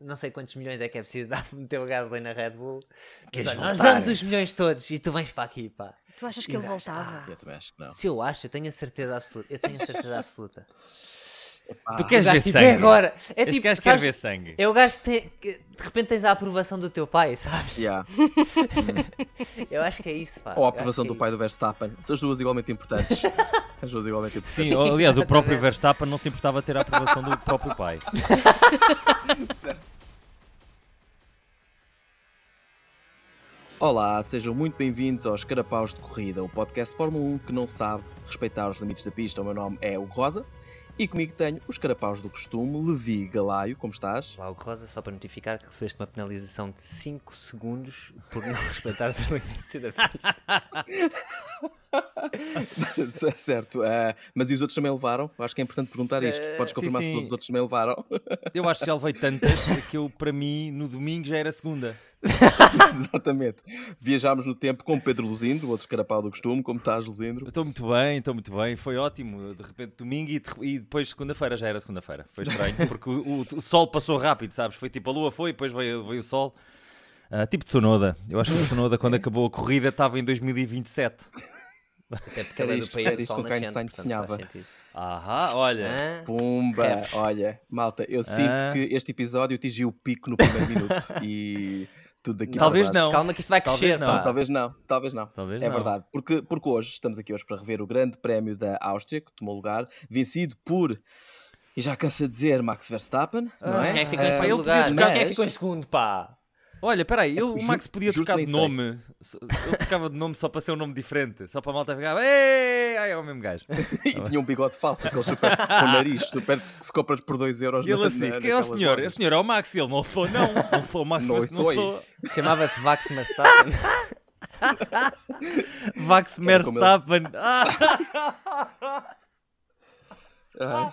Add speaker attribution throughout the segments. Speaker 1: não sei quantos milhões é que é preciso dar para meter o Gasly na Red Bull. Mas,
Speaker 2: Queres
Speaker 1: olha, nós
Speaker 2: voltar?
Speaker 1: damos os milhões todos e tu vens para aqui, pá.
Speaker 3: Tu achas que ele
Speaker 1: Exato.
Speaker 3: voltava?
Speaker 2: Eu também acho que não.
Speaker 1: Se eu acho, eu tenho a certeza absoluta. Eu tenho a certeza absoluta.
Speaker 4: Tu queres ver
Speaker 1: tipo,
Speaker 4: sangue?
Speaker 1: é agora. É
Speaker 4: Este
Speaker 1: tipo,
Speaker 4: gajo quer
Speaker 1: sabes,
Speaker 4: ver sangue.
Speaker 1: é o gajo que, tem- que de repente tens a aprovação do teu pai, sabes?
Speaker 2: Yeah.
Speaker 1: Eu acho que é isso, pá.
Speaker 2: Ou a
Speaker 1: Eu
Speaker 2: aprovação
Speaker 1: acho que
Speaker 2: do
Speaker 1: é
Speaker 2: pai
Speaker 1: isso.
Speaker 2: do Verstappen. São as duas igualmente importantes. As duas igualmente importantes.
Speaker 4: Sim, oh, aliás, o próprio Verstappen não se importava de ter a aprovação do próprio pai.
Speaker 2: Olá, sejam muito bem-vindos aos Carapaus de Corrida, o podcast de Fórmula 1 que não sabe respeitar os limites da pista. O meu nome é o Rosa e comigo tenho os Carapaus do costume, Levi Galaio, como estás?
Speaker 1: Olá, Hugo Rosa, só para notificar que recebeste uma penalização de 5 segundos por não respeitar os limites da pista.
Speaker 2: certo, eh, mas e os outros também levaram? Eu acho que é importante perguntar isto.
Speaker 1: Eh,
Speaker 2: Podes
Speaker 4: sim,
Speaker 2: confirmar
Speaker 4: sim.
Speaker 2: se todos os outros também levaram.
Speaker 4: Eu acho que já levei tantas que eu, para mim, no domingo já era segunda.
Speaker 2: Exatamente. Viajámos no tempo com Pedro Luzindo, outro carapau do costume. Como estás,
Speaker 4: Eu
Speaker 2: Luzindo?
Speaker 4: Estou muito bem, estou muito bem, foi ótimo. De repente, domingo e, de- e depois segunda-feira já era segunda-feira. Foi estranho, porque o, o- o sol passou rápido, sabes? Foi tipo a lua foi, depois veio, veio o sol. Ah, tipo de Sonoda. Eu acho que o Sonoda, quando acabou a corrida, estava em 2027.
Speaker 1: Até porque
Speaker 2: Era
Speaker 1: ele é do
Speaker 2: isto-
Speaker 1: país
Speaker 2: era
Speaker 1: do
Speaker 2: isto
Speaker 1: sol
Speaker 2: com quem É.
Speaker 1: nascente,
Speaker 2: Sainz
Speaker 1: portanto,
Speaker 2: sonhava.
Speaker 1: faz sentido.
Speaker 4: Ahá, olha.
Speaker 1: Hã?
Speaker 2: Pumba!
Speaker 1: Refs.
Speaker 2: Olha, malta, eu sinto que este episódio atingiu o pico no primeiro minuto e tudo daqui para
Speaker 4: Talvez
Speaker 2: baixo.
Speaker 4: não.
Speaker 1: Calma que isto vai
Speaker 4: Talvez
Speaker 1: crescer,
Speaker 4: não.
Speaker 1: pá.
Speaker 2: Não, talvez não, talvez não.
Speaker 4: Talvez
Speaker 2: é
Speaker 4: não.
Speaker 2: verdade, porque, porque hoje estamos aqui hoje para rever o grande prémio da Áustria, que tomou lugar, vencido por, e já cansa de dizer, Max Verstappen, não
Speaker 1: Mas
Speaker 2: é?
Speaker 1: quem é que ficou em
Speaker 2: Eh,
Speaker 1: segundo
Speaker 4: eu
Speaker 1: lugar?
Speaker 4: podia
Speaker 1: Mas
Speaker 2: tocar-
Speaker 1: quem é que ficou em segundo, pá?
Speaker 4: Olha, peraí, eu, o
Speaker 2: Ju-
Speaker 4: Max podia
Speaker 2: juro que
Speaker 4: trocar
Speaker 2: nem
Speaker 4: de
Speaker 2: sei.
Speaker 4: nome. So- Eu trocava de nome só para ser um nome diferente, só para a malta ficar. Ei, ai, é o mesmo gajo.
Speaker 2: e tinha um bigode falso, aquele super, com nariz, super, que se compras por 2 euros
Speaker 4: E ele
Speaker 2: na-
Speaker 4: assim,
Speaker 2: na-
Speaker 4: quem é o
Speaker 2: naquelas
Speaker 4: senhor?
Speaker 2: lojas."
Speaker 4: O senhor é o Max, E ele não sou, não. Não sou o Max,
Speaker 2: Não
Speaker 4: não,
Speaker 2: sou.
Speaker 4: sou.
Speaker 1: Chamava-se Max Verstappen.
Speaker 4: Max
Speaker 2: Era como ele-
Speaker 4: Verstappen. Ah!
Speaker 1: Ah.
Speaker 2: Ai.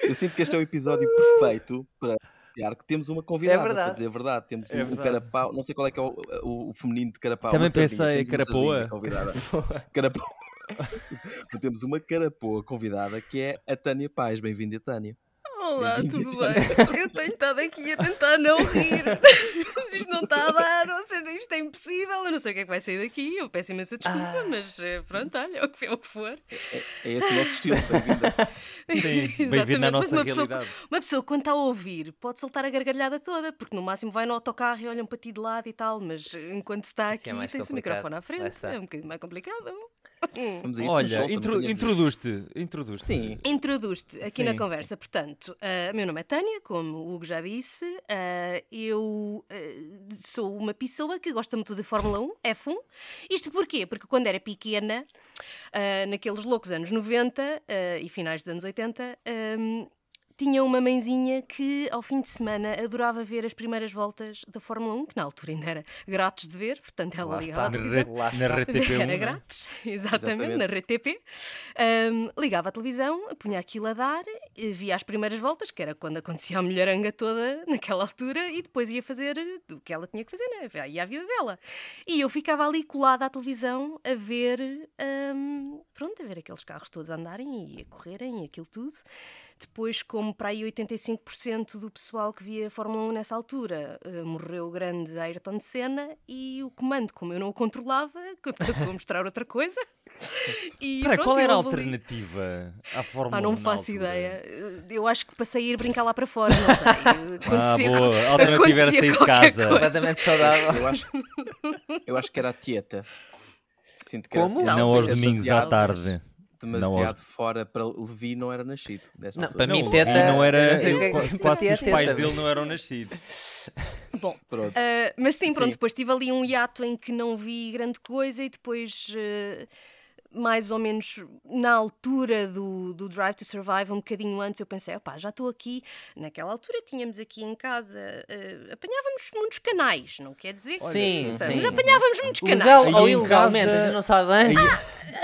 Speaker 2: Eu sinto que este é o episódio perfeito para anunciar que temos uma convidada,
Speaker 1: É verdade.
Speaker 2: para dizer a verdade. Temos
Speaker 4: É
Speaker 2: um, um
Speaker 4: verdade.
Speaker 2: carapau, não sei qual é que é o, o- o feminino de carapau.
Speaker 4: Também
Speaker 2: uma sardinha.
Speaker 4: pensei
Speaker 2: Temos uma
Speaker 4: carapoa.
Speaker 2: sardinha convidada. Carapoa. Mas temos uma carapoa convidada que é a Tânia Paz. Bem-vinda, Tânia.
Speaker 1: Ah,
Speaker 3: Olá,
Speaker 2: Bem-vindo,
Speaker 3: tudo bem? Eu tenho estado aqui a tentar não rir. Mas isto não está a dar, ou seja, isto é impossível. Eu não sei o que é que vai sair daqui. Eu peço imensa
Speaker 1: Ah.
Speaker 3: desculpa, mas eh, pronto, olha, é o que, é o que for.
Speaker 2: É esse o nosso estilo. Bem-vinda.
Speaker 4: Sim, bem-vindo à
Speaker 3: Exatamente, mas
Speaker 4: nossa
Speaker 3: uma pessoa,
Speaker 4: realidade.
Speaker 3: uma pessoa, quando está a ouvir, pode soltar a gargalhada toda, porque no máximo vai no autocarro e olham para ti de lado e tal, mas eh, enquanto está
Speaker 1: Isso
Speaker 3: aqui,
Speaker 1: é mais
Speaker 3: tem-se o
Speaker 1: complicado.
Speaker 3: microfone à
Speaker 1: Lá
Speaker 3: frente.
Speaker 1: está.
Speaker 3: É um bocadinho mais complicado.
Speaker 2: Vamos a isso. mas
Speaker 4: Olha,
Speaker 2: solta,
Speaker 4: intro-
Speaker 2: não tenhas medo.
Speaker 4: introduz-te. Introduz-te.
Speaker 2: Sim.
Speaker 3: Introduz-te aqui na
Speaker 4: Sim.
Speaker 3: conversa, portanto, ah, meu nome é Tânia, como o Hugo já disse, ah, eu ah, sou uma pessoa que gosta muito de Fórmula 1, F1. Isto porquê? Porque quando era pequena, ah, naqueles loucos anos 90 ah, e finais dos anos 80, ahm, tinha uma mãezinha que ao fim de semana adorava ver as primeiras voltas da Fórmula 1, que na altura ainda era grátis de ver, portanto ela
Speaker 1: Lá
Speaker 3: ligava à
Speaker 1: está.
Speaker 3: televisão.
Speaker 1: Lá está.
Speaker 4: Na RTP1.
Speaker 3: Era
Speaker 4: né?
Speaker 3: grátis, exatamente,
Speaker 2: Exatamente.
Speaker 3: na RTP. Ahm, ligava a televisão, punha aquilo a dar, eh, via as primeiras voltas, que era quando acontecia a melhoranga toda naquela altura, e depois ia fazer o que ela tinha que fazer, né? ia à vida dela. E eu ficava ali colada à televisão a ver, ahm, pronto, a ver aqueles carros todos a andarem e a correrem e aquilo tudo. Depois, como para aí 85% do pessoal que via a Fórmula 1 nessa altura eh, morreu o grande Ayrton Senna e o comando, como eu não o controlava, começou a mostrar outra coisa. E
Speaker 4: Espera,
Speaker 3: pronto,
Speaker 4: qual era a
Speaker 3: eu houve ali-
Speaker 4: alternativa à Fórmula 1?
Speaker 3: Pá, não
Speaker 4: na
Speaker 3: faço
Speaker 4: altura?
Speaker 3: ideia. Eu acho que passei a ir brincar lá para fora, não sei.
Speaker 4: Ah,
Speaker 3: Acontecia co-
Speaker 4: boa. A alternativa era
Speaker 3: acontecia
Speaker 4: sair de
Speaker 3: qualquer
Speaker 4: casa.
Speaker 3: coisa.
Speaker 1: Completamente saudável.
Speaker 2: Eu acho, eu acho que era a Tieta. Sinto que
Speaker 1: Como?
Speaker 2: Era, a Tieta.
Speaker 4: Não aos
Speaker 2: Demasiado-
Speaker 4: domingos à tarde.
Speaker 2: Demasiado
Speaker 4: Não aos-
Speaker 2: fora para Levi, não era nascido. nesta
Speaker 1: Não,
Speaker 2: altura.
Speaker 1: para
Speaker 4: Não,
Speaker 1: mim,
Speaker 4: o
Speaker 1: teta-
Speaker 4: Levi não era.
Speaker 1: não sei o que é que-
Speaker 4: eu- Quase que os
Speaker 1: teta
Speaker 4: pais
Speaker 1: também.
Speaker 4: dele não eram nascidos.
Speaker 3: Bom,
Speaker 2: Pronto.
Speaker 3: ah, mas sim, pronto,
Speaker 2: Sim.
Speaker 3: depois tive ali um hiato em que não vi grande coisa e depois, ah, mais ou menos na altura do, do Drive to Survive, um bocadinho antes, eu pensei, opá, já estou aqui. Naquela altura tínhamos aqui em casa, ah, apanhávamos muitos canais, não quer dizer que
Speaker 1: Sim,
Speaker 3: mas
Speaker 1: sim.
Speaker 3: apanhávamos muitos canais.
Speaker 1: Legal
Speaker 4: Aí
Speaker 1: ou
Speaker 4: em
Speaker 1: ilegalmente,
Speaker 4: casa-
Speaker 1: a gente não sabe bem.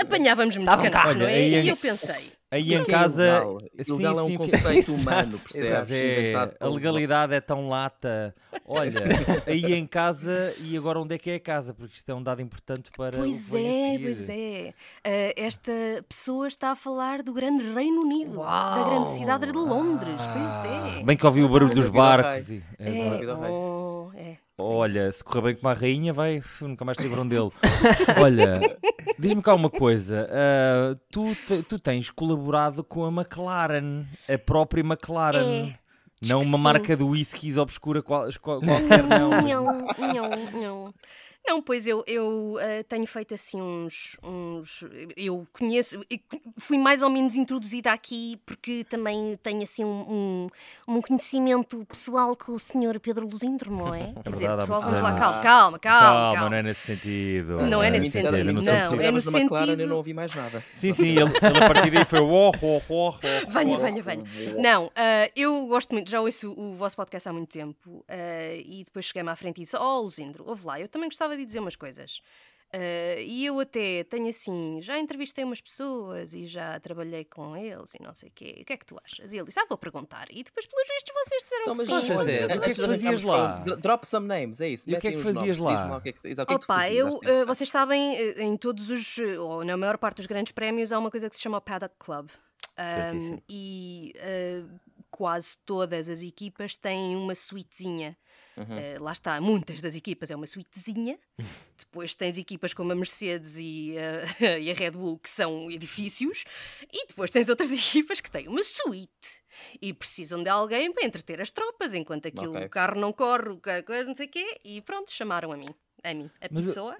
Speaker 3: apanhávamos muitos
Speaker 1: Estavam
Speaker 3: canais,
Speaker 4: cá.
Speaker 3: não é?
Speaker 4: Olha, aí
Speaker 3: E
Speaker 4: em-
Speaker 3: eu pensei,
Speaker 4: Aí
Speaker 2: Porque
Speaker 4: em
Speaker 2: é
Speaker 4: casa.
Speaker 2: ilegal.
Speaker 4: Sim,
Speaker 2: Ilegal é um
Speaker 4: sim, o que-
Speaker 2: conceito
Speaker 4: Exato,
Speaker 2: humano,
Speaker 4: exato.
Speaker 2: percebes?
Speaker 4: É,
Speaker 2: Inventado
Speaker 4: A
Speaker 2: pelos-
Speaker 4: legalidade é tão lata. Olha, aí em casa e agora onde é que é a casa? Porque isto é um dado importante para.
Speaker 3: Pois
Speaker 4: o que vem a
Speaker 3: é,
Speaker 4: seguir.
Speaker 3: pois é. Ah, esta pessoa está a falar do grande Reino Unido, da grande cidade de Londres. pois é.
Speaker 4: Bem que ouvi o barulho dos
Speaker 2: Bem-vindo ao
Speaker 4: barcos. e- Exato.
Speaker 3: é.
Speaker 2: Vida ao rei.
Speaker 3: oh, é.
Speaker 4: Olha, se correr bem com a rainha, vai, f- nunca mais te livram dele. Olha, diz-me cá uma coisa: ah, tu, te- tu tens colaborado com a McLaren, a própria McLaren.
Speaker 3: É,
Speaker 4: Não
Speaker 3: que
Speaker 4: uma
Speaker 3: sim.
Speaker 4: marca de whiskies obscura qual, qual- qualquer, não.
Speaker 3: Não, não, não. Não, pois eu, eu ah, tenho feito assim uns, uns. Eu conheço. eu Fui mais ou menos introduzida aqui porque também tenho assim um, um, um conhecimento pessoal com o senhor Pedro Luzindo, não é? Quer dizer,
Speaker 4: verdade, há
Speaker 3: pessoal,
Speaker 4: muitos
Speaker 3: vamos lá, calma,
Speaker 4: anos.
Speaker 3: calma, calma.
Speaker 4: Calma,
Speaker 3: calma.
Speaker 4: não é nesse sentido.
Speaker 3: Não é nesse
Speaker 2: Mentira,
Speaker 3: sentido,
Speaker 2: mentira.
Speaker 4: no
Speaker 3: não,
Speaker 4: sentido.
Speaker 3: é no
Speaker 2: Ligavas na McLaren,
Speaker 3: sentido-
Speaker 2: eu não ouvi mais nada.
Speaker 4: Sim, sim, ele, ele a partir daí foi oh, oh, oh, oh.
Speaker 3: Venha, venha, venha. Não, ah, eu gosto muito, já ouço o vosso podcast há muito tempo ah, e depois cheguei-me à frente e disse: Oh, Luzindro, ouve lá, eu também gostava de dizer umas coisas. Ah, e eu até tenho assim, já entrevistei umas pessoas e já trabalhei com eles e não sei o quê. O que é que tu achas? E ele disse: Ah, vou perguntar. E depois, pelos vistos, vocês disseram
Speaker 2: Não,
Speaker 3: que
Speaker 2: Então, mas
Speaker 3: sim.
Speaker 1: vocês
Speaker 2: olha,
Speaker 1: é,
Speaker 2: mas
Speaker 4: o que é que
Speaker 2: já
Speaker 4: fazias
Speaker 2: ficámos
Speaker 4: lá?
Speaker 2: com- dro- Drop some names, é isso.
Speaker 4: E o que é
Speaker 2: metem
Speaker 4: que
Speaker 2: uns nomes,
Speaker 4: fazias lá?
Speaker 2: diz-me o que é que- exato, o que é que tu
Speaker 3: Opa,
Speaker 2: fazias
Speaker 3: eu,
Speaker 2: às tantas?
Speaker 3: eh, vocês sabem, eh, em todos os, eh, ou na maior parte dos grandes prémios, há uma coisa que se chama o Paddock Club. Ahm,
Speaker 1: Certíssimo.
Speaker 3: e eh, quase todas as equipas têm uma suítezinha.
Speaker 4: Uhum.
Speaker 3: Eh, lá está, muitas das equipas é uma suítezinha. Depois tens equipas como a Mercedes e, a- e a Red Bull, que são edifícios. E depois tens outras equipas que têm uma suíte e precisam de alguém para entreter as tropas enquanto aquilo,
Speaker 2: Ok.
Speaker 3: o carro não corre, o ca- coisa, não sei o quê. E pronto, chamaram a mim. A mim, a
Speaker 4: Mas,
Speaker 3: pessoa.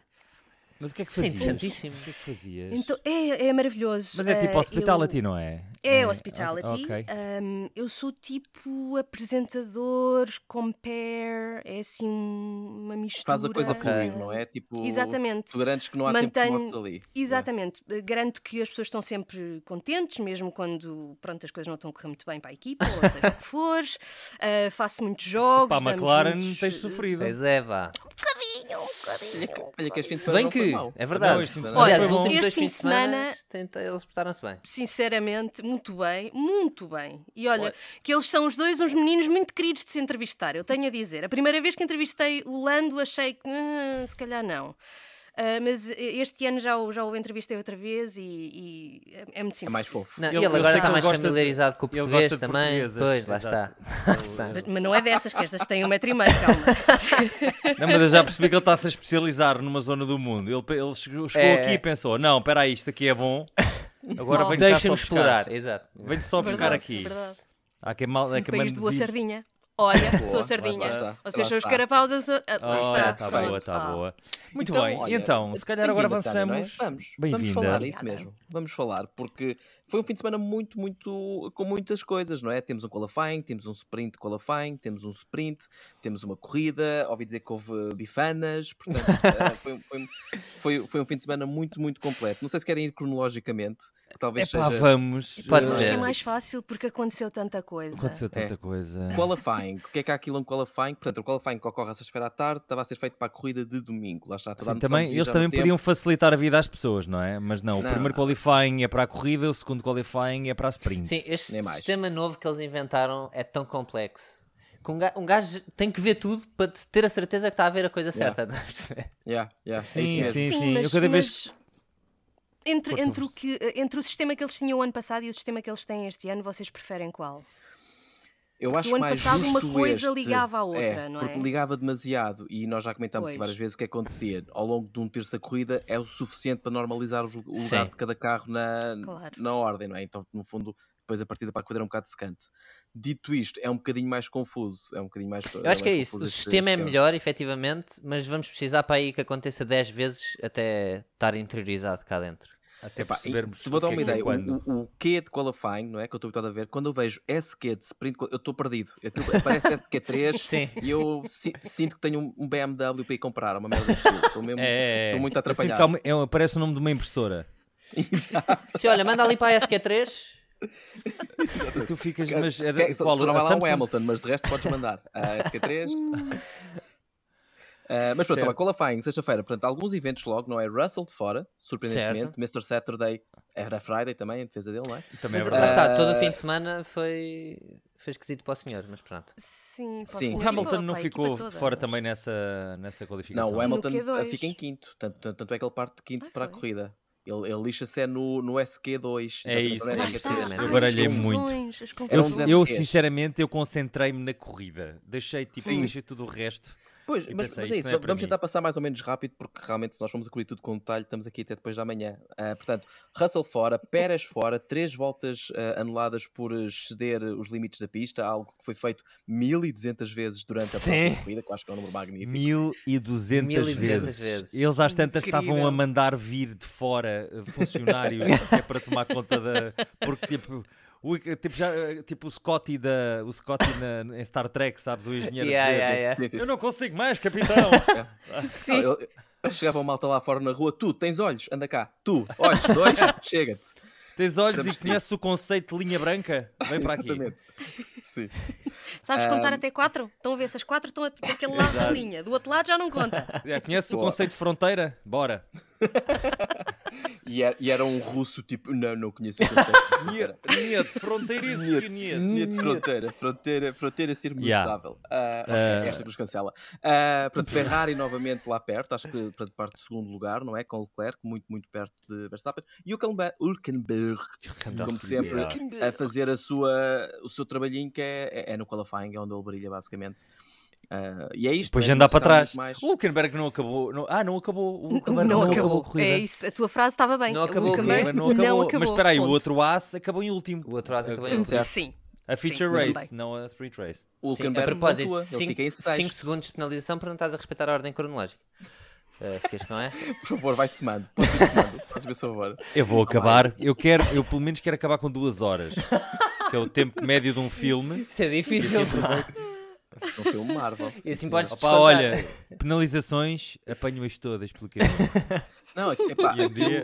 Speaker 4: Mas o que é que
Speaker 1: Sim,
Speaker 4: fazias?
Speaker 1: interessantíssimo.
Speaker 4: O que é que fazias?
Speaker 3: Então, é, é maravilhoso.
Speaker 4: Mas é tipo
Speaker 3: Eh,
Speaker 4: hospitality,
Speaker 3: eu-
Speaker 4: não é?
Speaker 3: É
Speaker 4: ok,
Speaker 3: hospitality.
Speaker 4: ok.
Speaker 3: Um, eu sou tipo apresentador, compare, é assim uma mistura.
Speaker 2: Faz a coisa
Speaker 1: Ok.
Speaker 2: fluir, não é? Tipo,
Speaker 3: Exatamente.
Speaker 2: tu garantes que não é? há
Speaker 3: Mantenho-
Speaker 2: tempos mortos ali.
Speaker 3: Exatamente. Eh, Garanto que as pessoas estão sempre contentes, mesmo quando pronto, as coisas não estão a correr muito bem para a equipa, ou seja o que for. Eh, faço muitos jogos.
Speaker 4: Pá, a
Speaker 3: damos
Speaker 4: McLaren
Speaker 3: muitos,
Speaker 4: tens
Speaker 3: eh,
Speaker 4: sofrido.
Speaker 1: Pois é, vá.
Speaker 2: Olha que, olha que este fim de
Speaker 1: Se
Speaker 2: semana
Speaker 1: bem
Speaker 2: não
Speaker 1: que,
Speaker 2: foi mau.
Speaker 1: é verdade.
Speaker 4: Não, este fim de
Speaker 3: semana
Speaker 1: Aliás,
Speaker 3: foi
Speaker 1: os
Speaker 3: bom.
Speaker 1: últimos
Speaker 3: Este
Speaker 1: dois
Speaker 3: fim
Speaker 1: fins
Speaker 3: de
Speaker 1: de
Speaker 3: semana-
Speaker 1: semana tenta- eles portaram-se bem.
Speaker 3: Sinceramente, muito bem, muito bem. E olha,
Speaker 2: Olha.
Speaker 3: que eles são os dois uns meninos muito queridos de se entrevistar, eu tenho a dizer. A primeira vez que entrevistei o Lando, achei que "Ah, se calhar não. Ah, mas este ano já o, já o entrevistei outra vez e, e é- é muito
Speaker 2: É
Speaker 3: simples.
Speaker 2: mais fofo.
Speaker 1: Não,
Speaker 4: Ele-
Speaker 1: e ele
Speaker 4: eu
Speaker 1: agora
Speaker 4: sei
Speaker 1: está
Speaker 4: que ele
Speaker 1: mais
Speaker 4: gosta de-
Speaker 1: familiarizado com o
Speaker 4: ele gosta
Speaker 1: português
Speaker 4: de
Speaker 1: também.
Speaker 4: portuguesas,
Speaker 1: Pois, lá
Speaker 4: exato.
Speaker 1: está.
Speaker 3: Mas, mas não é destas, que estas têm um metro e meio, calma.
Speaker 4: Não, mas eu já percebi que ele está-se a especializar numa zona do mundo. Ele, pe- ele chegou, chegou
Speaker 1: É.
Speaker 4: aqui e pensou: não, espera aí, isto aqui é bom. Agora
Speaker 3: Bom.
Speaker 4: venho cá só
Speaker 1: Deixa-nos
Speaker 4: buscar.
Speaker 1: explorar, exato.
Speaker 4: Venho só buscar
Speaker 2: Verdade,
Speaker 4: aqui.
Speaker 3: Verdade.
Speaker 4: Há quem mal. há
Speaker 3: Um
Speaker 4: quem
Speaker 3: país
Speaker 4: mande
Speaker 3: de boa
Speaker 4: vir-
Speaker 3: sardinha. Olha, sou
Speaker 2: lá
Speaker 3: a sardinha.
Speaker 2: está,
Speaker 3: Vocês
Speaker 2: lá
Speaker 3: são os
Speaker 2: está.
Speaker 3: carapaus, eu sou. Ah, lá
Speaker 4: Olha,
Speaker 3: está.
Speaker 4: está
Speaker 3: pronto.
Speaker 4: boa, está
Speaker 3: Ah.
Speaker 4: boa. Muito
Speaker 2: tá, Então,
Speaker 4: bem,
Speaker 2: olha,
Speaker 4: e então, se calhar agora
Speaker 2: bem-vinda, Tânia, não é?
Speaker 4: avançamos.
Speaker 2: Vamos, vamos
Speaker 4: Bem-vinda.
Speaker 2: falar, é isso
Speaker 3: Obrigada.
Speaker 2: mesmo. Vamos falar, porque foi um fim de semana muito, muito, com muitas coisas, não é? Temos um qualifying, temos um sprint qualifying, temos um sprint, temos uma corrida, ouvi dizer que houve bifanas, portanto, eh, foi, foi, foi, foi um fim de semana muito, muito completo. Não sei se querem ir cronologicamente, que talvez
Speaker 4: Epá,
Speaker 2: seja...
Speaker 4: É vamos.
Speaker 1: Pode
Speaker 4: eh,
Speaker 3: Acho que é
Speaker 1: ser.
Speaker 3: mais fácil porque aconteceu tanta coisa.
Speaker 4: Aconteceu tanta
Speaker 2: É.
Speaker 4: coisa.
Speaker 2: Qualifying, o que é que há aquilo em qualifying? Portanto, o qualifying que ocorre a sexta-feira à tarde estava a ser feito para a corrida de domingo. Lá está, toda a
Speaker 4: Sim,
Speaker 2: noção
Speaker 4: também,
Speaker 2: de
Speaker 4: eles
Speaker 2: viajar no
Speaker 4: também
Speaker 2: tempo.
Speaker 4: podiam facilitar a vida às pessoas, não é? Mas não, o
Speaker 2: Não,
Speaker 4: primeiro
Speaker 2: não.
Speaker 4: qualifying é para a corrida, o segundo qualifying é para a sprint.
Speaker 1: Sim, este
Speaker 2: Nem mais.
Speaker 1: sistema novo que eles inventaram é tão complexo que um ga- um gajo, tem que ver tudo para te- ter a certeza que está a ver a coisa certa. estás a perceber?
Speaker 2: Yeah, yeah, é isso
Speaker 4: Sim,
Speaker 2: mesmo.
Speaker 4: sim, sim. Eu cada vez
Speaker 3: mas Entre,
Speaker 4: Força,
Speaker 3: entre, o que, eh, entre o sistema que eles tinham o ano passado e o sistema que eles têm este ano, vocês preferem qual?
Speaker 2: Eu acho
Speaker 3: ano
Speaker 2: mais
Speaker 3: passado uma
Speaker 2: justo
Speaker 3: coisa
Speaker 2: este.
Speaker 3: ligava à outra,
Speaker 2: é,
Speaker 3: não
Speaker 2: Porque
Speaker 3: é?
Speaker 2: ligava demasiado e nós já comentámos aqui
Speaker 3: Pois.
Speaker 2: várias vezes o que acontecia. Ao longo de um terço da corrida é o suficiente para normalizar o lu- o lugar
Speaker 1: Sim.
Speaker 2: de cada carro na,
Speaker 3: Claro.
Speaker 2: na ordem, não é? Então, no fundo, depois a partida para a corrida era um bocado secante. Dito isto, é um bocadinho mais confuso. É um bocadinho mais.
Speaker 1: Eu acho que é isso. O sistema é melhor, efetivamente, mas vamos precisar para aí que aconteça 10 vezes até estar interiorizado cá dentro.
Speaker 4: até
Speaker 2: Epá, e
Speaker 4: percebermos.
Speaker 2: te vou dar
Speaker 4: o que
Speaker 2: uma
Speaker 4: é que é
Speaker 2: ideia.
Speaker 4: quando.
Speaker 2: O, o, o Q de qualifying, não é? Que eu estou habituado a ver, quando eu vejo SQ de sprint, eu estou perdido. Aquilo Aparece
Speaker 1: Sim.
Speaker 2: SQ3 e eu si- sinto que tenho um- um BMW para ir comprar, uma merda de Estou mesmo
Speaker 4: É,
Speaker 2: estou muito
Speaker 4: eu sinto que há
Speaker 2: atrapalhado.
Speaker 4: uma- é, parece o nome de uma impressora.
Speaker 1: Sim, olha, manda ali para a SQ3.
Speaker 4: E tu ficas,
Speaker 2: Que-
Speaker 4: mas é
Speaker 2: que-
Speaker 4: de,
Speaker 2: só,
Speaker 4: qual?
Speaker 2: só não
Speaker 4: A
Speaker 2: vai lá um
Speaker 4: Samsung?
Speaker 2: Hamilton, mas de resto podes mandar a SK3. Ah, mas pronto, estava qualifying, sexta-feira, portanto, alguns eventos logo, não é? Russell de fora, surpreendentemente. Mr. Saturday era Friday também, em defesa dele, não é?
Speaker 4: Também
Speaker 1: Mas
Speaker 4: é verdade.
Speaker 1: lá está, todo o fim de semana foi, foi esquisito para o senhor, mas pronto.
Speaker 3: Sim, para
Speaker 2: Sim.
Speaker 4: O
Speaker 3: senhor
Speaker 4: Hamilton
Speaker 3: todo,
Speaker 4: não
Speaker 3: para a equipa
Speaker 4: ficou
Speaker 3: toda,
Speaker 4: de fora
Speaker 3: mas-
Speaker 4: também nessa, nessa qualificação.
Speaker 2: Não, o Hamilton
Speaker 3: Q2.
Speaker 2: eh, fica em quinto, tanto, tanto, tanto é que ele parte de quinto
Speaker 3: Ah,
Speaker 2: para a
Speaker 3: foi?
Speaker 2: corrida. Ele, ele lixa-se é no, no SQ2.
Speaker 4: É
Speaker 2: exatamente,
Speaker 4: isso,
Speaker 2: não
Speaker 3: Lá
Speaker 1: Sim,
Speaker 3: está.
Speaker 1: precisamente.
Speaker 3: Ai,
Speaker 2: Ah,
Speaker 4: Eu
Speaker 3: as
Speaker 4: baralhei
Speaker 3: confusões, as
Speaker 4: Eu,
Speaker 2: Era um
Speaker 3: confusões.
Speaker 4: eu,
Speaker 2: 16.
Speaker 4: sincerei-me, eu concentrei-me na corrida. Deixei, tipo,
Speaker 2: Sim.
Speaker 4: deixei tudo o resto.
Speaker 2: Pois,
Speaker 4: E
Speaker 2: mas,
Speaker 4: pensei,
Speaker 2: mas é
Speaker 4: isto
Speaker 2: isso,
Speaker 4: não é para
Speaker 2: vamos
Speaker 4: mim.
Speaker 2: tentar passar mais ou menos rápido, porque realmente se nós formos a cobrir tudo com detalhe, estamos aqui até depois da manhã. Ah, portanto, Russell fora, Pérez fora, três voltas ah, anuladas por eh, ceder os limites da pista, algo que foi feito 1200 vezes durante a própria
Speaker 1: Sim.
Speaker 2: corrida, que eu acho que é um número magnífico.
Speaker 4: 1200
Speaker 1: 1200
Speaker 4: vezes.
Speaker 1: vezes.
Speaker 4: Eles às tantas estavam
Speaker 3: Incrível.
Speaker 4: a mandar vir de fora eh, funcionários que é para tomar conta da. Porque tipo. O, tipo, já, eh, tipo o Scotty, da, o Scotty na- em Star Trek, sabes? O engenheiro a
Speaker 1: Yeah,
Speaker 4: dizer,
Speaker 1: yeah, yeah.
Speaker 2: Sim, sim,
Speaker 4: Eu
Speaker 2: sim.
Speaker 4: não consigo mais, capitão!
Speaker 2: Ah,
Speaker 3: Sim.
Speaker 2: ele- eles chegavam malta lá fora na rua, tu tens olhos, anda cá, tu, olhos, dois, chega-te.
Speaker 4: Tens olhos
Speaker 2: Estamos
Speaker 4: e conheces o conceito de linha branca? Vem para aqui.
Speaker 2: Exatamente. Sim.
Speaker 3: Sabes contar
Speaker 4: ah,
Speaker 3: até quatro? Estão a ver, essas quatro estão a- daquele lado da linha. Do outro lado já não conta.
Speaker 4: É, conheces o
Speaker 2: Boa.
Speaker 4: conceito de fronteira? Bora.
Speaker 2: E era, e era um russo tipo, não, não conheço o conceito.
Speaker 4: Nieto, Nieto, fronteiriço que Nieto.
Speaker 2: Linha de fronteira, fronteira, fronteira ser
Speaker 4: Yeah.
Speaker 2: mutável. Ah, ok,
Speaker 4: Ah.
Speaker 2: Esta nos cancela. Ah, portanto, Ferrari novamente lá perto, acho que portanto, parte do segundo lugar, não é? Com Leclerc, muito, muito perto de Verstappen. E o Kalmba- Hülkenberg, como sempre, a fazer a sua, o seu trabalhinho que é, é no qualifying, é onde ele brilha basicamente. Ah, e é isto.
Speaker 4: Depois
Speaker 2: não
Speaker 4: de
Speaker 2: é?
Speaker 4: andar
Speaker 2: Não
Speaker 4: para
Speaker 2: se sabe
Speaker 4: trás.
Speaker 2: muito mais.
Speaker 4: O Hulkenberg não acabou. não- ah, não acabou. O
Speaker 3: Não,
Speaker 4: Hulkenberg não, acabou. a corrida.
Speaker 3: É isso, a tua frase estava bem.
Speaker 1: Não
Speaker 3: O
Speaker 1: acabou o
Speaker 4: O
Speaker 1: Também
Speaker 3: Hulkenberg
Speaker 4: Hulkenberg não acabou. Mas espera aí, o
Speaker 3: ponto.
Speaker 4: outro Ace acabou em último.
Speaker 1: O outro Ace acabou em
Speaker 4: A-
Speaker 1: último.
Speaker 3: Sim.
Speaker 4: A feature
Speaker 3: Sim,
Speaker 4: race,
Speaker 3: também.
Speaker 4: não a sprint
Speaker 2: O
Speaker 4: race.
Speaker 1: Sim, é, a
Speaker 2: Hulkenberg
Speaker 1: propósito,
Speaker 2: pontua, ele fica em
Speaker 1: 5
Speaker 2: sexto.
Speaker 1: segundos de penalização porque não estás a respeitar a ordem cronológica. Uh, ficas com esta?
Speaker 2: Por favor, vai somando. Pode ir somando. Faz-me esse favor.
Speaker 4: Eu vou acabar. Eu quero, eu pelo menos quero acabar com duas horas. que é o tempo médio de um filme.
Speaker 1: Isso é difícil.
Speaker 2: Ah, É um filme Marvel.
Speaker 1: E assim
Speaker 2: Sim,
Speaker 1: podes
Speaker 4: Opa,
Speaker 1: descontar.
Speaker 4: olha, penalizações, apanho-as todas pelo que
Speaker 2: Não, é que- epá,
Speaker 4: E um dia.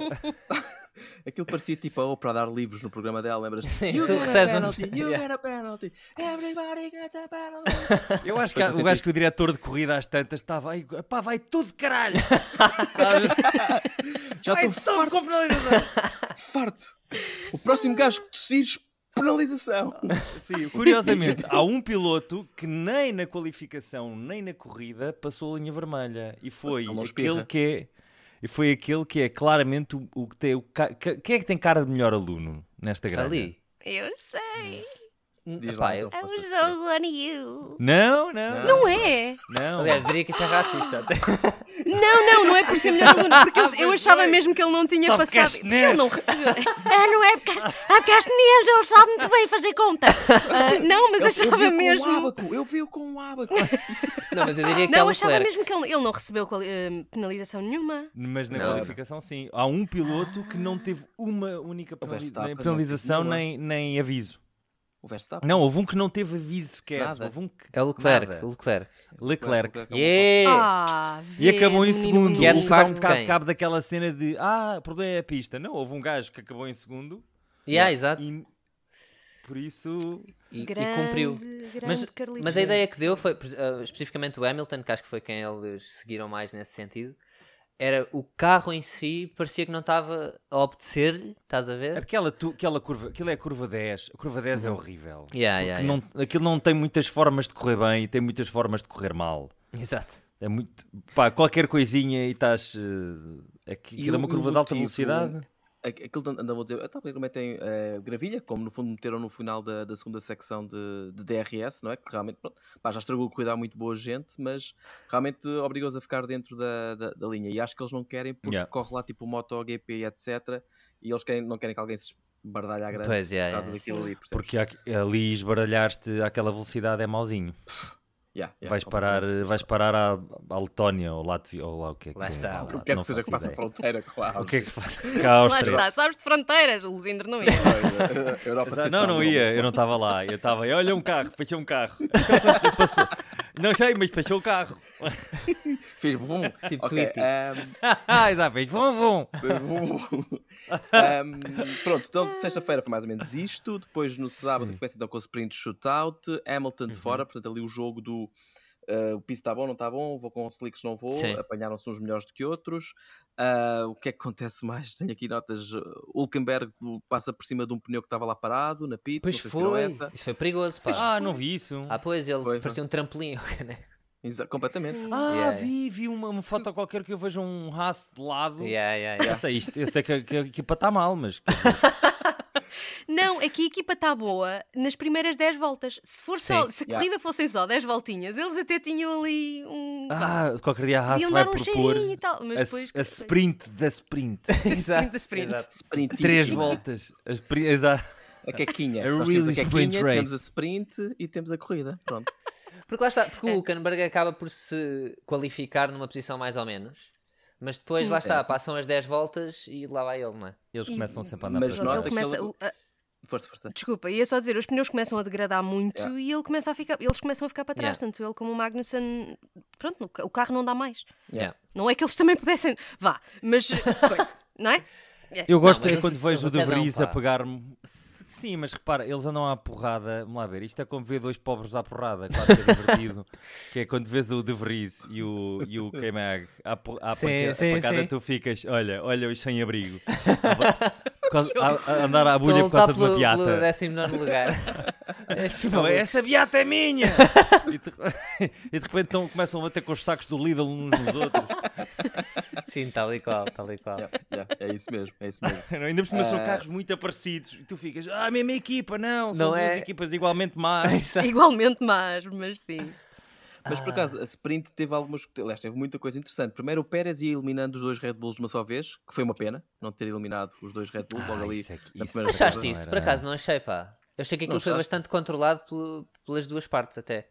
Speaker 2: Aquilo parecia tipo a Oprah dar livros no programa dela, lembras?
Speaker 1: Sim,
Speaker 2: you
Speaker 1: tu
Speaker 2: get a
Speaker 1: recebes um-
Speaker 2: penalty, you
Speaker 1: Yeah.
Speaker 2: get a penalty, everybody gets a penalty.
Speaker 4: Eu acho que há-
Speaker 2: Pois,
Speaker 4: o
Speaker 2: eu
Speaker 4: gajo
Speaker 2: senti-
Speaker 4: que o diretor de corrida às tantas estava aí, pá, vai tudo caralho! Sabes?
Speaker 2: Já
Speaker 4: Vai
Speaker 2: estou
Speaker 4: tudo com penalizações!
Speaker 2: farto. O próximo gajo que tossires, penalização.
Speaker 4: Sim, curiosamente, há um piloto que nem na qualificação nem na corrida passou a linha vermelha e foi
Speaker 2: Mas, não
Speaker 4: aquele
Speaker 2: espirra.
Speaker 4: que é. E foi aquele que é claramente o, o que tem. O ca- ca- quem é que tem cara de melhor aluno nesta grelha?
Speaker 1: Ali.
Speaker 3: Eu sei. é
Speaker 2: Diz
Speaker 1: Epá,
Speaker 2: lá,
Speaker 1: eu-
Speaker 2: então.
Speaker 3: I was so on you.
Speaker 4: Não, não, não.
Speaker 3: Não é?
Speaker 4: não.
Speaker 1: Aliás, diria que isso é racista. até.
Speaker 3: Não, não, não é por ser melhor aluno, porque eu, eu
Speaker 4: Pois
Speaker 3: achava
Speaker 4: bem.
Speaker 3: mesmo que ele não tinha
Speaker 4: Só porque
Speaker 3: passado.
Speaker 4: és
Speaker 3: Porque ele não
Speaker 4: chinês.
Speaker 3: recebeu. Ah, não é porque as chinês, ele sabe muito bem fazer conta. Ah, não, mas
Speaker 2: Eu- eu
Speaker 3: achava
Speaker 2: vi-o
Speaker 3: mesmo.
Speaker 2: Com um ábaco, eu vi-o com um ábaco.
Speaker 1: Não, mas eu diria que é o
Speaker 3: Não, achava
Speaker 1: Leclerc.
Speaker 3: mesmo que ele, ele não recebeu quali- eh, penalização nenhuma.
Speaker 4: Mas na
Speaker 1: Não.
Speaker 4: qualificação, sim. Há um piloto que não teve uma única penali-
Speaker 2: Verstappen
Speaker 4: nem
Speaker 2: não
Speaker 4: penalização,
Speaker 2: teve nenhuma.
Speaker 4: nem, nem aviso.
Speaker 2: O Verstappen.
Speaker 4: Não, houve um que não teve aviso sequer.
Speaker 2: Nada.
Speaker 4: Houve um que...
Speaker 1: É o Leclerc.
Speaker 4: Nada.
Speaker 1: O Leclerc. É
Speaker 4: Leclerc.
Speaker 2: é um
Speaker 1: Yeah!
Speaker 3: Ah,
Speaker 4: E
Speaker 3: vê,
Speaker 4: acabou em
Speaker 3: menino
Speaker 4: segundo.
Speaker 1: Que é
Speaker 4: O
Speaker 1: de
Speaker 3: bonito.
Speaker 4: que dá um
Speaker 1: facto
Speaker 4: bocado
Speaker 1: quem?
Speaker 4: cabo daquela cena de ah, o problema é a pista. Não, houve um gajo que acabou em segundo.
Speaker 1: Yeah, exato. E,
Speaker 4: E por isso.
Speaker 1: e
Speaker 3: Grande,
Speaker 1: cumpriu.
Speaker 3: grande
Speaker 1: Mas,
Speaker 3: Carlitos.
Speaker 1: mas a ideia que deu foi, eh, especificamente o Hamilton, que acho que foi quem eles seguiram mais nesse sentido, era o carro em si parecia que não estava a obedecer-lhe, estás a ver?
Speaker 4: Aquela, é tu- aquela curva, aquilo é a curva 10. A curva 10 é horrível.
Speaker 1: Yeah,
Speaker 4: Porque
Speaker 1: Uhum. yeah,
Speaker 4: não- aquilo não tem muitas formas de correr bem e tem muitas formas de correr mal.
Speaker 1: Exato.
Speaker 4: É muito. Pá, qualquer coisinha e estás. eh, aqui-
Speaker 2: E
Speaker 4: aquilo é
Speaker 2: o-
Speaker 4: uma
Speaker 2: e o
Speaker 4: curva de alta
Speaker 2: motivo-
Speaker 4: velocidade.
Speaker 2: Aqu- Aquilo que andavam a dizer, então porque não metem eh, gravilha, como no fundo meteram no final da, da segunda secção de, de DRS, não é? Que realmente, pronto, pá, já estragou o cuidar muito boa gente, mas realmente obrigou-os a ficar dentro da, da, da linha. E acho que eles não querem, porque
Speaker 4: Yeah.
Speaker 2: corre lá tipo MotoGP e etc. E eles querem- não querem que alguém se esbardalhe à grande
Speaker 1: Pois, yeah,
Speaker 2: por causa
Speaker 1: yeah.
Speaker 2: daquilo ali, percebes?
Speaker 4: Porque há- ali esbaralhaste àquela velocidade é mauzinho.
Speaker 2: Yeah,
Speaker 1: É,
Speaker 2: Ah, yeah,
Speaker 4: vais, parar, eh,
Speaker 2: completamente.
Speaker 4: vais parar à, à Letónia ou Latvia ou lá o que é que
Speaker 1: Lá
Speaker 4: é.
Speaker 1: está.
Speaker 4: Não,
Speaker 1: O
Speaker 2: O que é
Speaker 4: não
Speaker 2: que seja
Speaker 4: faço
Speaker 2: que faça
Speaker 4: ideia.
Speaker 2: fronteira com a
Speaker 4: O que é que faz?
Speaker 3: Lá está, sabes de fronteiras, o Luzindo não é? ia.
Speaker 2: eh, Europa
Speaker 4: Não,
Speaker 2: Central,
Speaker 4: não
Speaker 2: Europa
Speaker 4: ia,
Speaker 2: Sul.
Speaker 4: eu não estava lá. Eu estava, olha um carro, fechou um carro. Então, passou. Não sei, mas fechou o carro.
Speaker 2: Fiz bum.
Speaker 1: Tipo
Speaker 2: Ok, ehm,
Speaker 1: Tweety.
Speaker 2: ahm,
Speaker 4: Ah, já fez, vum, vum.
Speaker 2: Um, pronto, então de sexta-feira foi mais ou menos
Speaker 4: Uhum.
Speaker 2: isto. Depois no sábado começa então com o sprint shootout, Hamilton de fora, portanto ali o jogo do eh, o piso está bom, não está bom, vou com slicks, não vou,
Speaker 1: Sim.
Speaker 2: apanharam-se uns melhores do que outros. Ah, o que é que acontece mais? Tenho aqui notas. eh, Hülkenberg passa por cima de um pneu que estava lá parado, na pit,
Speaker 1: Pois
Speaker 2: não sei se viram
Speaker 1: foi.
Speaker 2: essa.
Speaker 1: Isso foi perigoso, pá.
Speaker 4: Ah, não vi isso.
Speaker 1: Ah, pois, ele
Speaker 2: Foi, foi.
Speaker 1: parecia um trampolim. né?
Speaker 2: Exa- completamente.
Speaker 3: Sim.
Speaker 4: Ah,
Speaker 1: Yeah.
Speaker 4: vi, vi uma, uma foto qualquer que eu vejo um raço de lado.
Speaker 1: yeah, yeah,
Speaker 4: Eu
Speaker 1: yeah.
Speaker 4: sei isto, eu sei que, que a equipa está mal, mas que-
Speaker 3: Não, é que a equipa está boa nas primeiras 10 voltas. Se, for só,
Speaker 1: Sim,
Speaker 3: se a
Speaker 2: yeah.
Speaker 3: corrida fossem só 10 voltinhas, eles até tinham ali um. vá,
Speaker 4: ah, qualquer dia a Haas
Speaker 3: podiam
Speaker 4: vai
Speaker 3: dar um
Speaker 4: propor
Speaker 3: cheirinho e tal. Mas
Speaker 4: a,
Speaker 3: depois.
Speaker 4: a sprint da sprint.
Speaker 1: É, Exato,
Speaker 3: sprint.
Speaker 1: exato.
Speaker 2: Sprintíssimo.
Speaker 4: Três voltas. A sprint, exato.
Speaker 2: A caquinha.
Speaker 4: A
Speaker 2: Nós
Speaker 4: really
Speaker 2: temos a
Speaker 4: sprint
Speaker 2: caquinha,
Speaker 4: race.
Speaker 2: temos a sprint e temos a corrida. Pronto.
Speaker 1: Porque lá está, porque o Hülkenberg acaba por se qualificar numa posição mais ou menos. Mas depois, lá está, passam as 10 voltas e lá vai ele, não é?
Speaker 4: Eles
Speaker 3: E-
Speaker 4: começam sempre a andar
Speaker 2: mas
Speaker 4: para
Speaker 3: Pronto,
Speaker 2: nota
Speaker 3: ele
Speaker 2: que
Speaker 3: começa,
Speaker 2: ele-
Speaker 3: o- a-
Speaker 2: Força, força.
Speaker 3: desculpa, ia só dizer, os pneus começam a degradar muito
Speaker 2: Yeah.
Speaker 3: e ele começa a ficar, eles começam a ficar para trás,
Speaker 1: Yeah.
Speaker 3: tanto ele como o Magnussen, pronto, no ca- o carro não dá mais.
Speaker 1: Yeah.
Speaker 3: Não é que eles também pudessem, vá, mas coisa, não é?
Speaker 4: Eu gosto
Speaker 1: mas
Speaker 4: é
Speaker 1: isso-
Speaker 4: quando vejo o
Speaker 1: cada
Speaker 4: De
Speaker 1: um,
Speaker 4: Vries
Speaker 1: pá.
Speaker 4: a pegar-me. S- Sim, mas repara, eles andam à porrada. Vamos lá ver, isto é como ver dois pobres à porrada, claro que é divertido. que é quando vês o De Vries e o, e o K-Mag à, por- à
Speaker 1: Sim,
Speaker 4: panca- à
Speaker 1: sim,
Speaker 4: pancada,
Speaker 1: sim.
Speaker 4: tu ficas, olha, olha os sem-abrigo. Por causa- a- a andar à bulha
Speaker 1: Estou a
Speaker 4: por causa
Speaker 1: lutar
Speaker 4: de
Speaker 1: pelo,
Speaker 4: uma
Speaker 1: pelo
Speaker 4: piata.
Speaker 1: 19 lugar. Estes
Speaker 4: Não,
Speaker 1: malucos.
Speaker 4: esta beata é minha! e, de, e de repente então, começam a bater com os sacos do Lidl uns nos outros.
Speaker 1: Sim, tal e qual, tal e qual.
Speaker 2: Yeah, yeah, é isso mesmo, é isso mesmo.
Speaker 4: Ainda por cima são
Speaker 2: Ah.
Speaker 4: carros muito parecidos. E tu ficas, ah, a mesma equipa, não, são
Speaker 1: Não
Speaker 4: duas
Speaker 1: é?
Speaker 4: equipas igualmente más.
Speaker 1: Exato.
Speaker 3: Igualmente mais, mas sim.
Speaker 2: Mas
Speaker 4: Ah.
Speaker 2: por acaso, a sprint teve algumas. Aliás, teve muita coisa interessante. Primeiro, o Pérez ia eliminando os dois Red Bulls de uma só vez, que foi uma pena não ter eliminado os dois Red Bulls logo
Speaker 4: Ah,
Speaker 2: ali.
Speaker 4: isso é que-
Speaker 2: na
Speaker 4: isso
Speaker 2: primeira
Speaker 4: é que
Speaker 1: Achaste
Speaker 4: não
Speaker 1: isso?
Speaker 4: era-
Speaker 1: Por acaso não achei, pá. Eu achei que
Speaker 2: Não
Speaker 1: aquilo foi
Speaker 2: achaste?
Speaker 1: bastante controlado pelo- pelas duas partes até.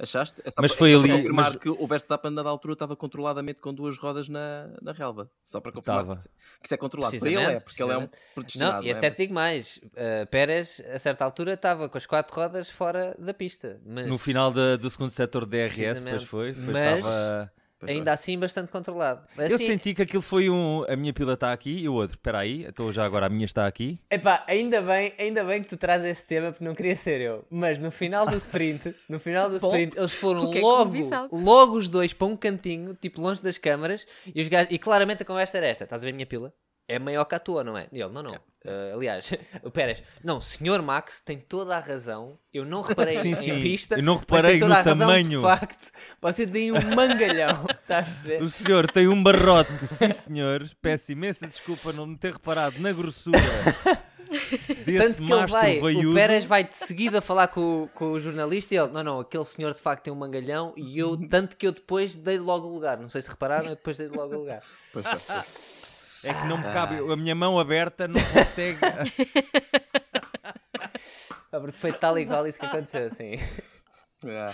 Speaker 2: Achaste? É só
Speaker 4: Mas
Speaker 2: para-
Speaker 4: foi
Speaker 2: é só
Speaker 4: ali-
Speaker 2: Para confirmar
Speaker 4: mas-
Speaker 2: que o Verstappen, na altura, estava controladamente com duas rodas na, na relva. Só para confirmar
Speaker 4: Estava.
Speaker 2: que isso- que isso é controlado. Para ele é,
Speaker 1: Precisamente,
Speaker 2: porque ele é um predestinado.
Speaker 1: não, e
Speaker 2: não é?
Speaker 1: até te digo mais. eh, Pérez, a certa altura, estava com as quatro rodas fora da pista. Mas
Speaker 4: No final da- do segundo setor de DRS,
Speaker 1: Precisamente.
Speaker 4: pois foi. Pois
Speaker 1: Mas-
Speaker 4: estava...
Speaker 2: Pois
Speaker 1: ainda assim, bastante controlado. Assim,
Speaker 4: Eu senti que aquilo foi um. A minha pila está aqui e o outro. Espera aí, estou já agora, a minha está aqui.
Speaker 1: Epá, ainda bem, ainda bem que tu traz esse tema porque não queria ser eu. Mas no final do sprint, no final do
Speaker 3: Bom,
Speaker 1: sprint, eles
Speaker 3: o
Speaker 1: foram
Speaker 3: que é que o
Speaker 1: logo,
Speaker 3: Levi sabe?
Speaker 1: logo os dois para um cantinho, tipo longe das câmaras, e os gajos, e claramente a conversa era esta: estás a ver a minha pila? É maior que a tua, não é? E ele, não, não. Ah, aliás, o Pérez, não, senhor Max tem toda a razão. Eu não reparei
Speaker 4: Sim,
Speaker 1: em
Speaker 4: sim.
Speaker 1: pista.
Speaker 4: Eu não
Speaker 1: mas
Speaker 4: reparei
Speaker 1: tem toda
Speaker 4: no
Speaker 1: a razão,
Speaker 4: tamanho."
Speaker 1: De facto, você tem um mangalhão. Estás a perceber?
Speaker 4: O senhor tem um barrote, sim senhor. Peço imensa desculpa não me ter reparado na grossura
Speaker 1: Tanto
Speaker 4: desse
Speaker 1: que ele
Speaker 4: mastro
Speaker 1: vai,
Speaker 4: veiudo.
Speaker 1: o Pérez vai de seguida falar com, o- com o jornalista e ele, não, não, aquele senhor de facto tem um mangalhão e eu, tanto que eu depois dei logo o lugar. Não sei se repararam, eu depois dei logo o lugar.
Speaker 2: foi, pois foi.
Speaker 4: É que não me cabe, a minha mão aberta não consegue.
Speaker 1: Ah, Porque foi tal e qual isso que aconteceu, assim.
Speaker 2: Ah.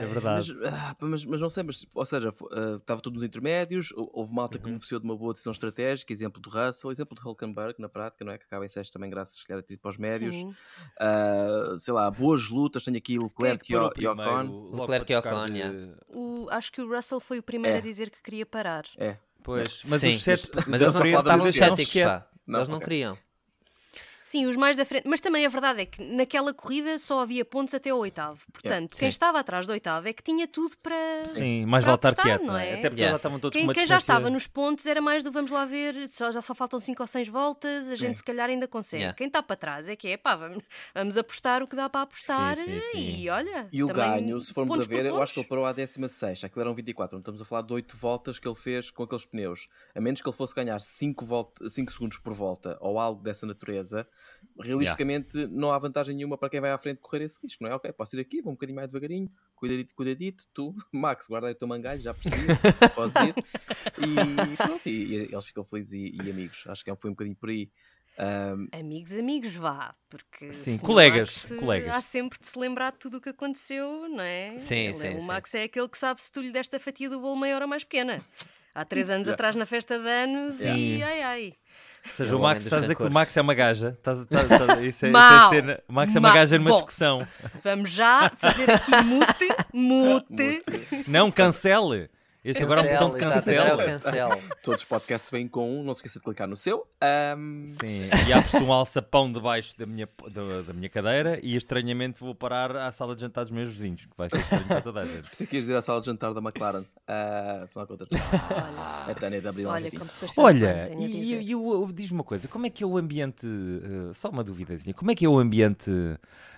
Speaker 4: é verdade.
Speaker 2: Mas, ah, pá, mas, mas não sei, mas, ou seja, fo- ah, estava tudo nos intermédios, hou- houve malta que
Speaker 4: Uhum.
Speaker 2: beneficiou de uma boa decisão estratégica, exemplo do Russell, exemplo do Hulkenberg, na prática, não é? Que acaba em sexto também, graças a título para os médios.
Speaker 3: Sim.
Speaker 2: Ah, sei lá, boas lutas, tenho aqui Leclerc
Speaker 4: Quem é que
Speaker 2: e
Speaker 4: parou
Speaker 2: O- e Ocon.
Speaker 4: primeiro, logo
Speaker 1: Leclerc
Speaker 4: para
Speaker 1: e
Speaker 4: trocar
Speaker 1: Ocon,
Speaker 4: de-
Speaker 3: O- acho que o Russell foi o primeiro
Speaker 2: É.
Speaker 3: a dizer que queria parar.
Speaker 2: É.
Speaker 4: Pois, mas
Speaker 1: Sim.
Speaker 4: os sete
Speaker 1: Mas
Speaker 4: da
Speaker 1: eles não
Speaker 4: frente
Speaker 1: estavam
Speaker 4: deixaram
Speaker 1: céticos,
Speaker 4: sequer.
Speaker 1: pá.
Speaker 2: Não,
Speaker 1: eles não
Speaker 2: ok.
Speaker 1: queriam.
Speaker 3: Sim, os mais da frente. Mas também a verdade é que naquela corrida só havia pontos até o oitavo. Portanto, quem
Speaker 4: Sim.
Speaker 3: estava atrás do oitavo é que tinha tudo para.
Speaker 4: Sim, mais
Speaker 3: Para
Speaker 4: vale estar
Speaker 3: apostar,
Speaker 4: quieto,
Speaker 3: não
Speaker 4: não é?
Speaker 3: é?
Speaker 4: Até porque
Speaker 1: Yeah.
Speaker 4: já estavam todos com
Speaker 3: Quem,
Speaker 4: uma
Speaker 3: quem já
Speaker 4: distância-
Speaker 3: estava nos pontos era mais do vamos lá ver, só- já só faltam 5 ou 6 voltas, a gente se calhar ainda consegue.
Speaker 1: Yeah.
Speaker 3: Quem está para trás é que é pá, vamos, vamos apostar o que dá para apostar
Speaker 4: Sim, sim, sim.
Speaker 3: e olha.
Speaker 2: E o
Speaker 3: também
Speaker 2: ganho, se formos a
Speaker 3: pontos por
Speaker 2: ver, eu acho que ele
Speaker 3: pontos.
Speaker 2: parou à 16, aquilo um eram 24, não estamos a falar de 8 voltas que ele fez com aqueles pneus. A menos que ele fosse ganhar 5, volta, 5 segundos por volta ou algo dessa natureza, realisticamente não há vantagem nenhuma para quem vai à frente correr esse risco, não é? Ok, posso ir aqui, vou um bocadinho mais devagarinho, cuidadito, cuidadito, tu, Max, guarda aí o teu mangalho, já percebi, podes ir. E pronto, e, e eles ficam felizes e, e amigos, acho que foi um bocadinho por aí. Ahm,
Speaker 3: Amigos, amigos, vá, porque
Speaker 4: Sim,
Speaker 3: senão
Speaker 4: colegas,
Speaker 3: há que se-
Speaker 4: colegas.
Speaker 3: Há sempre de se lembrar de tudo o que aconteceu, não é?
Speaker 1: Sim,
Speaker 3: Ele é-
Speaker 1: sim,
Speaker 3: O
Speaker 1: sim.
Speaker 3: Max é aquele que sabe se tu lhe deste a fatia do bolo maior ou mais pequena. Há três anos atrás na festa de anos e
Speaker 4: Sim.
Speaker 3: ai ai.
Speaker 4: Ou seja,
Speaker 1: É
Speaker 4: o
Speaker 1: o homem
Speaker 4: Max,
Speaker 1: dos
Speaker 4: estás a dizer que o
Speaker 1: rancores.
Speaker 4: Max é uma gaja. Estás, estás, estás, isso é, isso é
Speaker 3: Mau.
Speaker 4: cena. O Max é uma
Speaker 3: Mau.
Speaker 4: gaja numa
Speaker 3: Bom.
Speaker 4: discussão.
Speaker 3: Vamos já fazer aqui mute, mute.
Speaker 4: Não cancele. Este agora é um botão de
Speaker 1: exato, agora é o
Speaker 4: cancela.
Speaker 1: cancel.
Speaker 2: Todos os podcasts vêm com um, não se esqueça de clicar no seu. Ahm,
Speaker 4: Sim, e abre-se um alçapão debaixo da minha, da, da minha cadeira e estranhamente vou parar à sala de jantar dos meus vizinhos, que vai ser estranho para toda a gente.
Speaker 2: pensei que ias dizer à sala de jantar da McLaren. Ah, afinal de contas, é a Tânia de Abril.
Speaker 3: Ah. Olha, como se fosse
Speaker 4: Olha,
Speaker 3: tenho a
Speaker 4: e,
Speaker 3: dizer.
Speaker 4: e, e o- o- diz-me uma coisa, como é que é o ambiente, eh, só uma duvidazinha, como é que é o ambiente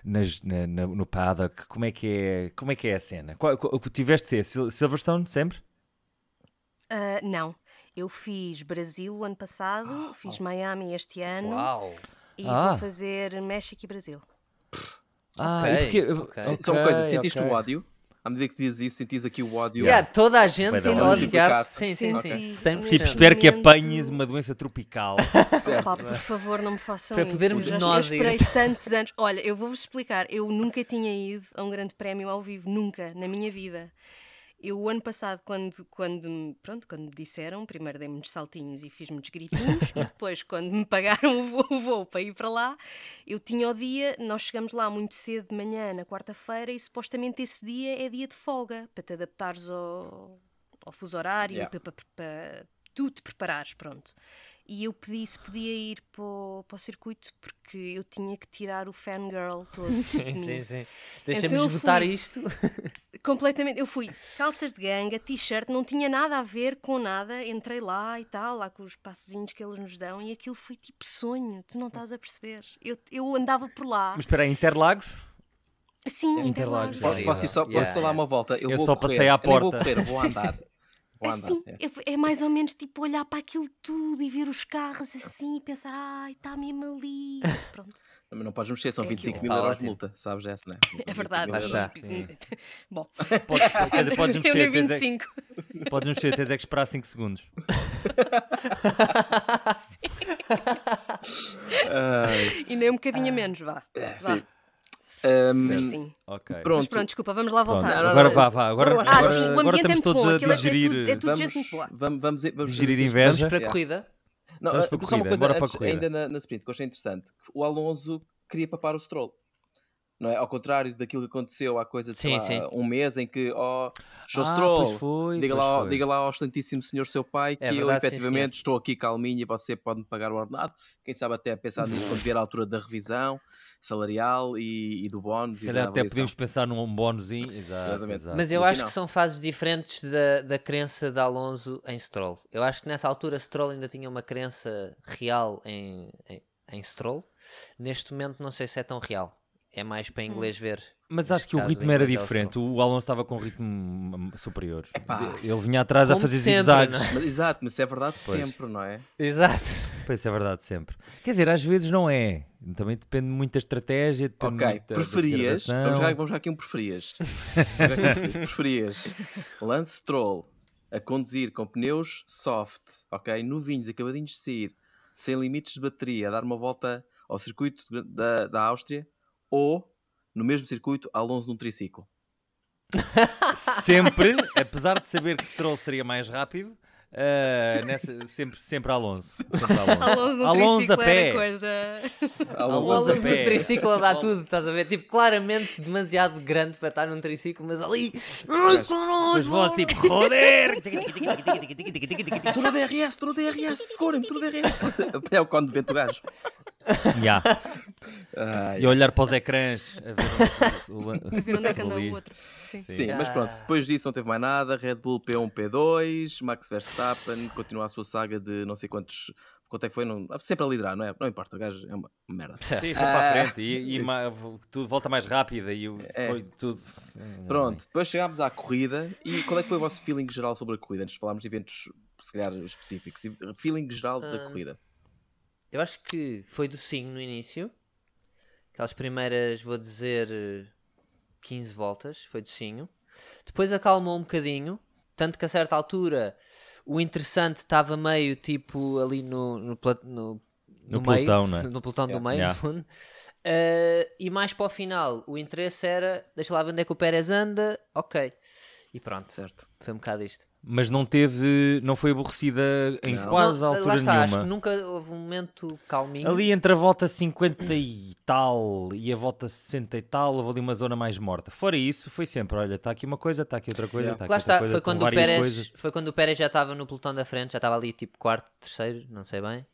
Speaker 4: nas- na- na- no paddock, como é que é, como é, que é a cena? Qual, qual, tiveste ser Sil- Silverstone sempre?
Speaker 3: Ah, não. Eu fiz Brasil o ano passado, fiz Miami este ano
Speaker 1: Uau!
Speaker 3: e
Speaker 4: Ah.
Speaker 3: vou fazer México e Brasil.
Speaker 4: Ah,
Speaker 1: Ok,
Speaker 4: e
Speaker 1: ok.
Speaker 2: Se- Só uma coisa, sentiste o ódio? À medida que dizias isso, sentias aqui o ódio.
Speaker 1: Yeah, toda a gente
Speaker 4: Vai dar
Speaker 1: a
Speaker 4: um
Speaker 1: odiar.
Speaker 2: tipo
Speaker 1: Sim,
Speaker 2: de
Speaker 1: sim,
Speaker 2: caça.
Speaker 1: sim.
Speaker 2: Ok.
Speaker 1: 100%.
Speaker 3: Sim.
Speaker 4: Tipo, espero que
Speaker 3: Sentimento-
Speaker 4: apanhes uma doença tropical.
Speaker 2: Certo.
Speaker 3: Opa, por favor, não me façam
Speaker 1: Para
Speaker 3: isso.
Speaker 1: podermos
Speaker 3: Eu já-
Speaker 1: nós
Speaker 3: eu
Speaker 1: ir.
Speaker 3: esperei tantos anos. Olha, eu vou-vos explicar. Eu nunca tinha ido a um grande prémio ao vivo, nunca, na minha vida. Eu, o ano passado, quando, quando, me- pronto, quando me disseram, primeiro dei-me uns saltinhos e fiz-me uns gritinhos, e depois, quando me pagaram o voo, o voo para ir para lá, eu tinha o dia, nós chegamos lá muito cedo de manhã, na quarta-feira, e supostamente esse dia é dia de folga, para te adaptares ao, ao fuso horário,
Speaker 2: Yeah.
Speaker 3: para, para- para tu te preparares, pronto. E eu pedi se podia ir para o, para o circuito, porque eu tinha que tirar o fangirl todo.
Speaker 1: Sim,
Speaker 3: de mim.
Speaker 1: sim, sim. Deixa-me
Speaker 3: Então eu
Speaker 1: esgotar
Speaker 3: fui.
Speaker 1: isto.
Speaker 3: Completamente. Eu fui calças de ganga, t-shirt, não tinha nada a ver com nada. Entrei lá e tal, lá com os passezinhos que eles nos dão, e aquilo foi tipo sonho. Tu não estás a perceber. Eu, eu andava por lá.
Speaker 4: Mas espera aí, Interlagos?
Speaker 3: Sim,
Speaker 4: Interlagos,
Speaker 3: Interlagos.
Speaker 2: Po-
Speaker 1: Horrível.
Speaker 2: Posso ir só, posso
Speaker 1: Yeah,
Speaker 2: só dar
Speaker 1: yeah.
Speaker 2: uma volta? Eu,
Speaker 4: Eu
Speaker 2: vou
Speaker 4: só
Speaker 2: correr.
Speaker 4: passei à
Speaker 2: Eu nem vou
Speaker 4: porta.
Speaker 2: correr, vou andar. Vou andar.
Speaker 3: Assim,
Speaker 2: yeah.
Speaker 3: é, é mais ou menos tipo olhar para aquilo tudo e ver os carros assim e pensar, ai, está mesmo ali. Pronto,
Speaker 2: Mas Não podes mexer, são
Speaker 3: É
Speaker 2: 25
Speaker 1: aquilo.
Speaker 2: mil
Speaker 1: Tá
Speaker 2: euros
Speaker 1: ótimo.
Speaker 2: de multa, sabes essa, não é?
Speaker 3: é verdade.
Speaker 1: Lá está,
Speaker 3: E-
Speaker 1: sim.
Speaker 3: Bom,
Speaker 4: Podes, quer dizer, podes
Speaker 3: eu
Speaker 4: mexer,
Speaker 3: nem
Speaker 4: tens é,
Speaker 3: 25.
Speaker 4: podes mexer, tens é que esperar 5 segundos.
Speaker 2: Ah,
Speaker 3: E nem um bocadinho a menos, vá. vá.
Speaker 2: sim. Ahm,
Speaker 3: É, Mas sim.
Speaker 4: Ok.
Speaker 2: hum, pronto,
Speaker 3: Mas pronto, desculpa, vamos lá
Speaker 4: Pronto,
Speaker 3: voltar.
Speaker 4: agora vá, vá. Agora,
Speaker 2: Não, acho-
Speaker 4: agora,
Speaker 3: Ah, sim, o
Speaker 4: agora
Speaker 3: ambiente é
Speaker 4: estamos
Speaker 3: muito
Speaker 4: todos
Speaker 3: bom.
Speaker 4: a
Speaker 3: Aquilo é, é
Speaker 4: digerir,
Speaker 3: tudo, é tudo gente muito boa.
Speaker 2: vamos, vamos, vamos, vamos
Speaker 4: digerir
Speaker 2: vamos-
Speaker 1: Vamos
Speaker 4: inveja.
Speaker 1: para a
Speaker 2: Yeah.
Speaker 1: corrida.
Speaker 2: Não, eh,
Speaker 4: Vamos para a
Speaker 2: só uma
Speaker 4: corrida,
Speaker 2: coisa
Speaker 4: bora para a
Speaker 2: antes,
Speaker 4: corrida.
Speaker 2: ainda na, na sprint que eu achei interessante. que O Alonso queria papar o Stroll. Não é? Ao contrário daquilo que aconteceu há coisa de sei
Speaker 1: Sim,
Speaker 2: lá,
Speaker 1: sim.
Speaker 2: um mês em que, ó, oh,
Speaker 4: Ah,
Speaker 2: Stroll,
Speaker 4: pois foi,
Speaker 2: diga,
Speaker 4: pois
Speaker 2: lá, ao-
Speaker 4: foi.
Speaker 2: diga lá ao excelentíssimo senhor seu pai que
Speaker 1: É
Speaker 2: eu
Speaker 1: verdade, sim,
Speaker 2: efetivamente estou aqui calminho e você pode-me pagar o ordenado. Quem sabe até pensar nisso quando vier a altura da revisão salarial e, e do bónus. e
Speaker 4: Se calhar
Speaker 2: da
Speaker 4: até
Speaker 2: avaliação."
Speaker 4: podíamos pensar num bónusinho. Exato,
Speaker 2: Exatamente.
Speaker 4: exato.
Speaker 1: Mas eu
Speaker 2: E aqui
Speaker 1: acho
Speaker 2: não.
Speaker 1: que são fases diferentes da, da crença de Alonso em Stroll. Eu acho que nessa altura Stroll ainda tinha uma crença real em, em, em Stroll. Neste momento não sei se é tão real. É mais para inglês ver.
Speaker 4: Mas
Speaker 1: Neste
Speaker 4: acho que o
Speaker 1: caso,
Speaker 4: ritmo era
Speaker 1: inglês é o
Speaker 4: diferente. O Alonso estava com um ritmo superior.
Speaker 2: Epá.
Speaker 4: Ele vinha atrás a
Speaker 1: Como
Speaker 4: fazer
Speaker 1: sempre,
Speaker 4: zigue-zagues.
Speaker 1: não
Speaker 2: Mas, exato, mas isso é verdade
Speaker 4: Pois.
Speaker 2: sempre, não é?
Speaker 1: Exato.
Speaker 4: Pois é verdade, sempre. Quer dizer, às vezes não é. Também depende muito da estratégia. Depende
Speaker 2: Ok,
Speaker 4: muito da- da
Speaker 2: preferias.
Speaker 4: degradação.
Speaker 2: Vamos jogar, vamos jogar aqui um preferias. Vamos jogar aqui um preferias. preferias Lance Stroll a conduzir com pneus soft, ok? Novinhos, acabadinhos de sair, sem limites de bateria, a dar uma volta ao circuito de- da, da Áustria ou no mesmo circuito Alonso num triciclo.
Speaker 4: Sempre, apesar de saber que Stroll seria mais rápido, ah, nessa- sempre, sempre Alonso. Sempre Alonso.
Speaker 3: Alonso no
Speaker 4: Alonso a
Speaker 3: triciclo era
Speaker 4: pé.
Speaker 3: coisa.
Speaker 2: é
Speaker 1: O
Speaker 4: Alonso a
Speaker 1: Alonso
Speaker 4: pé.
Speaker 1: no triciclo a dar tudo, estás a ver? Tipo, claramente demasiado grande para estar num triciclo, mas ali. Ai,
Speaker 4: Mas
Speaker 1: caralho!
Speaker 4: vós tipo, roder!
Speaker 2: Estou no DRS, estou no DRS, segurem-me, estou no DRS. Apanhar É o cone de vento do gajo.
Speaker 4: Ya.
Speaker 2: Ai,
Speaker 4: E olhar para os ecrãs a ver o, o, o,
Speaker 3: Ver onde é que anda
Speaker 4: ali.
Speaker 3: o outro. Sim.
Speaker 2: Sim, mas pronto, depois disso não teve mais nada. Red Bull P1, P2, Max Verstappen continua a sua saga de não sei quantos. Quanto é que foi? Não, sempre a liderar, não é? Não importa, o gajo é uma merda.
Speaker 4: Sim,
Speaker 2: Ah.
Speaker 4: foi para a frente e, e ma- tudo volta mais rápido e o- foi tudo.
Speaker 2: É. Pronto, depois chegámos à corrida. E qual é que foi o vosso feeling geral sobre a corrida? Antes de falarmos de eventos, se calhar, específicos. E Feeling geral da corrida.
Speaker 1: Eu acho que foi do docinho no início. Aquelas primeiras, vou dizer, eh, 15 voltas, foi docinho. Depois acalmou um bocadinho, tanto que a certa altura o interessante estava meio tipo ali no, no, pla- no, meio,
Speaker 4: No pelotão, não é?
Speaker 1: no pelotão do
Speaker 2: Yeah.
Speaker 1: meio,
Speaker 4: Yeah.
Speaker 1: no fundo. Eh, e mais para o final, o interesse era, deixa lá ver onde é que o Pérez anda, ok. E pronto,
Speaker 2: Certo.
Speaker 1: foi um bocado isto.
Speaker 4: Mas não teve. Não foi aborrecida em
Speaker 2: Não.
Speaker 4: quase
Speaker 1: Não,
Speaker 4: altura
Speaker 1: lá está, acho
Speaker 4: nenhuma.
Speaker 1: que nunca houve um momento calminho.
Speaker 4: Ali entre a volta 50 e tal e a volta 60 e tal, houve ali uma zona mais morta. Fora isso, foi sempre: olha, está aqui uma coisa, está aqui outra coisa,
Speaker 2: Yeah.
Speaker 4: está aqui
Speaker 1: Lá
Speaker 4: outra
Speaker 1: está,
Speaker 4: Tá, coisa.
Speaker 1: foi
Speaker 4: estão
Speaker 1: quando, o
Speaker 4: várias
Speaker 1: Pérez,
Speaker 4: coisas.
Speaker 1: foi quando o Pérez já estava no pelotão da frente, já estava ali tipo quarto, terceiro, não sei bem,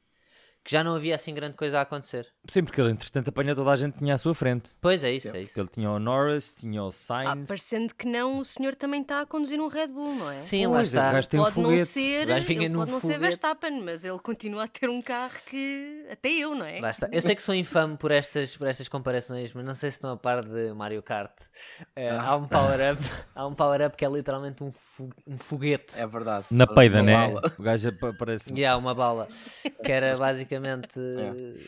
Speaker 1: que já não havia assim grande coisa a acontecer.
Speaker 4: Sempre que ele, entretanto, apanhou toda a gente que tinha à sua frente.
Speaker 1: Pois é isso, é
Speaker 4: Porque ele
Speaker 1: isso.
Speaker 4: tinha o Norris, tinha o
Speaker 3: Ah,
Speaker 4: Sainz.
Speaker 3: parecendo que não, o senhor também está a conduzir um Red Bull, não é?
Speaker 1: Sim, lá
Speaker 4: Pois, o
Speaker 1: está.
Speaker 4: gajo tem um
Speaker 3: Pode não
Speaker 4: foguete.
Speaker 3: ser,
Speaker 1: O gajo vinha
Speaker 3: ele
Speaker 1: num
Speaker 3: pode não ser
Speaker 1: foguete.
Speaker 3: Verstappen, mas ele continua a ter um carro que até eu, não é?
Speaker 1: Lá está. Eu sei que sou infame por estas, por estas comparações, mas não sei se estão a par de Mario Kart. Eh,
Speaker 2: Ah.
Speaker 1: há um power-up há um power up que é literalmente um, fo- um foguete.
Speaker 2: É verdade.
Speaker 4: Na peida,
Speaker 2: Uma
Speaker 4: né?
Speaker 2: bala.
Speaker 4: O gajo apa-
Speaker 2: é
Speaker 4: parece.
Speaker 1: E há uma bala. Que era basicamente eh,
Speaker 2: É.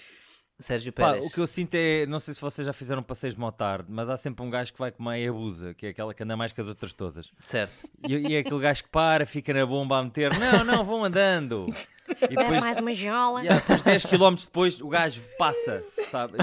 Speaker 1: Sérgio
Speaker 4: Pá,
Speaker 1: Pérez.
Speaker 4: o que eu sinto é, não sei se vocês já fizeram passeios de motarde, mas há sempre um gajo que vai com uma abusa, que é aquela que anda mais que as outras todas.
Speaker 1: Certo.
Speaker 4: E, e é aquele gajo que para, fica na bomba a meter, não, não, vão andando. E
Speaker 3: Bebe
Speaker 4: depois,
Speaker 3: É mais uma jola.
Speaker 4: e há- depois 10 km depois o gajo passa, sabe?